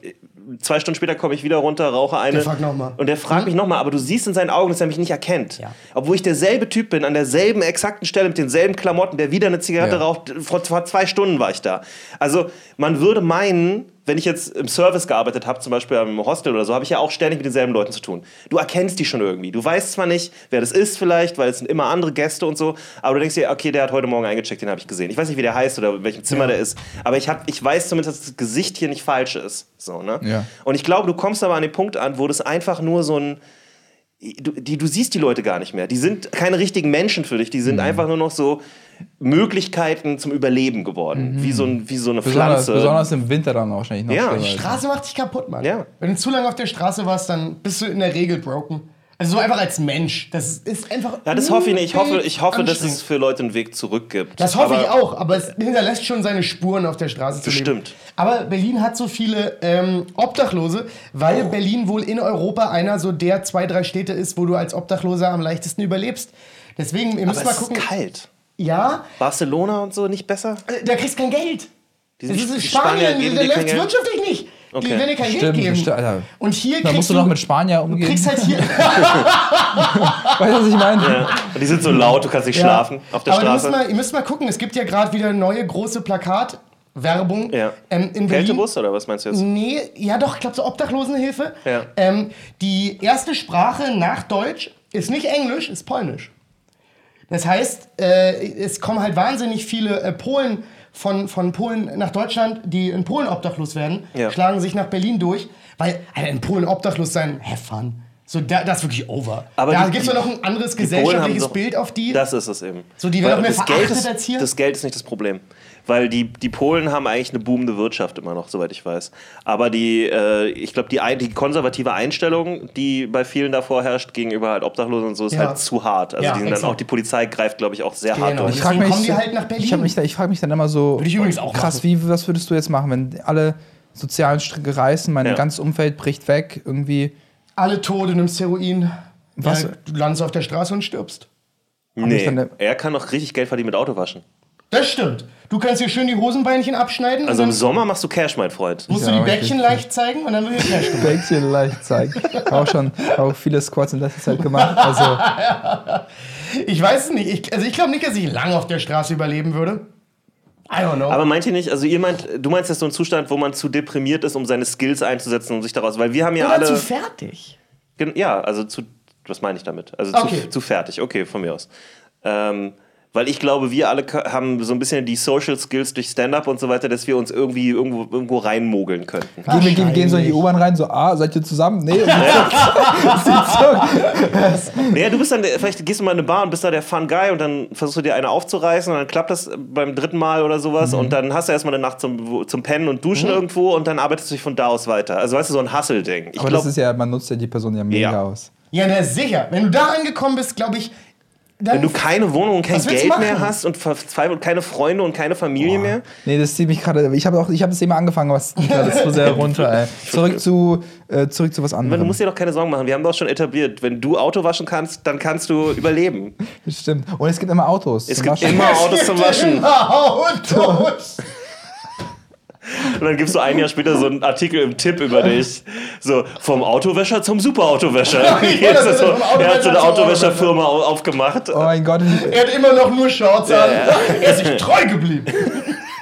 Speaker 2: zwei Stunden später komme ich wieder runter, rauche eine.
Speaker 1: fragt noch mal.
Speaker 2: Und der fragt mich nochmal, aber du siehst in seinen Augen, dass er mich nicht erkennt.
Speaker 1: Ja.
Speaker 2: Obwohl ich derselbe Typ bin, an derselben exakten Stelle, mit denselben Klamotten, der wieder eine Zigarette
Speaker 3: Ja.
Speaker 2: raucht. Vor, vor zwei Stunden war ich da. Also man würde meinen, wenn ich jetzt im Service gearbeitet habe, zum Beispiel am Hostel oder so, habe ich ja auch ständig mit denselben Leuten zu tun. Du erkennst die schon irgendwie. Du weißt zwar nicht, wer das ist vielleicht, weil es sind immer andere Gäste und so, aber du denkst dir, okay, der hat heute Morgen eingecheckt, den habe ich gesehen. Ich weiß nicht, wie der heißt oder in welchem Zimmer der ist, aber ich, hab, ich weiß zumindest, dass das Gesicht hier nicht falsch ist. So, ne?
Speaker 5: Ja.
Speaker 2: Und ich glaube, du kommst aber an den Punkt an, wo das einfach nur so ein. Du, die, du siehst die Leute gar nicht mehr. Die sind keine richtigen Menschen für dich. Die
Speaker 1: Mhm.
Speaker 2: sind einfach nur noch so Möglichkeiten zum Überleben geworden.
Speaker 1: Mhm.
Speaker 2: Wie, so ein, wie so eine
Speaker 3: Besonders,
Speaker 2: Pflanze.
Speaker 3: besonders im Winter dann wahrscheinlich noch
Speaker 2: Ja,
Speaker 3: schlimmer.
Speaker 1: Straße macht dich kaputt, Mann.
Speaker 2: Ja.
Speaker 1: Wenn du zu lange auf der Straße warst, dann bist du in der Regel broken. Also so einfach als Mensch. Das ist einfach.
Speaker 2: Ja, das hoffe ich nicht. Ich hoffe, ich hoffe dass
Speaker 1: anstrengend.
Speaker 2: es für Leute einen Weg zurück gibt.
Speaker 1: Das hoffe
Speaker 2: Aber
Speaker 1: ich auch, aber es hinterlässt schon seine Spuren auf der Straße zu leben.
Speaker 2: Bestimmt.
Speaker 1: Aber Berlin hat so viele ähm, Obdachlose,
Speaker 2: Oh.
Speaker 1: weil Berlin wohl in Europa einer so der zwei, drei Städte ist, wo du als Obdachloser am leichtesten überlebst. Deswegen, ihr müsst
Speaker 2: Aber
Speaker 1: mal
Speaker 2: es
Speaker 1: gucken.
Speaker 2: ist kalt.
Speaker 1: Ja,
Speaker 2: Barcelona und so nicht besser?
Speaker 1: äh, da kriegst du kein Geld.
Speaker 2: Die,
Speaker 1: Das
Speaker 2: sind-
Speaker 1: ist
Speaker 2: die
Speaker 1: Spanien,
Speaker 2: geben
Speaker 1: da
Speaker 2: dir kein
Speaker 1: läuft
Speaker 2: Geld.
Speaker 1: wirtschaftlich nicht.
Speaker 2: Okay.
Speaker 1: Die werden dir kein
Speaker 3: Stimmt,
Speaker 1: Geld geben.
Speaker 3: stimmt, Alter.
Speaker 1: Und hier
Speaker 3: Da
Speaker 1: kriegst
Speaker 3: musst du noch mit Spanier umgehen.
Speaker 1: kriegst halt hier.
Speaker 3: weißt du, was ich meine?
Speaker 2: Und die sind so laut, du kannst nicht schlafen auf der
Speaker 1: Aber
Speaker 2: Straße.
Speaker 1: Ihr müsst, mal, ihr müsst mal gucken, es gibt ja gerade wieder neue große Plakatwerbung
Speaker 2: ja.
Speaker 1: ähm, in Berlin.
Speaker 2: Kältebus oder was meinst du jetzt?
Speaker 1: Nee, ja doch, ich glaube so Obdachlosenhilfe.
Speaker 2: Ja.
Speaker 1: Ähm, die erste Sprache nach Deutsch ist nicht Englisch, ist Polnisch. Das heißt, äh, es kommen halt wahnsinnig viele äh, Polen von, von Polen nach Deutschland, die in Polen obdachlos werden,
Speaker 2: Ja.
Speaker 1: schlagen sich nach Berlin durch, weil Alter, in Polen obdachlos sein, hä, fun. So, da, das ist wirklich over.
Speaker 2: Aber
Speaker 1: da
Speaker 2: die-
Speaker 1: gibt es
Speaker 2: die-
Speaker 1: noch ein anderes
Speaker 2: Die Polen haben
Speaker 1: gesellschaftliches
Speaker 2: doch-
Speaker 1: Bild auf die.
Speaker 2: Das ist es eben.
Speaker 1: So, die werden
Speaker 2: Weil
Speaker 1: auch mehr
Speaker 2: das
Speaker 1: verachtet
Speaker 2: Geld ist,
Speaker 1: als hier.
Speaker 2: Das Geld ist nicht das Problem. Weil die, die Polen haben eigentlich eine boomende Wirtschaft immer noch, soweit ich weiß. Aber die, äh, ich glaube, die, ein- die konservative Einstellung, die bei vielen da vorherrscht gegenüber halt Obdachlosen und so, ist
Speaker 1: Ja.
Speaker 2: halt zu hart. Also
Speaker 1: Ja,
Speaker 2: die sind dann
Speaker 1: exakt.
Speaker 2: auch, die Polizei greift, glaube ich, auch sehr hart
Speaker 1: Genau.
Speaker 2: durch.
Speaker 3: Ich
Speaker 1: Deswegen
Speaker 3: frage mich,
Speaker 1: kommen die halt nach
Speaker 3: Ich, hab mich, da- ich frag mich dann immer so,
Speaker 1: Würde ich übrigens auch
Speaker 3: krass, wie, was würdest du jetzt machen, wenn alle sozialen Stricke reißen, mein
Speaker 2: Ja.
Speaker 3: ganzes Umfeld bricht weg, irgendwie.
Speaker 1: Alle Tode, nimmst Heroin.
Speaker 3: Was?
Speaker 1: Ja, du landest auf der Straße und stirbst.
Speaker 3: ich dann
Speaker 2: Nee,
Speaker 3: ne-
Speaker 2: er kann noch richtig Geld verdienen mit Autowaschen.
Speaker 1: Das stimmt. Du kannst hier schön die Hosenbeinchen abschneiden.
Speaker 2: Also
Speaker 1: und
Speaker 2: im
Speaker 1: dann
Speaker 2: Sommer machst du Cash, mein Freund.
Speaker 1: musst
Speaker 3: Ja,
Speaker 1: du die
Speaker 3: richtig.
Speaker 1: Bäckchen leicht zeigen und dann wird dir Cash
Speaker 3: Bäckchen leicht zeigen. auch schon auch viele Squats in letzter Zeit gemacht. Also,
Speaker 1: Ich weiß es nicht. Ich, also ich glaube nicht, dass ich lange auf der Straße überleben würde. I don't know.
Speaker 2: Aber meint ihr nicht, also ihr meint, du meinst das ist so ein Zustand, wo man zu deprimiert ist, um seine Skills einzusetzen, um sich daraus, weil wir haben ja
Speaker 1: Oder zu
Speaker 2: alle,
Speaker 1: fertig.
Speaker 2: Gen- ja, also zu, was meine ich damit? Also
Speaker 1: Okay.
Speaker 2: zu, zu fertig, okay, von mir aus. Ähm, weil ich glaube, wir alle kö- haben so ein bisschen die Social Skills durch Stand-up und so weiter, dass wir uns irgendwie irgendwo, irgendwo reinmogeln könnten.
Speaker 3: gehen, wir, gehen, wir gehen so in die U-Bahn rein, so, ah, seid ihr zusammen? Nee.
Speaker 2: Naja, du bist dann, der, vielleicht gehst du mal in eine Bar und bist da der Fun Guy und dann versuchst du dir eine aufzureißen und dann klappt das beim dritten Mal oder sowas
Speaker 1: Mhm.
Speaker 2: und dann hast du erstmal eine Nacht zum, wo- zum Pennen und Duschen irgendwo und dann arbeitest du dich von da aus weiter. Also weißt du, so ein Hustle-Ding. Ich
Speaker 3: Aber
Speaker 2: glaub-
Speaker 3: das ist ja, man nutzt ja die Person ja mega
Speaker 2: Ja.
Speaker 3: aus.
Speaker 1: Ja, na sicher. Wenn du da angekommen bist, glaube ich, dann-
Speaker 2: Wenn du keine Wohnung und kein
Speaker 1: Was willst du
Speaker 2: Geld mehr
Speaker 1: machen?
Speaker 2: hast und verzweifelt keine Freunde und keine Familie mehr.
Speaker 3: Nee, das zieht mich gerade. Ich habe auch, ich habe das Thema angefangen, aber es zieht gerade zu sehr runter. Ey. Zurück zu, äh, zurück zu was
Speaker 2: Aber Du
Speaker 3: anderem.
Speaker 2: musst dir doch keine Sorgen machen. Wir haben doch schon etabliert, wenn du Auto waschen kannst, dann kannst du überleben.
Speaker 3: Stimmt. Und es gibt immer Autos.
Speaker 2: Es
Speaker 3: zum
Speaker 2: gibt
Speaker 3: Waschen.
Speaker 2: immer Autos zum Waschen.
Speaker 1: Autos.
Speaker 2: Und dann gibst du ein Jahr später so einen Artikel im Tipp über dich. So, vom Autowäscher zum Superautowäscher.
Speaker 1: ich
Speaker 2: Jetzt
Speaker 1: wollte das
Speaker 2: ist so,
Speaker 1: vom Autowäscher
Speaker 2: er hat so eine
Speaker 1: zum
Speaker 2: Autowäscherfirma au- aufgemacht.
Speaker 3: Oh mein Gott, ich
Speaker 1: Er hat immer noch nur Shorts an. Er ist sich treu geblieben.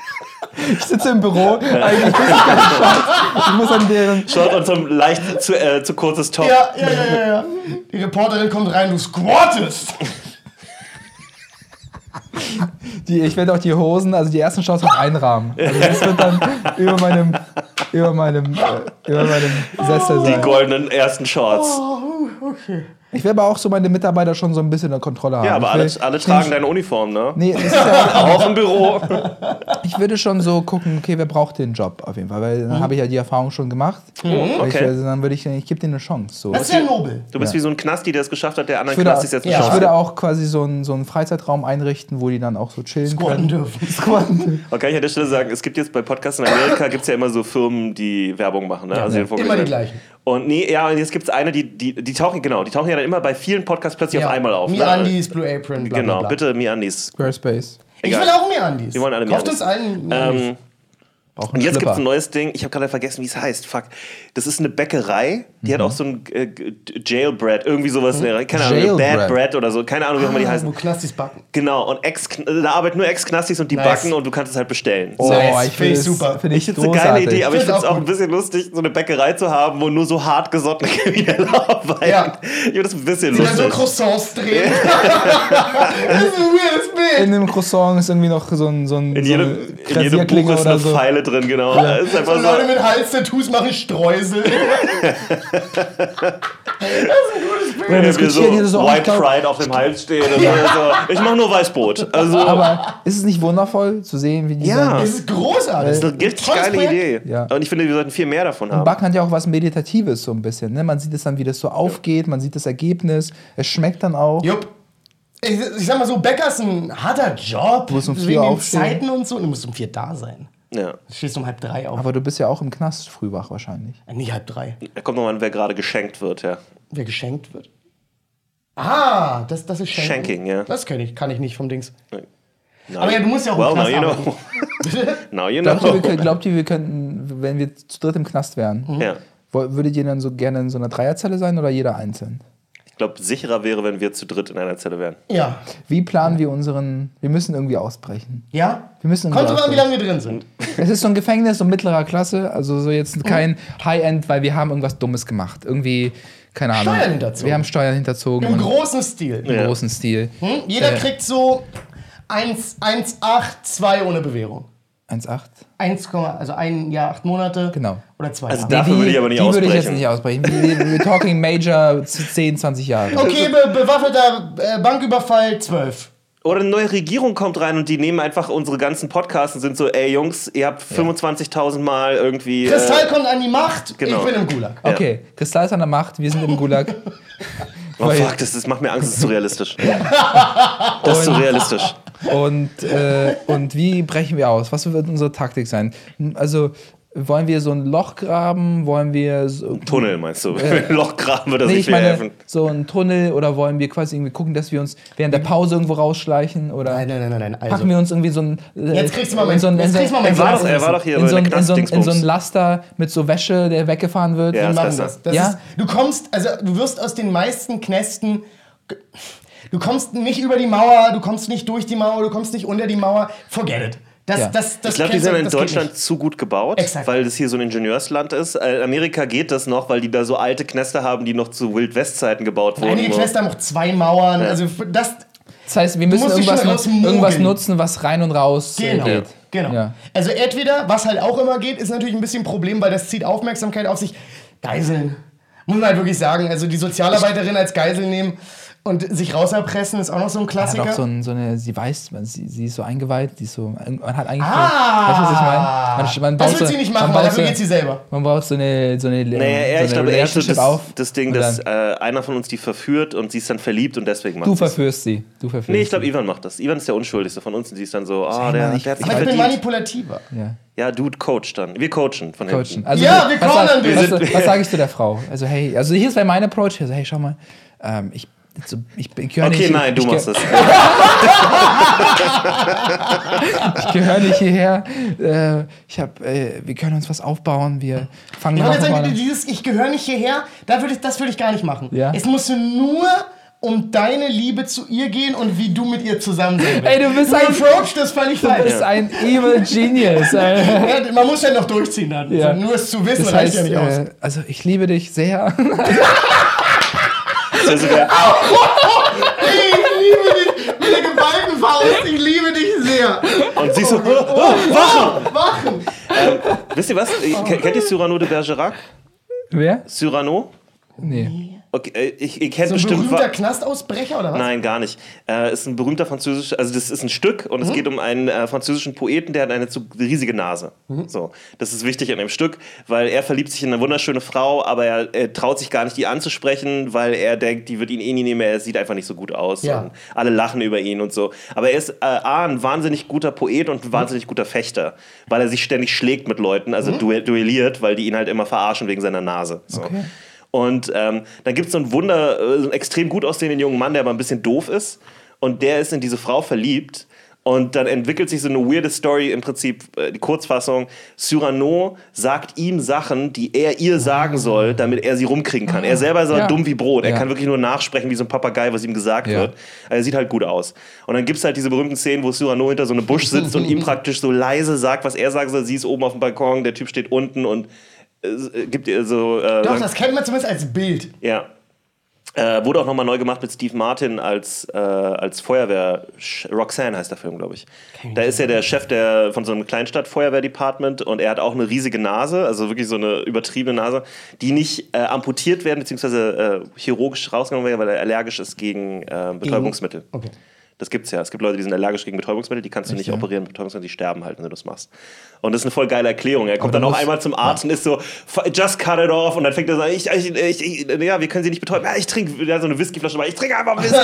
Speaker 3: sitze im Büro. Eigentlich ist es gar nicht schwarz. Ich muss an deren.
Speaker 2: Short und so ein leicht zu, äh, zu kurzes Top.
Speaker 1: Ja, ja, ja, ja, ja. Die Reporterin kommt rein, du squattest.
Speaker 3: Die, ich werde auch die Hosen, also die ersten Shorts noch einrahmen. Also das wird dann über meinem, über meinem, äh, über meinem Sessel
Speaker 2: Die
Speaker 3: sein.
Speaker 2: goldenen ersten Shorts.
Speaker 1: Oh.
Speaker 3: Ich werde aber auch so meine Mitarbeiter schon so ein bisschen in Kontrolle haben.
Speaker 2: ja, aber
Speaker 3: Ich
Speaker 2: alle,
Speaker 3: will-
Speaker 2: alle tragen deine Uniform, ne?
Speaker 3: Nee, das ist ja,
Speaker 2: Auch im Büro.
Speaker 3: ich würde schon so gucken, okay, wer braucht den Job auf jeden Fall, weil dann habe ich ja die Erfahrung schon gemacht.
Speaker 2: Mhm,
Speaker 3: Ich,
Speaker 2: okay.
Speaker 3: also dann würde ich, ich gebe denen eine Chance. So.
Speaker 1: Das ist ja nobel.
Speaker 2: Du bist wie so ein Knasti, der es geschafft hat, der
Speaker 3: Ich
Speaker 2: anderen
Speaker 3: würde,
Speaker 2: Knastis jetzt
Speaker 3: ich
Speaker 2: eine Chance
Speaker 3: würde auch quasi so einen, so einen Freizeitraum einrichten, wo die dann auch so chillen
Speaker 1: Squatten
Speaker 3: können.
Speaker 1: dürfen.
Speaker 3: Squatten.
Speaker 2: Man kann ich an der Stelle sagen, es gibt jetzt bei Podcasts in Amerika gibt's ja immer so Firmen, die Werbung machen. Ne? also
Speaker 3: ja.
Speaker 2: den
Speaker 1: Immer die
Speaker 2: vorgestellten.
Speaker 1: gleichen.
Speaker 2: Und nee, ja, und jetzt gibt es eine, die, die, die tauchen, genau, die tauchen ja dann immer bei vielen Podcasts plötzlich auf einmal auf. ne?
Speaker 1: Mirandis, Blue Apron, bla,
Speaker 2: Genau,
Speaker 1: bla, bla.
Speaker 2: bitte Miandis.
Speaker 3: Squarespace.
Speaker 1: Ich
Speaker 2: Egal.
Speaker 1: will auch Mirandis. Wir
Speaker 2: wollen alle
Speaker 1: Kauft
Speaker 2: Mirandis.
Speaker 1: uns allen
Speaker 2: Ähm,
Speaker 3: Auch
Speaker 2: und jetzt gibt es ein
Speaker 3: Schlipper.
Speaker 2: neues Ding, ich habe gerade vergessen, wie es heißt. Fuck. Das ist eine Bäckerei, die
Speaker 1: Mhm.
Speaker 2: hat auch so ein äh, g- Jailbread, irgendwie sowas. in der- Keine Ahnung,
Speaker 3: Jailbread.
Speaker 2: Bad Bread oder so, keine Ahnung, wie auch immer die
Speaker 1: Wo
Speaker 2: heißen.
Speaker 1: Knastis backen.
Speaker 2: Genau, und Ex da arbeiten nur Ex-Knastis und die
Speaker 1: Nice.
Speaker 2: backen und du kannst es halt bestellen.
Speaker 3: Oh,
Speaker 1: Nice,
Speaker 3: ich finde
Speaker 1: finde ich
Speaker 3: es
Speaker 1: super.
Speaker 3: Finde
Speaker 2: Ich
Speaker 3: ich,
Speaker 2: finde es eine geile
Speaker 3: großartig.
Speaker 2: Idee, aber ich
Speaker 1: Finde
Speaker 2: finde es
Speaker 1: ich auch
Speaker 2: auch ein
Speaker 1: gut.
Speaker 2: bisschen lustig, so eine Bäckerei zu haben, wo nur so hart gesottene Kriminelle arbeiten.
Speaker 1: Ja.
Speaker 2: Ich finde das ein bisschen
Speaker 1: Die dann so
Speaker 2: lustig.
Speaker 1: Croissants drehen. das ist ein weirdes Bild.
Speaker 3: in dem Croissant ist irgendwie noch so ein, so ein,
Speaker 2: in
Speaker 3: so eine
Speaker 2: jedem, in jedem Buch
Speaker 3: Rasierklinge
Speaker 2: ist
Speaker 3: oder
Speaker 2: eine
Speaker 3: so.
Speaker 2: Pfeile drin, genau. Es Ist
Speaker 1: So
Speaker 2: einfach
Speaker 1: Also Leute
Speaker 2: so,
Speaker 1: mit Hals-Tattoos machen Streusel. das ist ein gutes Bild.
Speaker 3: Dann
Speaker 2: wenn wir
Speaker 3: diskutieren die
Speaker 2: so,
Speaker 3: so, oh, ich
Speaker 2: White
Speaker 3: glaub-
Speaker 2: Pride auf dem Hals stehen. Und so. Also, Ich mache nur Weißbrot. Also,
Speaker 3: Aber ist es nicht wundervoll zu sehen, wie die
Speaker 2: Ja.
Speaker 3: dann-
Speaker 1: Das ist großartig.
Speaker 2: das ist eine richtig
Speaker 1: Tolles
Speaker 2: geile
Speaker 1: Projekt.
Speaker 2: Idee.
Speaker 3: Ja.
Speaker 2: Und ich finde, wir sollten viel mehr davon haben.
Speaker 3: Backen hat ja auch was Meditatives so ein bisschen. Ne? Man sieht es dann, wie das so aufgeht, man sieht das Ergebnis, es schmeckt dann auch.
Speaker 1: Jupp. Ich, ich sag mal so, Bäcker ist ein harter Job. Du
Speaker 3: musst um vier
Speaker 1: Wegen den
Speaker 3: aufstehen.
Speaker 1: Zeiten und so. Du musst um vier da sein.
Speaker 2: Ja.
Speaker 1: Du stehst um halb drei auf.
Speaker 3: Aber du bist ja auch im Knast früh wach wahrscheinlich.
Speaker 1: Äh, Nicht halb drei.
Speaker 2: Da kommt nochmal an, wer gerade geschenkt wird. Ja.
Speaker 1: Wer geschenkt wird. Ah, das, das ist Schenken.
Speaker 2: Schenking, ja.
Speaker 1: Das kann ich, kann ich nicht vom Dings.
Speaker 2: Na,
Speaker 1: Aber ja, du musst ja auch
Speaker 2: well,
Speaker 1: im
Speaker 2: now
Speaker 1: Knast
Speaker 2: you know.
Speaker 1: arbeiten.
Speaker 2: now you
Speaker 1: Genau.
Speaker 3: Glaubt ihr, wir, kö-
Speaker 2: know.
Speaker 3: glaubt ihr, wir könnten, wenn wir zu dritt im Knast wären,
Speaker 1: Mhm.
Speaker 2: Ja.
Speaker 3: wo- würdet ihr dann so gerne in so einer Dreierzelle sein oder jeder einzeln?
Speaker 2: Ich glaube, sicherer wäre, wenn wir zu dritt in einer Zelle wären.
Speaker 1: Ja.
Speaker 3: Wie planen wir unseren. Wir müssen irgendwie ausbrechen.
Speaker 1: Ja?
Speaker 3: Wir müssen
Speaker 1: Kommt drauf an,
Speaker 3: irgendwie
Speaker 1: wie lange wir drin sind.
Speaker 3: Es ist so ein Gefängnis so mittlerer Klasse, also so
Speaker 1: Mhm.
Speaker 3: jetzt kein High-End, weil wir haben irgendwas Dummes gemacht. Irgendwie, keine Ahnung.
Speaker 1: Steuern hinterzogen.
Speaker 3: Wir haben Steuern hinterzogen.
Speaker 1: Im
Speaker 3: und
Speaker 1: großen Stil.
Speaker 3: Im großen Stil.
Speaker 1: Hm? Jeder
Speaker 3: Äh.
Speaker 1: kriegt so 1, 1, 8, 2 ohne Bewährung.
Speaker 3: 1,8.
Speaker 1: 1, also ein Jahr, acht Monate.
Speaker 3: Genau.
Speaker 1: Oder zwei
Speaker 2: Also
Speaker 1: Jahre.
Speaker 2: Dafür
Speaker 3: Die-
Speaker 2: würde ich aber nicht
Speaker 3: die würde ich jetzt
Speaker 2: ausbrechen.
Speaker 3: nicht ausbrechen. Wir, wir talking major 10, 20 Jahre.
Speaker 1: Okay, be bewaffneter äh, Banküberfall 12.
Speaker 2: Oder eine neue Regierung kommt rein und die nehmen einfach unsere ganzen Podcasts und sind so, ey Jungs, ihr habt 25.000 Mal irgendwie. äh,
Speaker 1: Kristall kommt an die Macht,
Speaker 2: genau.
Speaker 1: ich bin im Gulag.
Speaker 3: Okay, Kristall ist an der Macht, wir sind im Gulag.
Speaker 2: oh fuck, das, das macht mir Angst, das ist zu realistisch. das
Speaker 3: Oh,
Speaker 2: ist zu realistisch.
Speaker 3: Und, äh, und wie brechen wir aus? Was wird unsere Taktik sein? Also, wollen wir so ein Loch graben? Wollen wir so,
Speaker 2: Tunnel meinst du? Wenn wir ein Loch graben wird das
Speaker 3: Nee,
Speaker 2: nicht
Speaker 3: ich
Speaker 2: viel
Speaker 3: meine,
Speaker 2: helfen.
Speaker 3: so einen Tunnel oder wollen wir quasi irgendwie gucken, dass wir uns während der Pause irgendwo rausschleichen oder
Speaker 1: Nein, nein, nein, nein, nein.
Speaker 3: packen
Speaker 1: Also,
Speaker 3: wir uns irgendwie so ein äh,
Speaker 1: Jetzt kriegst du mal
Speaker 3: in
Speaker 1: mein-
Speaker 3: so ein-
Speaker 1: jetzt
Speaker 3: in
Speaker 1: kriegst du
Speaker 3: so ein-
Speaker 1: mal mein
Speaker 3: in so ein-
Speaker 2: Er war doch- er war doch hier
Speaker 3: in so ein-
Speaker 2: bei der
Speaker 3: in so ein- in
Speaker 2: Knastdingsbums.
Speaker 3: so ein Laster mit so Wäsche, der weggefahren wird.
Speaker 2: Ja,
Speaker 1: wir
Speaker 2: das
Speaker 1: machen
Speaker 2: ist
Speaker 1: das. das
Speaker 2: besser.
Speaker 3: Ja?
Speaker 1: ist, du kommst, also du wirst aus den meisten Knästen. ge- Du kommst nicht über die Mauer, du kommst nicht durch die Mauer, du kommst nicht unter die Mauer. Forget it. Das,
Speaker 3: Ja.
Speaker 1: das, das
Speaker 2: Ich glaube, die
Speaker 1: kennst
Speaker 2: sind
Speaker 1: du-
Speaker 2: in
Speaker 1: das geht
Speaker 2: Deutschland
Speaker 1: nicht.
Speaker 2: zu gut gebaut,
Speaker 1: Exakt.
Speaker 2: weil das hier so ein Ingenieursland ist. In Amerika geht das noch, weil die da so alte Knäste haben, die noch zu Wild-West-Zeiten gebaut wurden.
Speaker 1: Einige Knäste haben auch zwei Mauern. Also das
Speaker 3: Das heißt, wir müssen
Speaker 1: musst dich
Speaker 3: irgendwas,
Speaker 1: schon
Speaker 3: nut-
Speaker 1: rausmogeln.
Speaker 3: irgendwas nutzen, was rein und raus äh,
Speaker 1: Genau.
Speaker 3: geht.
Speaker 1: genau.
Speaker 3: Ja.
Speaker 1: Also entweder, was halt auch immer geht, ist natürlich ein bisschen ein Problem, weil das zieht Aufmerksamkeit auf sich. Geiseln. Muss man halt wirklich sagen. Also die Sozialarbeiterin als Geisel nehmen. Und sich rauserpressen ist auch noch so ein
Speaker 3: Er hat
Speaker 1: Klassiker.
Speaker 3: auch so, ein, so eine, sie weiß, man, sie, sie ist so eingeweiht, die ist so, man hat eigentlich,
Speaker 1: Ah!
Speaker 3: so, weißt du, was ich meine? Man, man
Speaker 1: das wird
Speaker 3: baut so-
Speaker 1: sie nicht
Speaker 3: man
Speaker 1: machen,
Speaker 3: baut
Speaker 1: dafür
Speaker 3: so-
Speaker 1: geht sie selber.
Speaker 3: Man braucht so eine, so eine,
Speaker 2: Naja, eher,
Speaker 3: Ähm, so
Speaker 2: ich glaube, eher so
Speaker 3: Relationship
Speaker 2: das,
Speaker 3: auf
Speaker 2: das Ding,
Speaker 3: und
Speaker 2: dass
Speaker 3: dann-
Speaker 2: äh, einer von uns die verführt und sie ist dann verliebt und deswegen macht
Speaker 3: du
Speaker 2: sie's.
Speaker 3: verführst sie. Du verführst
Speaker 2: Nee, ich glaube,
Speaker 3: sie.
Speaker 2: Ivan macht das. Ivan ist der Unschuldigste von uns und sie ist dann so, ah,
Speaker 3: Sag
Speaker 2: der,
Speaker 3: mal, ich-
Speaker 2: der hat sich
Speaker 1: Aber ich bin
Speaker 2: verdient.
Speaker 1: manipulativer.
Speaker 3: Ja,
Speaker 2: Ja, Dude, coach dann. Wir coachen von
Speaker 3: coachen.
Speaker 2: hinten.
Speaker 3: Also,
Speaker 1: Ja, wir
Speaker 3: was,
Speaker 1: cornern dich.
Speaker 3: was, was, was sage ich zu der Frau? Also, hey, also hier ist mein Approach. Also, hey, schau mal, ähm, ich, so, ich, ich gehöre
Speaker 2: Okay,
Speaker 3: nicht,
Speaker 2: nein, du
Speaker 3: ich,
Speaker 2: machst
Speaker 3: ich,
Speaker 2: das.
Speaker 3: Ich gehöre nicht hierher. Äh, ich hab, äh, wir können uns was aufbauen. Wir fangen
Speaker 1: Ich
Speaker 3: noch
Speaker 1: wollte jetzt
Speaker 3: mal
Speaker 1: sagen,
Speaker 3: an.
Speaker 1: dieses Ich gehöre nicht hierher, da würde ich, das würde ich gar nicht machen.
Speaker 3: Ja.
Speaker 1: Es muss nur um deine Liebe zu ihr gehen und wie du mit ihr zusammen sein willst.
Speaker 3: Ey, du bist
Speaker 1: Ein
Speaker 3: ein,
Speaker 1: Approach, das fand ich
Speaker 3: du
Speaker 1: falsch.
Speaker 3: bist ein evil genius. Ey.
Speaker 1: Ja, man muss ja noch durchziehen dann.
Speaker 3: Ja.
Speaker 1: Also nur es zu wissen,
Speaker 3: Das
Speaker 1: reicht
Speaker 3: heißt,
Speaker 1: ja nicht aus.
Speaker 3: äh, also ich liebe dich sehr.
Speaker 2: Das ist sogar-
Speaker 1: Ich liebe dich mit der geballten Faust. Ich liebe dich sehr.
Speaker 2: und sie so, oh,
Speaker 1: Wachen.
Speaker 2: wisst ihr was? Ke- Kennt ihr Cyrano de Bergerac?
Speaker 3: Wer?
Speaker 2: Cyrano?
Speaker 3: Nee.
Speaker 2: Okay, äh, ich, ihr kennt
Speaker 1: So ein
Speaker 2: bestimmt.
Speaker 1: berühmter
Speaker 2: wa-
Speaker 1: Knastausbrecher oder was?
Speaker 2: Nein, gar nicht. Äh, ist ein berühmter französischer, also das ist ein Stück und
Speaker 1: Mhm.
Speaker 2: es geht um einen äh, französischen Poeten, der hat eine zu riesige Nase.
Speaker 1: Mhm.
Speaker 2: So, das ist wichtig in dem Stück, weil er verliebt sich in eine wunderschöne Frau, aber er, er traut sich gar nicht, die anzusprechen, weil er denkt, die wird ihn eh nie nehmen. Er sieht einfach nicht so gut aus.
Speaker 1: Ja.
Speaker 2: Und alle lachen über ihn und so. Aber er ist äh, A, ein wahnsinnig guter Poet und
Speaker 3: Mhm.
Speaker 2: ein wahnsinnig guter Fechter, weil er sich ständig schlägt mit Leuten,
Speaker 3: Mhm.
Speaker 2: also duell- duelliert, weil die ihn halt immer verarschen wegen seiner Nase. So.
Speaker 3: Okay.
Speaker 2: Und ähm, dann gibt es so einen Wunder, äh, so einen extrem gut aussehenden jungen Mann, der aber ein bisschen doof ist. Und der ist in diese Frau verliebt. Und dann entwickelt sich so eine weirde Story, im Prinzip äh, die Kurzfassung. Cyrano sagt ihm Sachen, die er ihr sagen soll, damit er sie rumkriegen kann. Er selber ist aber
Speaker 3: Ah. Ja.
Speaker 2: dumm wie Brot. Er
Speaker 3: Ja.
Speaker 2: kann wirklich nur nachsprechen wie so ein Papagei, was ihm gesagt
Speaker 3: Ja.
Speaker 2: wird. Also er sieht halt gut aus. Und dann gibt es halt diese berühmten Szenen, wo Cyrano hinter so einem Busch sitzt und ihm praktisch so leise sagt, was er sagen soll. Sie ist oben auf dem Balkon, der Typ steht unten und äh, gibt ihr so... Äh,
Speaker 1: Doch,
Speaker 2: sagt-
Speaker 1: das kennt man zumindest als Bild.
Speaker 2: ja. Äh, wurde auch nochmal neu gemacht mit Steve Martin als, äh, als Feuerwehr. Sch- Roxanne heißt der Film, glaube ich. Da ist ja der Chef der, von so einem Kleinstadt-Feuerwehr-Department und er hat auch eine riesige Nase, also wirklich so eine übertriebene Nase, die nicht äh, amputiert werden, beziehungsweise äh, chirurgisch rausgenommen werden, weil er allergisch ist gegen äh, Betäubungsmittel.
Speaker 1: Okay.
Speaker 2: Das gibt's ja. Es gibt Leute, die sind allergisch gegen Betäubungsmittel, die kannst du nicht operieren mit Betäubungsmitteln, die sterben halt, wenn du das machst. Und das ist eine voll geile Erklärung. Er kommt dann auch einmal zum Arzt und ist so, "F- just cut it off. Und dann fängt er so an, ich, ich, ich, ich, ja, wir können sie nicht betäuben. Ja, ich trinke ja, so eine Whiskyflasche, aber ich trinke einfach Whisky.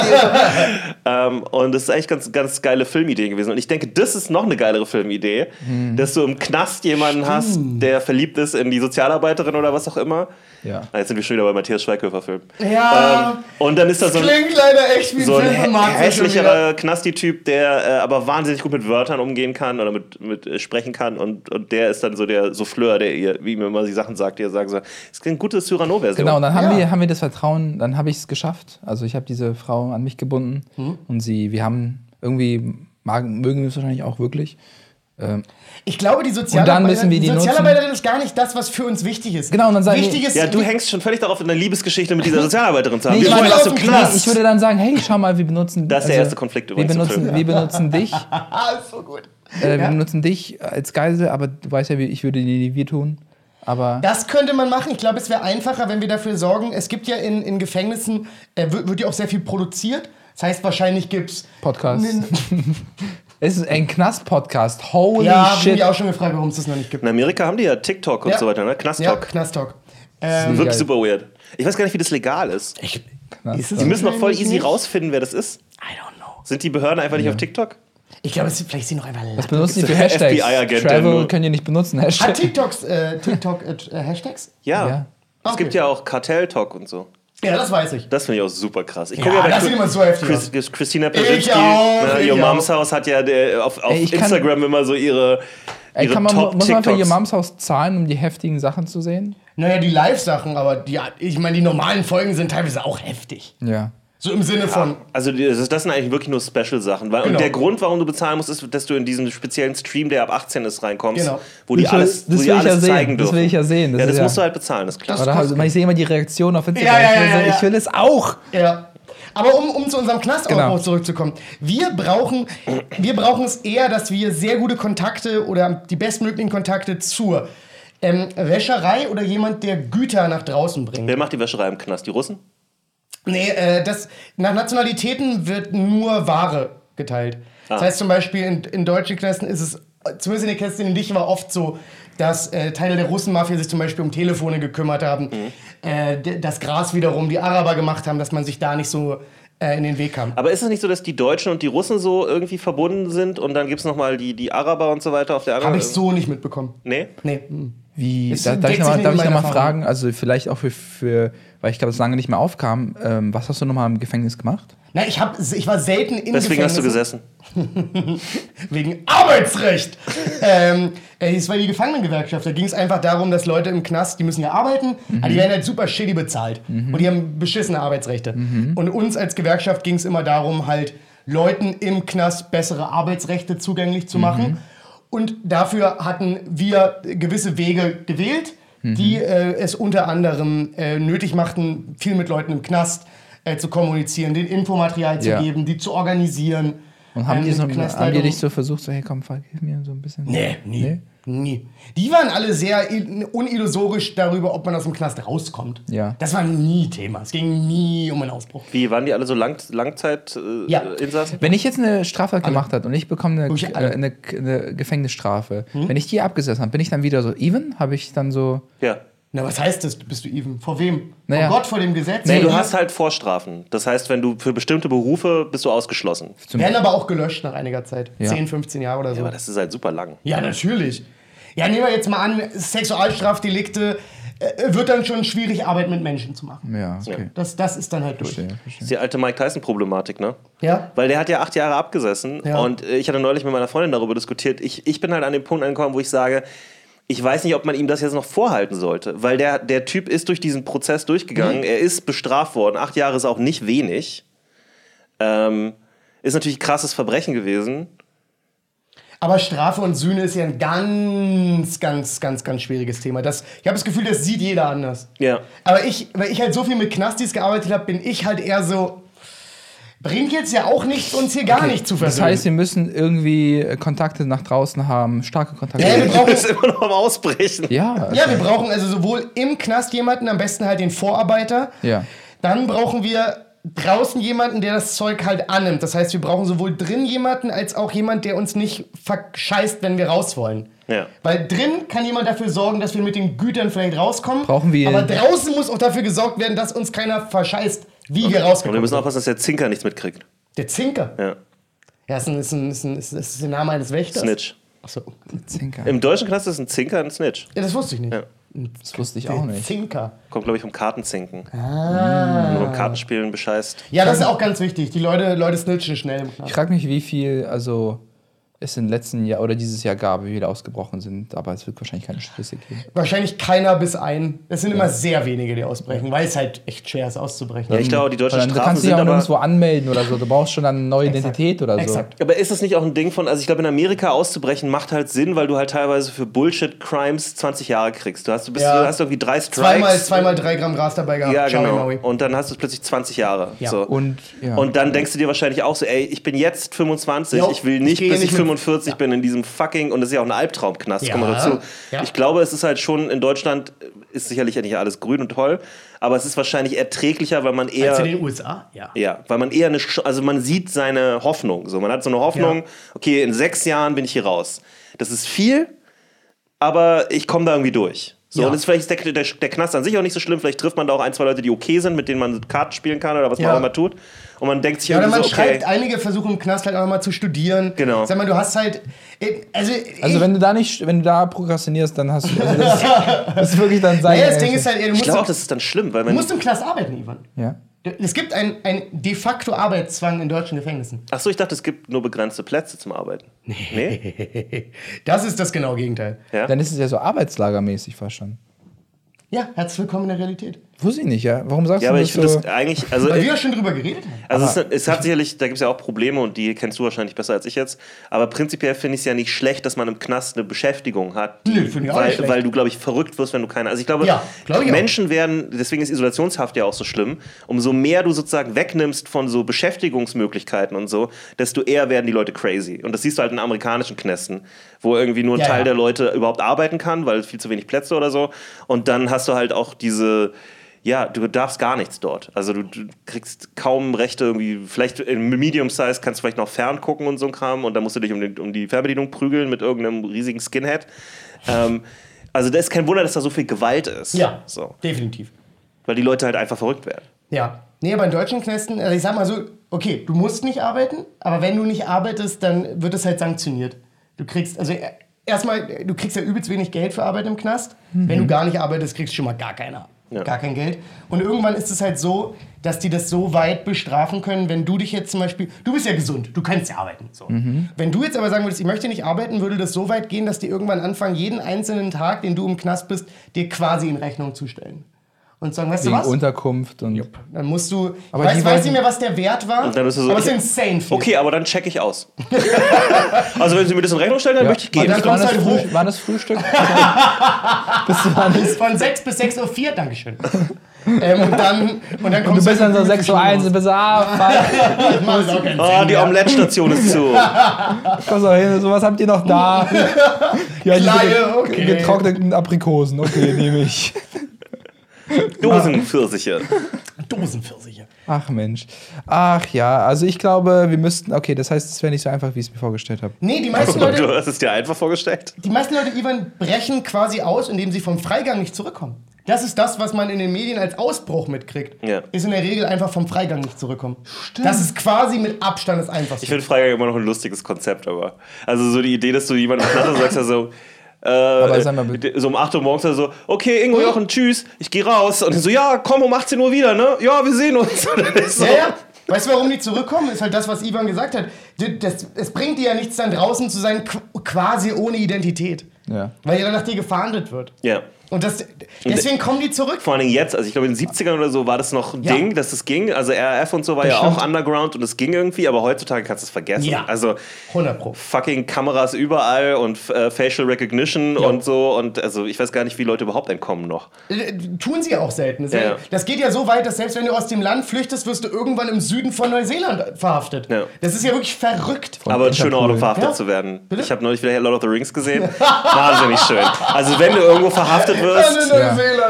Speaker 2: ähm, und das ist eigentlich ganz, ganz geile Filmidee gewesen. Und ich denke, das ist noch eine geilere Filmidee, dass du im Knast jemanden hast, der verliebt ist in die Sozialarbeiterin oder was auch immer.
Speaker 3: Ja.
Speaker 2: Ah, Jetzt sind wir schon wieder bei Matthias Schweighöfer-Film.
Speaker 1: Ja.
Speaker 2: Ähm, und dann ist da so ein
Speaker 1: Klingt leider echt wie
Speaker 2: so ein
Speaker 1: Film von
Speaker 2: hä-
Speaker 1: Marx schon wieder.
Speaker 2: hässlicherer Knasti-Typ, der äh, aber wahnsinnig gut mit Wörtern umgehen kann oder mit, mit äh, sprechen kann und, und der ist dann so der Souffleur, der ihr, wie mir immer die Sachen sagt, die er sagen soll. Das ist eine gute Cyrano-Version.
Speaker 3: Genau, und dann haben,
Speaker 1: Ja.
Speaker 3: wir, haben wir das Vertrauen, dann habe ich es geschafft. Also ich habe diese Frau an mich gebunden und sie, wir haben irgendwie, magen, mögen wir es wahrscheinlich auch wirklich. Ähm,
Speaker 1: Ich glaube, die
Speaker 3: dann
Speaker 1: Sozialarbeiterin,
Speaker 3: müssen wir
Speaker 1: die
Speaker 3: die nutzen.
Speaker 1: Sozialarbeiterin ist gar nicht das, was für uns wichtig ist.
Speaker 3: Genau, und dann sagen
Speaker 1: wichtig
Speaker 3: die-
Speaker 1: ist,
Speaker 2: ja, du hängst schon völlig darauf, in der Liebesgeschichte mit dieser Sozialarbeiterin zu haben.
Speaker 3: Nee,
Speaker 2: wir
Speaker 3: ich
Speaker 2: wollen
Speaker 3: meine,
Speaker 2: aus dem
Speaker 1: nee,
Speaker 2: Knast.
Speaker 3: ich würde dann sagen, hey, schau mal, wir benutzen also
Speaker 2: Das ist der erste Konflikt
Speaker 3: wir
Speaker 2: übrigens im
Speaker 3: benutzen,
Speaker 2: Film.
Speaker 3: wir benutzen dich,
Speaker 1: Ah, ist so gut.
Speaker 3: äh, wir benutzen dich als Geisel, aber du weißt ja, wie- ich würde dir nie wir tun. Aber
Speaker 1: Das könnte man machen. Ich glaube, es wäre einfacher, wenn wir dafür sorgen. Es gibt ja in, in Gefängnissen, äh, wird, wird ja auch sehr viel produziert. Das heißt, wahrscheinlich gibt's.
Speaker 3: Podcast.
Speaker 1: N-
Speaker 3: es ist ein Knast-Podcast. Holy
Speaker 1: Ja, hab ich
Speaker 3: shit.
Speaker 1: mich auch schon gefragt, warum es das noch nicht gibt.
Speaker 2: in Amerika haben die ja TikTok und
Speaker 1: Ja.
Speaker 2: so weiter, ne?
Speaker 1: Ja,
Speaker 2: Knast-Talk.
Speaker 1: Knasttalk.
Speaker 3: Mega.
Speaker 2: Wirklich super weird. Ich weiß gar nicht, wie das legal ist.
Speaker 3: Knast.
Speaker 1: Ist es-
Speaker 2: Die müssen doch voll
Speaker 1: Wahrscheinlich
Speaker 2: easy
Speaker 1: nicht.
Speaker 2: rausfinden, wer das ist.
Speaker 1: I don't know.
Speaker 2: Sind die Behörden einfach nicht auf TikTok?
Speaker 1: Ich glaube, es- vielleicht sind noch einfach
Speaker 3: Was
Speaker 1: Lappen.
Speaker 3: benutzen die für
Speaker 2: Gibt's eine
Speaker 3: Hashtags?
Speaker 2: FBI-Agentin
Speaker 3: Travel
Speaker 2: nur?
Speaker 3: könnt ihr nicht benutzen. Hashtag.
Speaker 1: Hat TikToks, äh, TikTok äh, äh, Hashtags?
Speaker 2: Ja.
Speaker 3: Ja.
Speaker 2: Es
Speaker 1: Okay.
Speaker 2: gibt ja auch Kartell-Talk und so.
Speaker 1: Ja, das weiß ich.
Speaker 2: Das finde ich auch super krass. Ich
Speaker 1: Ja,
Speaker 2: gucke ja, bei
Speaker 1: das
Speaker 2: Chris-
Speaker 1: sieht immer so heftig
Speaker 2: Chris,
Speaker 1: aus.
Speaker 2: Chris- Christina Pawlitzki,
Speaker 1: Ich auch,
Speaker 2: ne,
Speaker 1: ich
Speaker 2: Your
Speaker 1: auch.
Speaker 2: Moms House hat ja der, auf, auf
Speaker 3: Ey, ich kann-
Speaker 2: Instagram immer so ihre,
Speaker 3: Ey,
Speaker 2: ihre
Speaker 3: kann man, muss man für ihr
Speaker 2: Top-TikToks.
Speaker 3: Moms Haus zahlen, um die heftigen Sachen zu sehen?
Speaker 1: Naja, die Live-Sachen, aber die, ich meine, die normalen Folgen sind teilweise auch heftig.
Speaker 3: Ja.
Speaker 1: So im Sinne von,
Speaker 2: Also die- das, das sind eigentlich wirklich nur Special-Sachen. weil-
Speaker 1: Genau.
Speaker 2: Und der Grund, warum du bezahlen musst, ist, dass du in diesen speziellen Stream, der ab 18 ist, reinkommst,
Speaker 1: Genau.
Speaker 2: wo die
Speaker 3: Das will-
Speaker 2: alles,
Speaker 3: das
Speaker 2: wo die
Speaker 3: will ich ja
Speaker 2: alles
Speaker 3: sehen.
Speaker 2: zeigen
Speaker 3: Das
Speaker 2: dürfen.
Speaker 3: will ich ja sehen. Das
Speaker 2: Ja,
Speaker 3: ist
Speaker 2: das
Speaker 3: ja-
Speaker 2: musst du halt bezahlen, ist klar.
Speaker 3: Oder Also,
Speaker 1: passt
Speaker 3: ich sehe immer die Reaktion auf Instagram.
Speaker 1: Ja, ja,
Speaker 3: ich, will
Speaker 1: ja,
Speaker 3: so,
Speaker 1: ja.
Speaker 3: ich will es auch.
Speaker 1: Ja. Aber um, um zu unserem Knastaufbruch
Speaker 3: Genau.
Speaker 1: zurückzukommen, wir brauchen, wir brauchen es eher, dass wir sehr gute Kontakte oder die bestmöglichen Kontakte zur ähm, Wäscherei oder jemand, der Güter nach draußen bringt.
Speaker 2: Wer macht die Wäscherei im Knast? Die Russen?
Speaker 1: Nee, äh, das, nach Nationalitäten wird nur Ware geteilt. Das
Speaker 2: Ah.
Speaker 1: heißt zum Beispiel in, in deutschen Kästen ist es, zumindest in den Kästen, in denen ich war, oft so, dass äh, Teile der Russenmafia sich zum Beispiel um Telefone gekümmert haben,
Speaker 2: Mhm.
Speaker 1: äh, d- das Gras wiederum die Araber gemacht haben, dass man sich da nicht so äh, in den Weg kam.
Speaker 2: Aber ist es nicht so, dass die Deutschen und die Russen so irgendwie verbunden sind und dann gibt es nochmal die, die Araber und so weiter auf der anderen
Speaker 1: Habe ich so nicht mitbekommen.
Speaker 2: Nee?
Speaker 1: Nee. hm.
Speaker 3: Wie,
Speaker 1: Es
Speaker 3: da, darf
Speaker 1: deckt
Speaker 3: ich
Speaker 1: sich
Speaker 3: nochmal
Speaker 1: nicht
Speaker 3: noch
Speaker 1: mit meiner
Speaker 3: mal
Speaker 1: Erfahrung.
Speaker 3: fragen, also vielleicht auch für, für weil ich glaube, es lange nicht mehr aufkam, ähm, was hast du nochmal im Gefängnis gemacht?
Speaker 1: Na, ich, hab, ich war selten in
Speaker 2: Deswegen hast du
Speaker 1: Gefängnissen.
Speaker 2: gesessen.
Speaker 1: wegen Arbeitsrecht. ähm, äh, es war die Gefangenengewerkschaft. Da ging es einfach darum, dass Leute im Knast, die müssen ja arbeiten, aber
Speaker 3: Mhm.
Speaker 1: die werden halt super shitty bezahlt. Und die haben beschissene Arbeitsrechte.
Speaker 3: Mhm.
Speaker 1: Und uns als Gewerkschaft ging es immer darum, halt Leuten im Knast bessere Arbeitsrechte zugänglich zu machen.
Speaker 3: Mhm.
Speaker 1: Und dafür hatten wir gewisse Wege gewählt,
Speaker 3: Mhm.
Speaker 1: die äh, es unter anderem äh, nötig machten, viel mit Leuten im Knast äh, zu kommunizieren, den Infomaterial zu
Speaker 3: Ja.
Speaker 1: geben, die zu organisieren.
Speaker 3: Und haben,
Speaker 1: Ähm,
Speaker 3: die,
Speaker 1: mit
Speaker 3: so, haben die
Speaker 1: Knastleitung.
Speaker 3: dich so versucht, so, hey komm, fuck, hilf mir so ein bisschen?
Speaker 1: Nee, nie. Nie. Die waren alle sehr il- unillusorisch darüber, ob man aus dem Knast rauskommt.
Speaker 3: Ja.
Speaker 1: Das war nie Thema. Es ging nie um einen Ausbruch.
Speaker 2: Wie, waren die alle so Lang Langzeit-Insassen? Äh,
Speaker 1: Ja.
Speaker 2: Insassen?
Speaker 3: Wenn ich jetzt eine Straftat gemacht hat und ich bekomme eine,
Speaker 1: Wirklich
Speaker 3: äh,
Speaker 1: alle.
Speaker 3: eine, eine Gefängnisstrafe, wenn ich die abgesessen habe, bin ich dann wieder so even? Habe ich dann so.
Speaker 2: Ja.
Speaker 1: Na, was heißt das? Bist du even? Vor wem?
Speaker 3: Naja.
Speaker 1: Vor Gott, vor dem Gesetz?
Speaker 2: Nee, du
Speaker 1: Die
Speaker 2: hast halt Vorstrafen. Das heißt, wenn du für bestimmte Berufe bist du ausgeschlossen.
Speaker 1: Werden aber auch gelöscht nach einiger Zeit.
Speaker 3: Ja.
Speaker 1: 10, 15 Jahre oder so.
Speaker 2: Aber das ist halt super lang.
Speaker 1: Ja, natürlich. Ja, nehmen wir jetzt mal an, Sexualstrafdelikte äh, wird dann schon schwierig, Arbeit mit Menschen zu machen.
Speaker 3: Ja, okay.
Speaker 1: Das, das ist dann halt durch.
Speaker 3: Ja, verstehe.
Speaker 2: Das ist die alte Mike Tyson-Problematik, ne?
Speaker 1: Ja?
Speaker 2: Weil der hat ja acht Jahre abgesessen
Speaker 1: Ja.
Speaker 2: und äh, ich hatte neulich mit meiner Freundin darüber diskutiert. Ich, ich bin halt an den Punkt angekommen, wo ich sage, ich weiß nicht, ob man ihm das jetzt noch vorhalten sollte, weil der, der Typ ist durch diesen Prozess
Speaker 1: Mhm.
Speaker 2: durchgegangen, er ist bestraft worden. Acht Jahre ist auch nicht wenig. Ähm, ist natürlich ein krasses Verbrechen gewesen.
Speaker 1: Aber Strafe und Sühne ist ja ein ganz, ganz, ganz, ganz schwieriges Thema. Das, ich habe das Gefühl, das sieht jeder anders.
Speaker 2: Ja.
Speaker 1: Aber ich, weil ich halt so viel mit Knastis gearbeitet habe, bin ich halt eher so. Bringt jetzt ja auch nichts, uns hier gar nicht zu
Speaker 3: Das
Speaker 1: versöhnen.
Speaker 3: heißt, wir müssen irgendwie äh, Kontakte nach draußen haben, starke Kontakte.
Speaker 1: ja, wir
Speaker 2: Du bist
Speaker 1: brauchen,
Speaker 2: immer noch am Ausbrechen.
Speaker 3: ja, also,
Speaker 1: ja, wir brauchen also sowohl im Knast jemanden, am besten halt den Vorarbeiter.
Speaker 3: Ja.
Speaker 1: Dann brauchen wir draußen jemanden, der das Zeug halt annimmt. Das heißt, wir brauchen sowohl drin jemanden, als auch jemand, der uns nicht verscheißt, wenn wir raus wollen.
Speaker 2: Ja.
Speaker 1: Weil drin kann jemand dafür sorgen, dass wir mit den Gütern vielleicht rauskommen.
Speaker 3: Brauchen wir-
Speaker 1: Aber draußen muss auch dafür gesorgt werden, dass uns keiner verscheißt, wie wir
Speaker 2: Und wir
Speaker 1: rauskommen.
Speaker 2: müssen aufpassen, dass der Zinker nichts mitkriegt.
Speaker 1: Der Zinker.
Speaker 2: Ja.
Speaker 1: Ja, ist, ein, ist, ein, ist, ein, ist, ist der Name eines Wächters.
Speaker 2: Snitch.
Speaker 1: Achso.
Speaker 3: Zinker.
Speaker 2: Im deutschen Knast ist ein Zinker ein Snitch.
Speaker 1: Ja, das wusste ich nicht.
Speaker 2: Ja.
Speaker 3: Das wusste ich auch nicht.
Speaker 1: Zinker.
Speaker 2: Kommt, glaube ich, um Kartenzinken. Ah. Wenn du beim Kartenspielen bescheißt.
Speaker 1: Ja, das ist auch ganz wichtig. Die Leute, Leute snitchen schnell im
Speaker 3: Ich
Speaker 1: Knast.
Speaker 3: frage mich, wie viel also es im letzten Jahr oder dieses Jahr gab, wie viele ausgebrochen sind, aber es wird wahrscheinlich keine Schlüsse geben.
Speaker 1: Wahrscheinlich keiner bis ein. Es sind immer sehr wenige, die ausbrechen, weil es halt echt schwer ist, auszubrechen.
Speaker 2: Ja, ich glaube, Genau, die deutschen
Speaker 3: Weil dann, du
Speaker 2: Strafen
Speaker 3: kannst dich
Speaker 2: sind
Speaker 3: auch
Speaker 2: aber...
Speaker 3: nirgendwo anmelden oder so. Du brauchst schon dann eine neue Identität oder so.
Speaker 1: Exakt.
Speaker 2: Aber ist es nicht auch ein Ding von, also ich glaube, in Amerika auszubrechen macht halt Sinn, weil du halt teilweise für Bullshit-Crimes 20 Jahre kriegst. Du hast, du bist,
Speaker 1: Ja.
Speaker 2: du hast irgendwie drei Strikes.
Speaker 1: Zweimal, zweimal drei Gramm Gras dabei gehabt.
Speaker 2: Ja,
Speaker 1: Ciao,
Speaker 2: genau.
Speaker 1: Maui.
Speaker 2: Und dann hast du plötzlich 20 Jahre.
Speaker 1: Ja.
Speaker 2: So.
Speaker 3: Und, ja.
Speaker 2: Und dann denkst du dir wahrscheinlich auch so, ey, ich bin jetzt 25,
Speaker 1: Jo,
Speaker 2: ich will
Speaker 1: ich
Speaker 2: nicht,
Speaker 1: gehe
Speaker 2: bis
Speaker 1: nicht
Speaker 2: ich
Speaker 1: mit-
Speaker 2: 45 bin in diesem fucking, und das ist ja auch ein Albtraumknast,
Speaker 1: Ja.
Speaker 2: komm mal dazu.
Speaker 1: Ja.
Speaker 2: Ich glaube, es ist halt schon, in Deutschland ist sicherlich nicht alles grün und toll, aber es ist wahrscheinlich erträglicher, weil man eher...
Speaker 1: Als in den USA? Ja.
Speaker 2: Ja, weil man eher eine, Sch- also man sieht seine Hoffnung. So, man hat so eine Hoffnung,
Speaker 1: Ja.
Speaker 2: okay, in sechs Jahren bin ich hier raus. Das ist viel, aber ich komme da irgendwie durch. So,
Speaker 1: Ja.
Speaker 2: und das ist vielleicht der, der, der Knast an sich auch nicht so schlimm. Vielleicht trifft man da auch ein, zwei Leute, die okay sind, mit denen man Karten spielen kann oder was
Speaker 1: Ja.
Speaker 2: man auch immer tut. Und man denkt sich
Speaker 1: Ja, oder
Speaker 2: irgendwie
Speaker 1: man
Speaker 2: so, okay.
Speaker 1: schreibt, einige versuchen im Knast halt auch noch mal zu studieren.
Speaker 2: Genau.
Speaker 1: Sag mal, du hast halt. Also,
Speaker 3: Also wenn du da nicht, wenn du da prokrastinierst, dann hast du. Also das, das ist wirklich dann sein.
Speaker 1: naja, das Ding ist halt, ey, du
Speaker 2: Ich
Speaker 1: musst,
Speaker 2: glaube auch, das ist dann schlimm, weil
Speaker 1: du
Speaker 2: man.
Speaker 1: musst im Knast arbeiten, Ivan.
Speaker 3: ja.
Speaker 1: Es gibt einen de facto Arbeitszwang in deutschen Gefängnissen.
Speaker 2: Achso, ich dachte, es gibt nur begrenzte Plätze zum Arbeiten. Nee?
Speaker 1: Das ist das genaue Gegenteil.
Speaker 2: Ja?
Speaker 3: Dann ist es ja so arbeitslagermäßig fast schon.
Speaker 1: Ja, herzlich willkommen in der Realität.
Speaker 3: Wusste ich nicht, ja? Warum sagst
Speaker 2: Ja,
Speaker 3: du
Speaker 2: aber
Speaker 3: das
Speaker 2: ich finde
Speaker 3: so?
Speaker 2: das eigentlich. Also,
Speaker 1: Weil wir ja schon drüber geredet haben.
Speaker 2: Also es, es hat sicherlich, da gibt es ja auch Probleme und die kennst du wahrscheinlich besser als ich jetzt. Aber prinzipiell finde ich es ja nicht schlecht, dass man im Knast eine Beschäftigung hat.
Speaker 1: Nö, finde ich auch
Speaker 2: weil,
Speaker 1: nicht schlecht.
Speaker 2: weil du, glaube ich, verrückt wirst, wenn du keine. Also ich glaube,
Speaker 1: Ja, glaub ich auch.
Speaker 2: Menschen werden, deswegen ist Isolationshaft ja auch so schlimm, umso mehr du sozusagen wegnimmst von so Beschäftigungsmöglichkeiten und so, desto eher werden die Leute crazy. Und das siehst du halt in amerikanischen Knästen, wo irgendwie nur ein
Speaker 1: Ja,
Speaker 2: Teil
Speaker 1: ja.
Speaker 2: der Leute überhaupt arbeiten kann, weil viel zu wenig Plätze oder so. Und dann hast du halt auch diese. ja, du darfst gar nichts dort. Also du, du kriegst kaum Rechte irgendwie, vielleicht in Medium Size kannst du vielleicht noch fern gucken und so ein Kram und dann musst du dich um, den, um die Fernbedienung prügeln mit irgendeinem riesigen Skinhead. Ähm, also das ist kein Wunder, dass da so viel Gewalt ist.
Speaker 1: Ja,
Speaker 2: So,
Speaker 1: definitiv.
Speaker 2: weil die Leute halt einfach verrückt werden.
Speaker 1: Ja. Nee, aber in deutschen Knästen, also ich sag mal so, okay, du musst nicht arbeiten, aber wenn du nicht arbeitest, dann wird es halt sanktioniert. Du kriegst, also äh, erstmal, äh, du kriegst ja übelst wenig Geld für Arbeit im Knast. Wenn du gar nicht arbeitest, kriegst du schon mal gar keiner.
Speaker 2: Ja.
Speaker 1: Gar kein Geld. Und irgendwann ist es halt so, dass die das so weit bestrafen können, wenn du dich jetzt zum Beispiel, du bist ja gesund, du kannst ja arbeiten. So. Wenn du jetzt aber sagen würdest, ich möchte nicht arbeiten, würde das so weit gehen, dass die irgendwann anfangen, jeden einzelnen Tag, den du im Knast bist, dir quasi in Rechnung zu stellen. Und sagen, weißt
Speaker 3: Wegen
Speaker 1: du was?
Speaker 3: Unterkunft und.
Speaker 1: Dann musst du.
Speaker 3: Aber
Speaker 1: ich weiß,
Speaker 3: die
Speaker 1: weiß
Speaker 3: wollten-
Speaker 1: nicht mehr, was der Wert war.
Speaker 2: dann bist du so,
Speaker 1: aber es ist
Speaker 2: okay.
Speaker 1: insane viel.
Speaker 2: Okay, aber dann check ich aus. also wenn sie mir das in Rechnung stellen, dann möchte ich gehen.
Speaker 1: dann
Speaker 3: war,
Speaker 1: kommst
Speaker 3: das
Speaker 1: halt
Speaker 3: Früh-
Speaker 1: hoch.
Speaker 3: war das Frühstück? das war das.
Speaker 1: Von 6 bis 6.04 Uhr, vier, Dankeschön. ähm, und dann, und dann
Speaker 3: Du
Speaker 1: kommst
Speaker 3: bist dann so 6 Uhr 1, du bist ah, fuck,
Speaker 1: Ich mach das auch keinen
Speaker 2: Ah,
Speaker 1: Sinn
Speaker 2: die
Speaker 1: mehr.
Speaker 2: Omelettstation ist zu.
Speaker 3: kommst du hin, so was habt ihr noch da? Ja,
Speaker 1: Kleie, okay.
Speaker 3: getrockneten Aprikosen, okay, nehme ich.
Speaker 2: Dosenpfirsiche.
Speaker 1: Dosenpfirsiche.
Speaker 3: Ach Mensch. Ach ja, also ich glaube, wir müssten, okay, das heißt, es wäre nicht so einfach, wie ich es mir vorgestellt habe.
Speaker 1: Nee, die meisten, Leute,
Speaker 2: Du hast es dir einfach vorgestellt.
Speaker 1: die meisten Leute, Ivan, brechen quasi aus, indem sie vom Freigang nicht zurückkommen. Das ist das, was man in den Medien als Ausbruch mitkriegt.
Speaker 2: Ja.
Speaker 1: Ist in der Regel einfach vom Freigang nicht zurückkommen. Stimmt. Das ist quasi mit Abstand das Einfachste.
Speaker 2: Ich finde Freigang immer noch ein lustiges Konzept, aber. Also so die Idee, dass du jemanden hast und sagst ja so. Äh,
Speaker 3: sag mal bitte.
Speaker 2: so um 8 Uhr morgens dann so, okay, Ingo Jochen, tschüss, ich gehe raus. Und so, ja, komm um 18 Uhr wieder, ne? Ja, wir sehen uns. Und dann ist so,
Speaker 1: Ja, ja. Weißt du, warum die zurückkommen? Ist halt das, was Ivan gesagt hat. D- Das, es bringt dir ja nichts, dann draußen zu sein, qu- quasi ohne Identität.
Speaker 3: Ja.
Speaker 1: Weil ja dann nach dir gefahndet wird.
Speaker 2: ja.
Speaker 1: Und das, deswegen kommen die zurück.
Speaker 2: Vor allen Dingen jetzt, also ich glaube in den 70ern oder so war das noch ein
Speaker 1: Ja.
Speaker 2: Ding, dass es ging. Also RAF und so war
Speaker 3: Das
Speaker 2: ja auch
Speaker 3: stimmt.
Speaker 2: Underground und es ging irgendwie, aber heutzutage kannst du es vergessen.
Speaker 1: Ja.
Speaker 2: Also
Speaker 1: 100 Pro.
Speaker 2: fucking Kameras überall und äh, Facial Recognition und so und also ich weiß gar nicht, wie Leute überhaupt entkommen noch.
Speaker 1: Äh, Tun sie auch selten. Das,
Speaker 2: Ja, ja.
Speaker 1: das geht ja so weit, dass selbst wenn du aus dem Land flüchtest, wirst du irgendwann im Süden von Neuseeland verhaftet.
Speaker 2: Ja.
Speaker 1: Das ist ja wirklich verrückt.
Speaker 2: Aber ein schöner Ort, um verhaftet
Speaker 1: Ja.
Speaker 2: zu werden.
Speaker 1: Bitte?
Speaker 2: Ich habe neulich wieder Lord of the Rings gesehen. Wahnsinnig schön. Also wenn du irgendwo verhaftet wirst,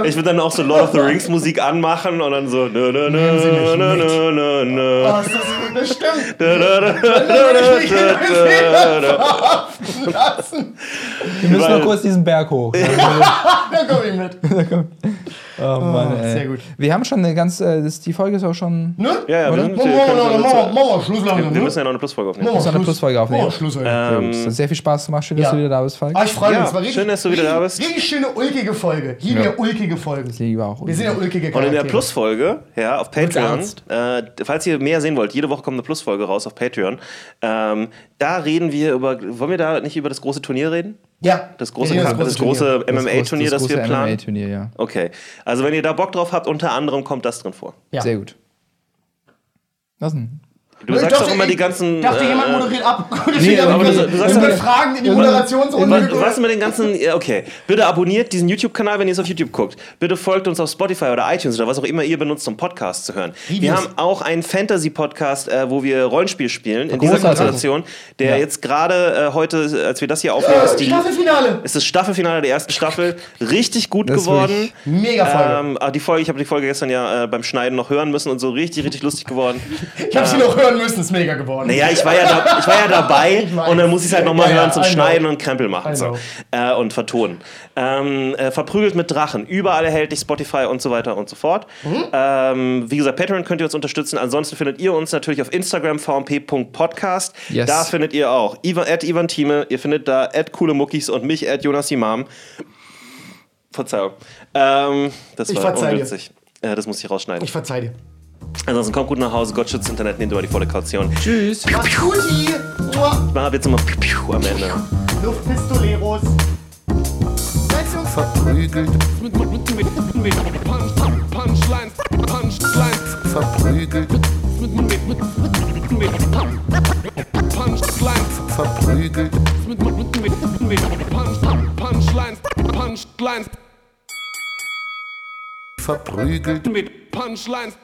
Speaker 2: ich würde dann auch so Lord of the Rings Musik anmachen und dann so nö, nö, nö,
Speaker 1: Nehmen Sie mich
Speaker 2: nö,
Speaker 1: mit. Ah.
Speaker 2: nö, nö, nö.
Speaker 1: Oh, Das, ist, das stimmt.
Speaker 2: Dö, dö, dö,
Speaker 1: Dann
Speaker 2: dö,
Speaker 1: würde ich mich
Speaker 2: dö,
Speaker 1: in
Speaker 2: dö,
Speaker 1: Neuseeland
Speaker 2: dö.
Speaker 1: verhaften lassen.
Speaker 3: Wir müssen
Speaker 2: Weil-
Speaker 3: noch kurz diesen Berg hoch. Also,
Speaker 1: Da komm ich mit.
Speaker 3: Oh Mann, ey.
Speaker 1: Ah, sehr gut.
Speaker 3: Wir haben schon eine ganz, äh, das, die Folge ist auch schon
Speaker 1: Ne?
Speaker 2: Ja, ja, wir
Speaker 1: Machen
Speaker 2: sind-
Speaker 1: wir
Speaker 2: wir können
Speaker 1: noch-
Speaker 2: so-
Speaker 1: machen wir- machen wir Schluss langsam.
Speaker 2: Wir
Speaker 1: ne?
Speaker 2: wir müssen ja noch eine Plusfolge aufnehmen.
Speaker 1: Machen wir
Speaker 3: eine Plusfolge aufnehmen.
Speaker 1: Machen wir Schluss, ey.
Speaker 3: ähm, es hat sehr viel Spaß gemacht. Schön, dass
Speaker 1: Ja.
Speaker 3: du wieder da bist, Falk.
Speaker 1: Ah, ich freue mich.
Speaker 2: Äh, Ja,
Speaker 1: es war richtig,
Speaker 2: schön, dass du wieder da bist.
Speaker 1: Richtig, richtig schöne ulkige Folge. Hier ja. ulkige Folgen.
Speaker 3: liebe auch
Speaker 1: Wir sind ja ulkige
Speaker 2: Und in der
Speaker 1: Charaktere.
Speaker 2: Plusfolge, ja, auf Patreon,
Speaker 1: Ernst?
Speaker 2: äh, falls ihr mehr sehen wollt, jede Woche kommt eine Plusfolge raus auf Patreon. Ähm, da reden wir über, wollen wir da nicht über das große Turnier reden?
Speaker 1: Ja.
Speaker 2: Das große,
Speaker 1: Wir
Speaker 2: das
Speaker 1: reden über
Speaker 2: große, MMA-Turnier, das,
Speaker 3: große
Speaker 2: wir planen.
Speaker 3: MMA-Turnier, ja.
Speaker 2: Okay. Also, wenn ihr da Bock drauf habt, unter anderem kommt das drin vor.
Speaker 1: Ja.
Speaker 3: Sehr gut. Was denn?
Speaker 2: Du
Speaker 1: Ich
Speaker 2: sagst
Speaker 1: dachte,
Speaker 2: doch immer
Speaker 1: ich
Speaker 2: die ganzen.
Speaker 1: dachte, jemand
Speaker 2: äh,
Speaker 1: moderiert ab.
Speaker 3: Nee, aber
Speaker 2: du-
Speaker 1: wir
Speaker 2: du sagst
Speaker 1: wir
Speaker 2: aber-
Speaker 1: fragen in die
Speaker 3: Immer-
Speaker 1: Moderationsrunde.
Speaker 2: Äh, was,
Speaker 1: gekommen.
Speaker 2: was mit den ganzen. ja, Okay. Bitte abonniert diesen YouTube-Kanal, wenn ihr es auf YouTube guckt. Bitte folgt uns auf Spotify oder iTunes oder was auch immer ihr benutzt, um Podcasts zu hören. Wir
Speaker 1: Reviews.
Speaker 2: haben auch einen Fantasy-Podcast, äh, wo wir Rollenspiel spielen, in dieser
Speaker 3: Großartig.
Speaker 2: Konstellation, der jetzt gerade äh, heute, als wir das hier aufnehmen, ist Äh,
Speaker 3: Äh,
Speaker 2: die.
Speaker 1: Staffelfinale.
Speaker 2: Es ist Staffelfinale der ersten Staffel. Richtig gut
Speaker 3: Das ist
Speaker 2: geworden.
Speaker 3: wirklich-
Speaker 1: Mega Folge.
Speaker 2: Ähm, ah, die Folge, ich habe die Folge gestern ja äh, beim Schneiden noch hören müssen und so richtig, richtig lustig geworden.
Speaker 1: ich habe sie noch hören müssen. Ist mega geworden.
Speaker 2: Naja, ich war ja, da, ich war ja dabei
Speaker 1: weiß.
Speaker 2: und dann muss ich es halt nochmal
Speaker 1: Ja, ja,
Speaker 2: hören zum
Speaker 1: I know.
Speaker 2: Schneiden und Krempel machen
Speaker 1: I
Speaker 2: so.
Speaker 1: know.
Speaker 2: äh, und vertonen. Ähm, äh, verprügelt mit Drachen. Überall erhältlich Spotify und so weiter und so fort.
Speaker 1: Mhm.
Speaker 2: Ähm, wie gesagt, Patreon könnt ihr uns unterstützen. Ansonsten findet ihr uns natürlich auf Instagram vmp.podcast.
Speaker 3: Yes.
Speaker 2: Da findet ihr auch Ivan, at Ivan Thieme. Ihr findet da at coole Muckis und mich at Jonas Imam. Verzeihung. Ähm, das
Speaker 1: Ich
Speaker 2: war
Speaker 1: verzeih dir.
Speaker 2: ungünstig. Äh, das muss ich rausschneiden.
Speaker 1: Ich verzeih dir.
Speaker 2: Ansonsten kommt gut nach Hause, Gott schützt Internet, nehmt immer die volle Kaution.
Speaker 3: Tschüss.
Speaker 1: Mach's gut, Mua.
Speaker 2: Mal jetzt immer piu, piu, am Ende.
Speaker 1: Luftpistoleros. Weißt du,
Speaker 4: verprügelt,
Speaker 6: mit, mit, mit, mit Punch, Punchlines, Punchlines,
Speaker 4: verprügelt,
Speaker 6: mit, mit, mit, mit, mit Punch, Punchlines,
Speaker 4: verprügelt.
Speaker 6: mit, mit, mit, mit, mit Punch, Punchlines, Punchlines,
Speaker 4: verprügelt.
Speaker 6: mit Punchlines.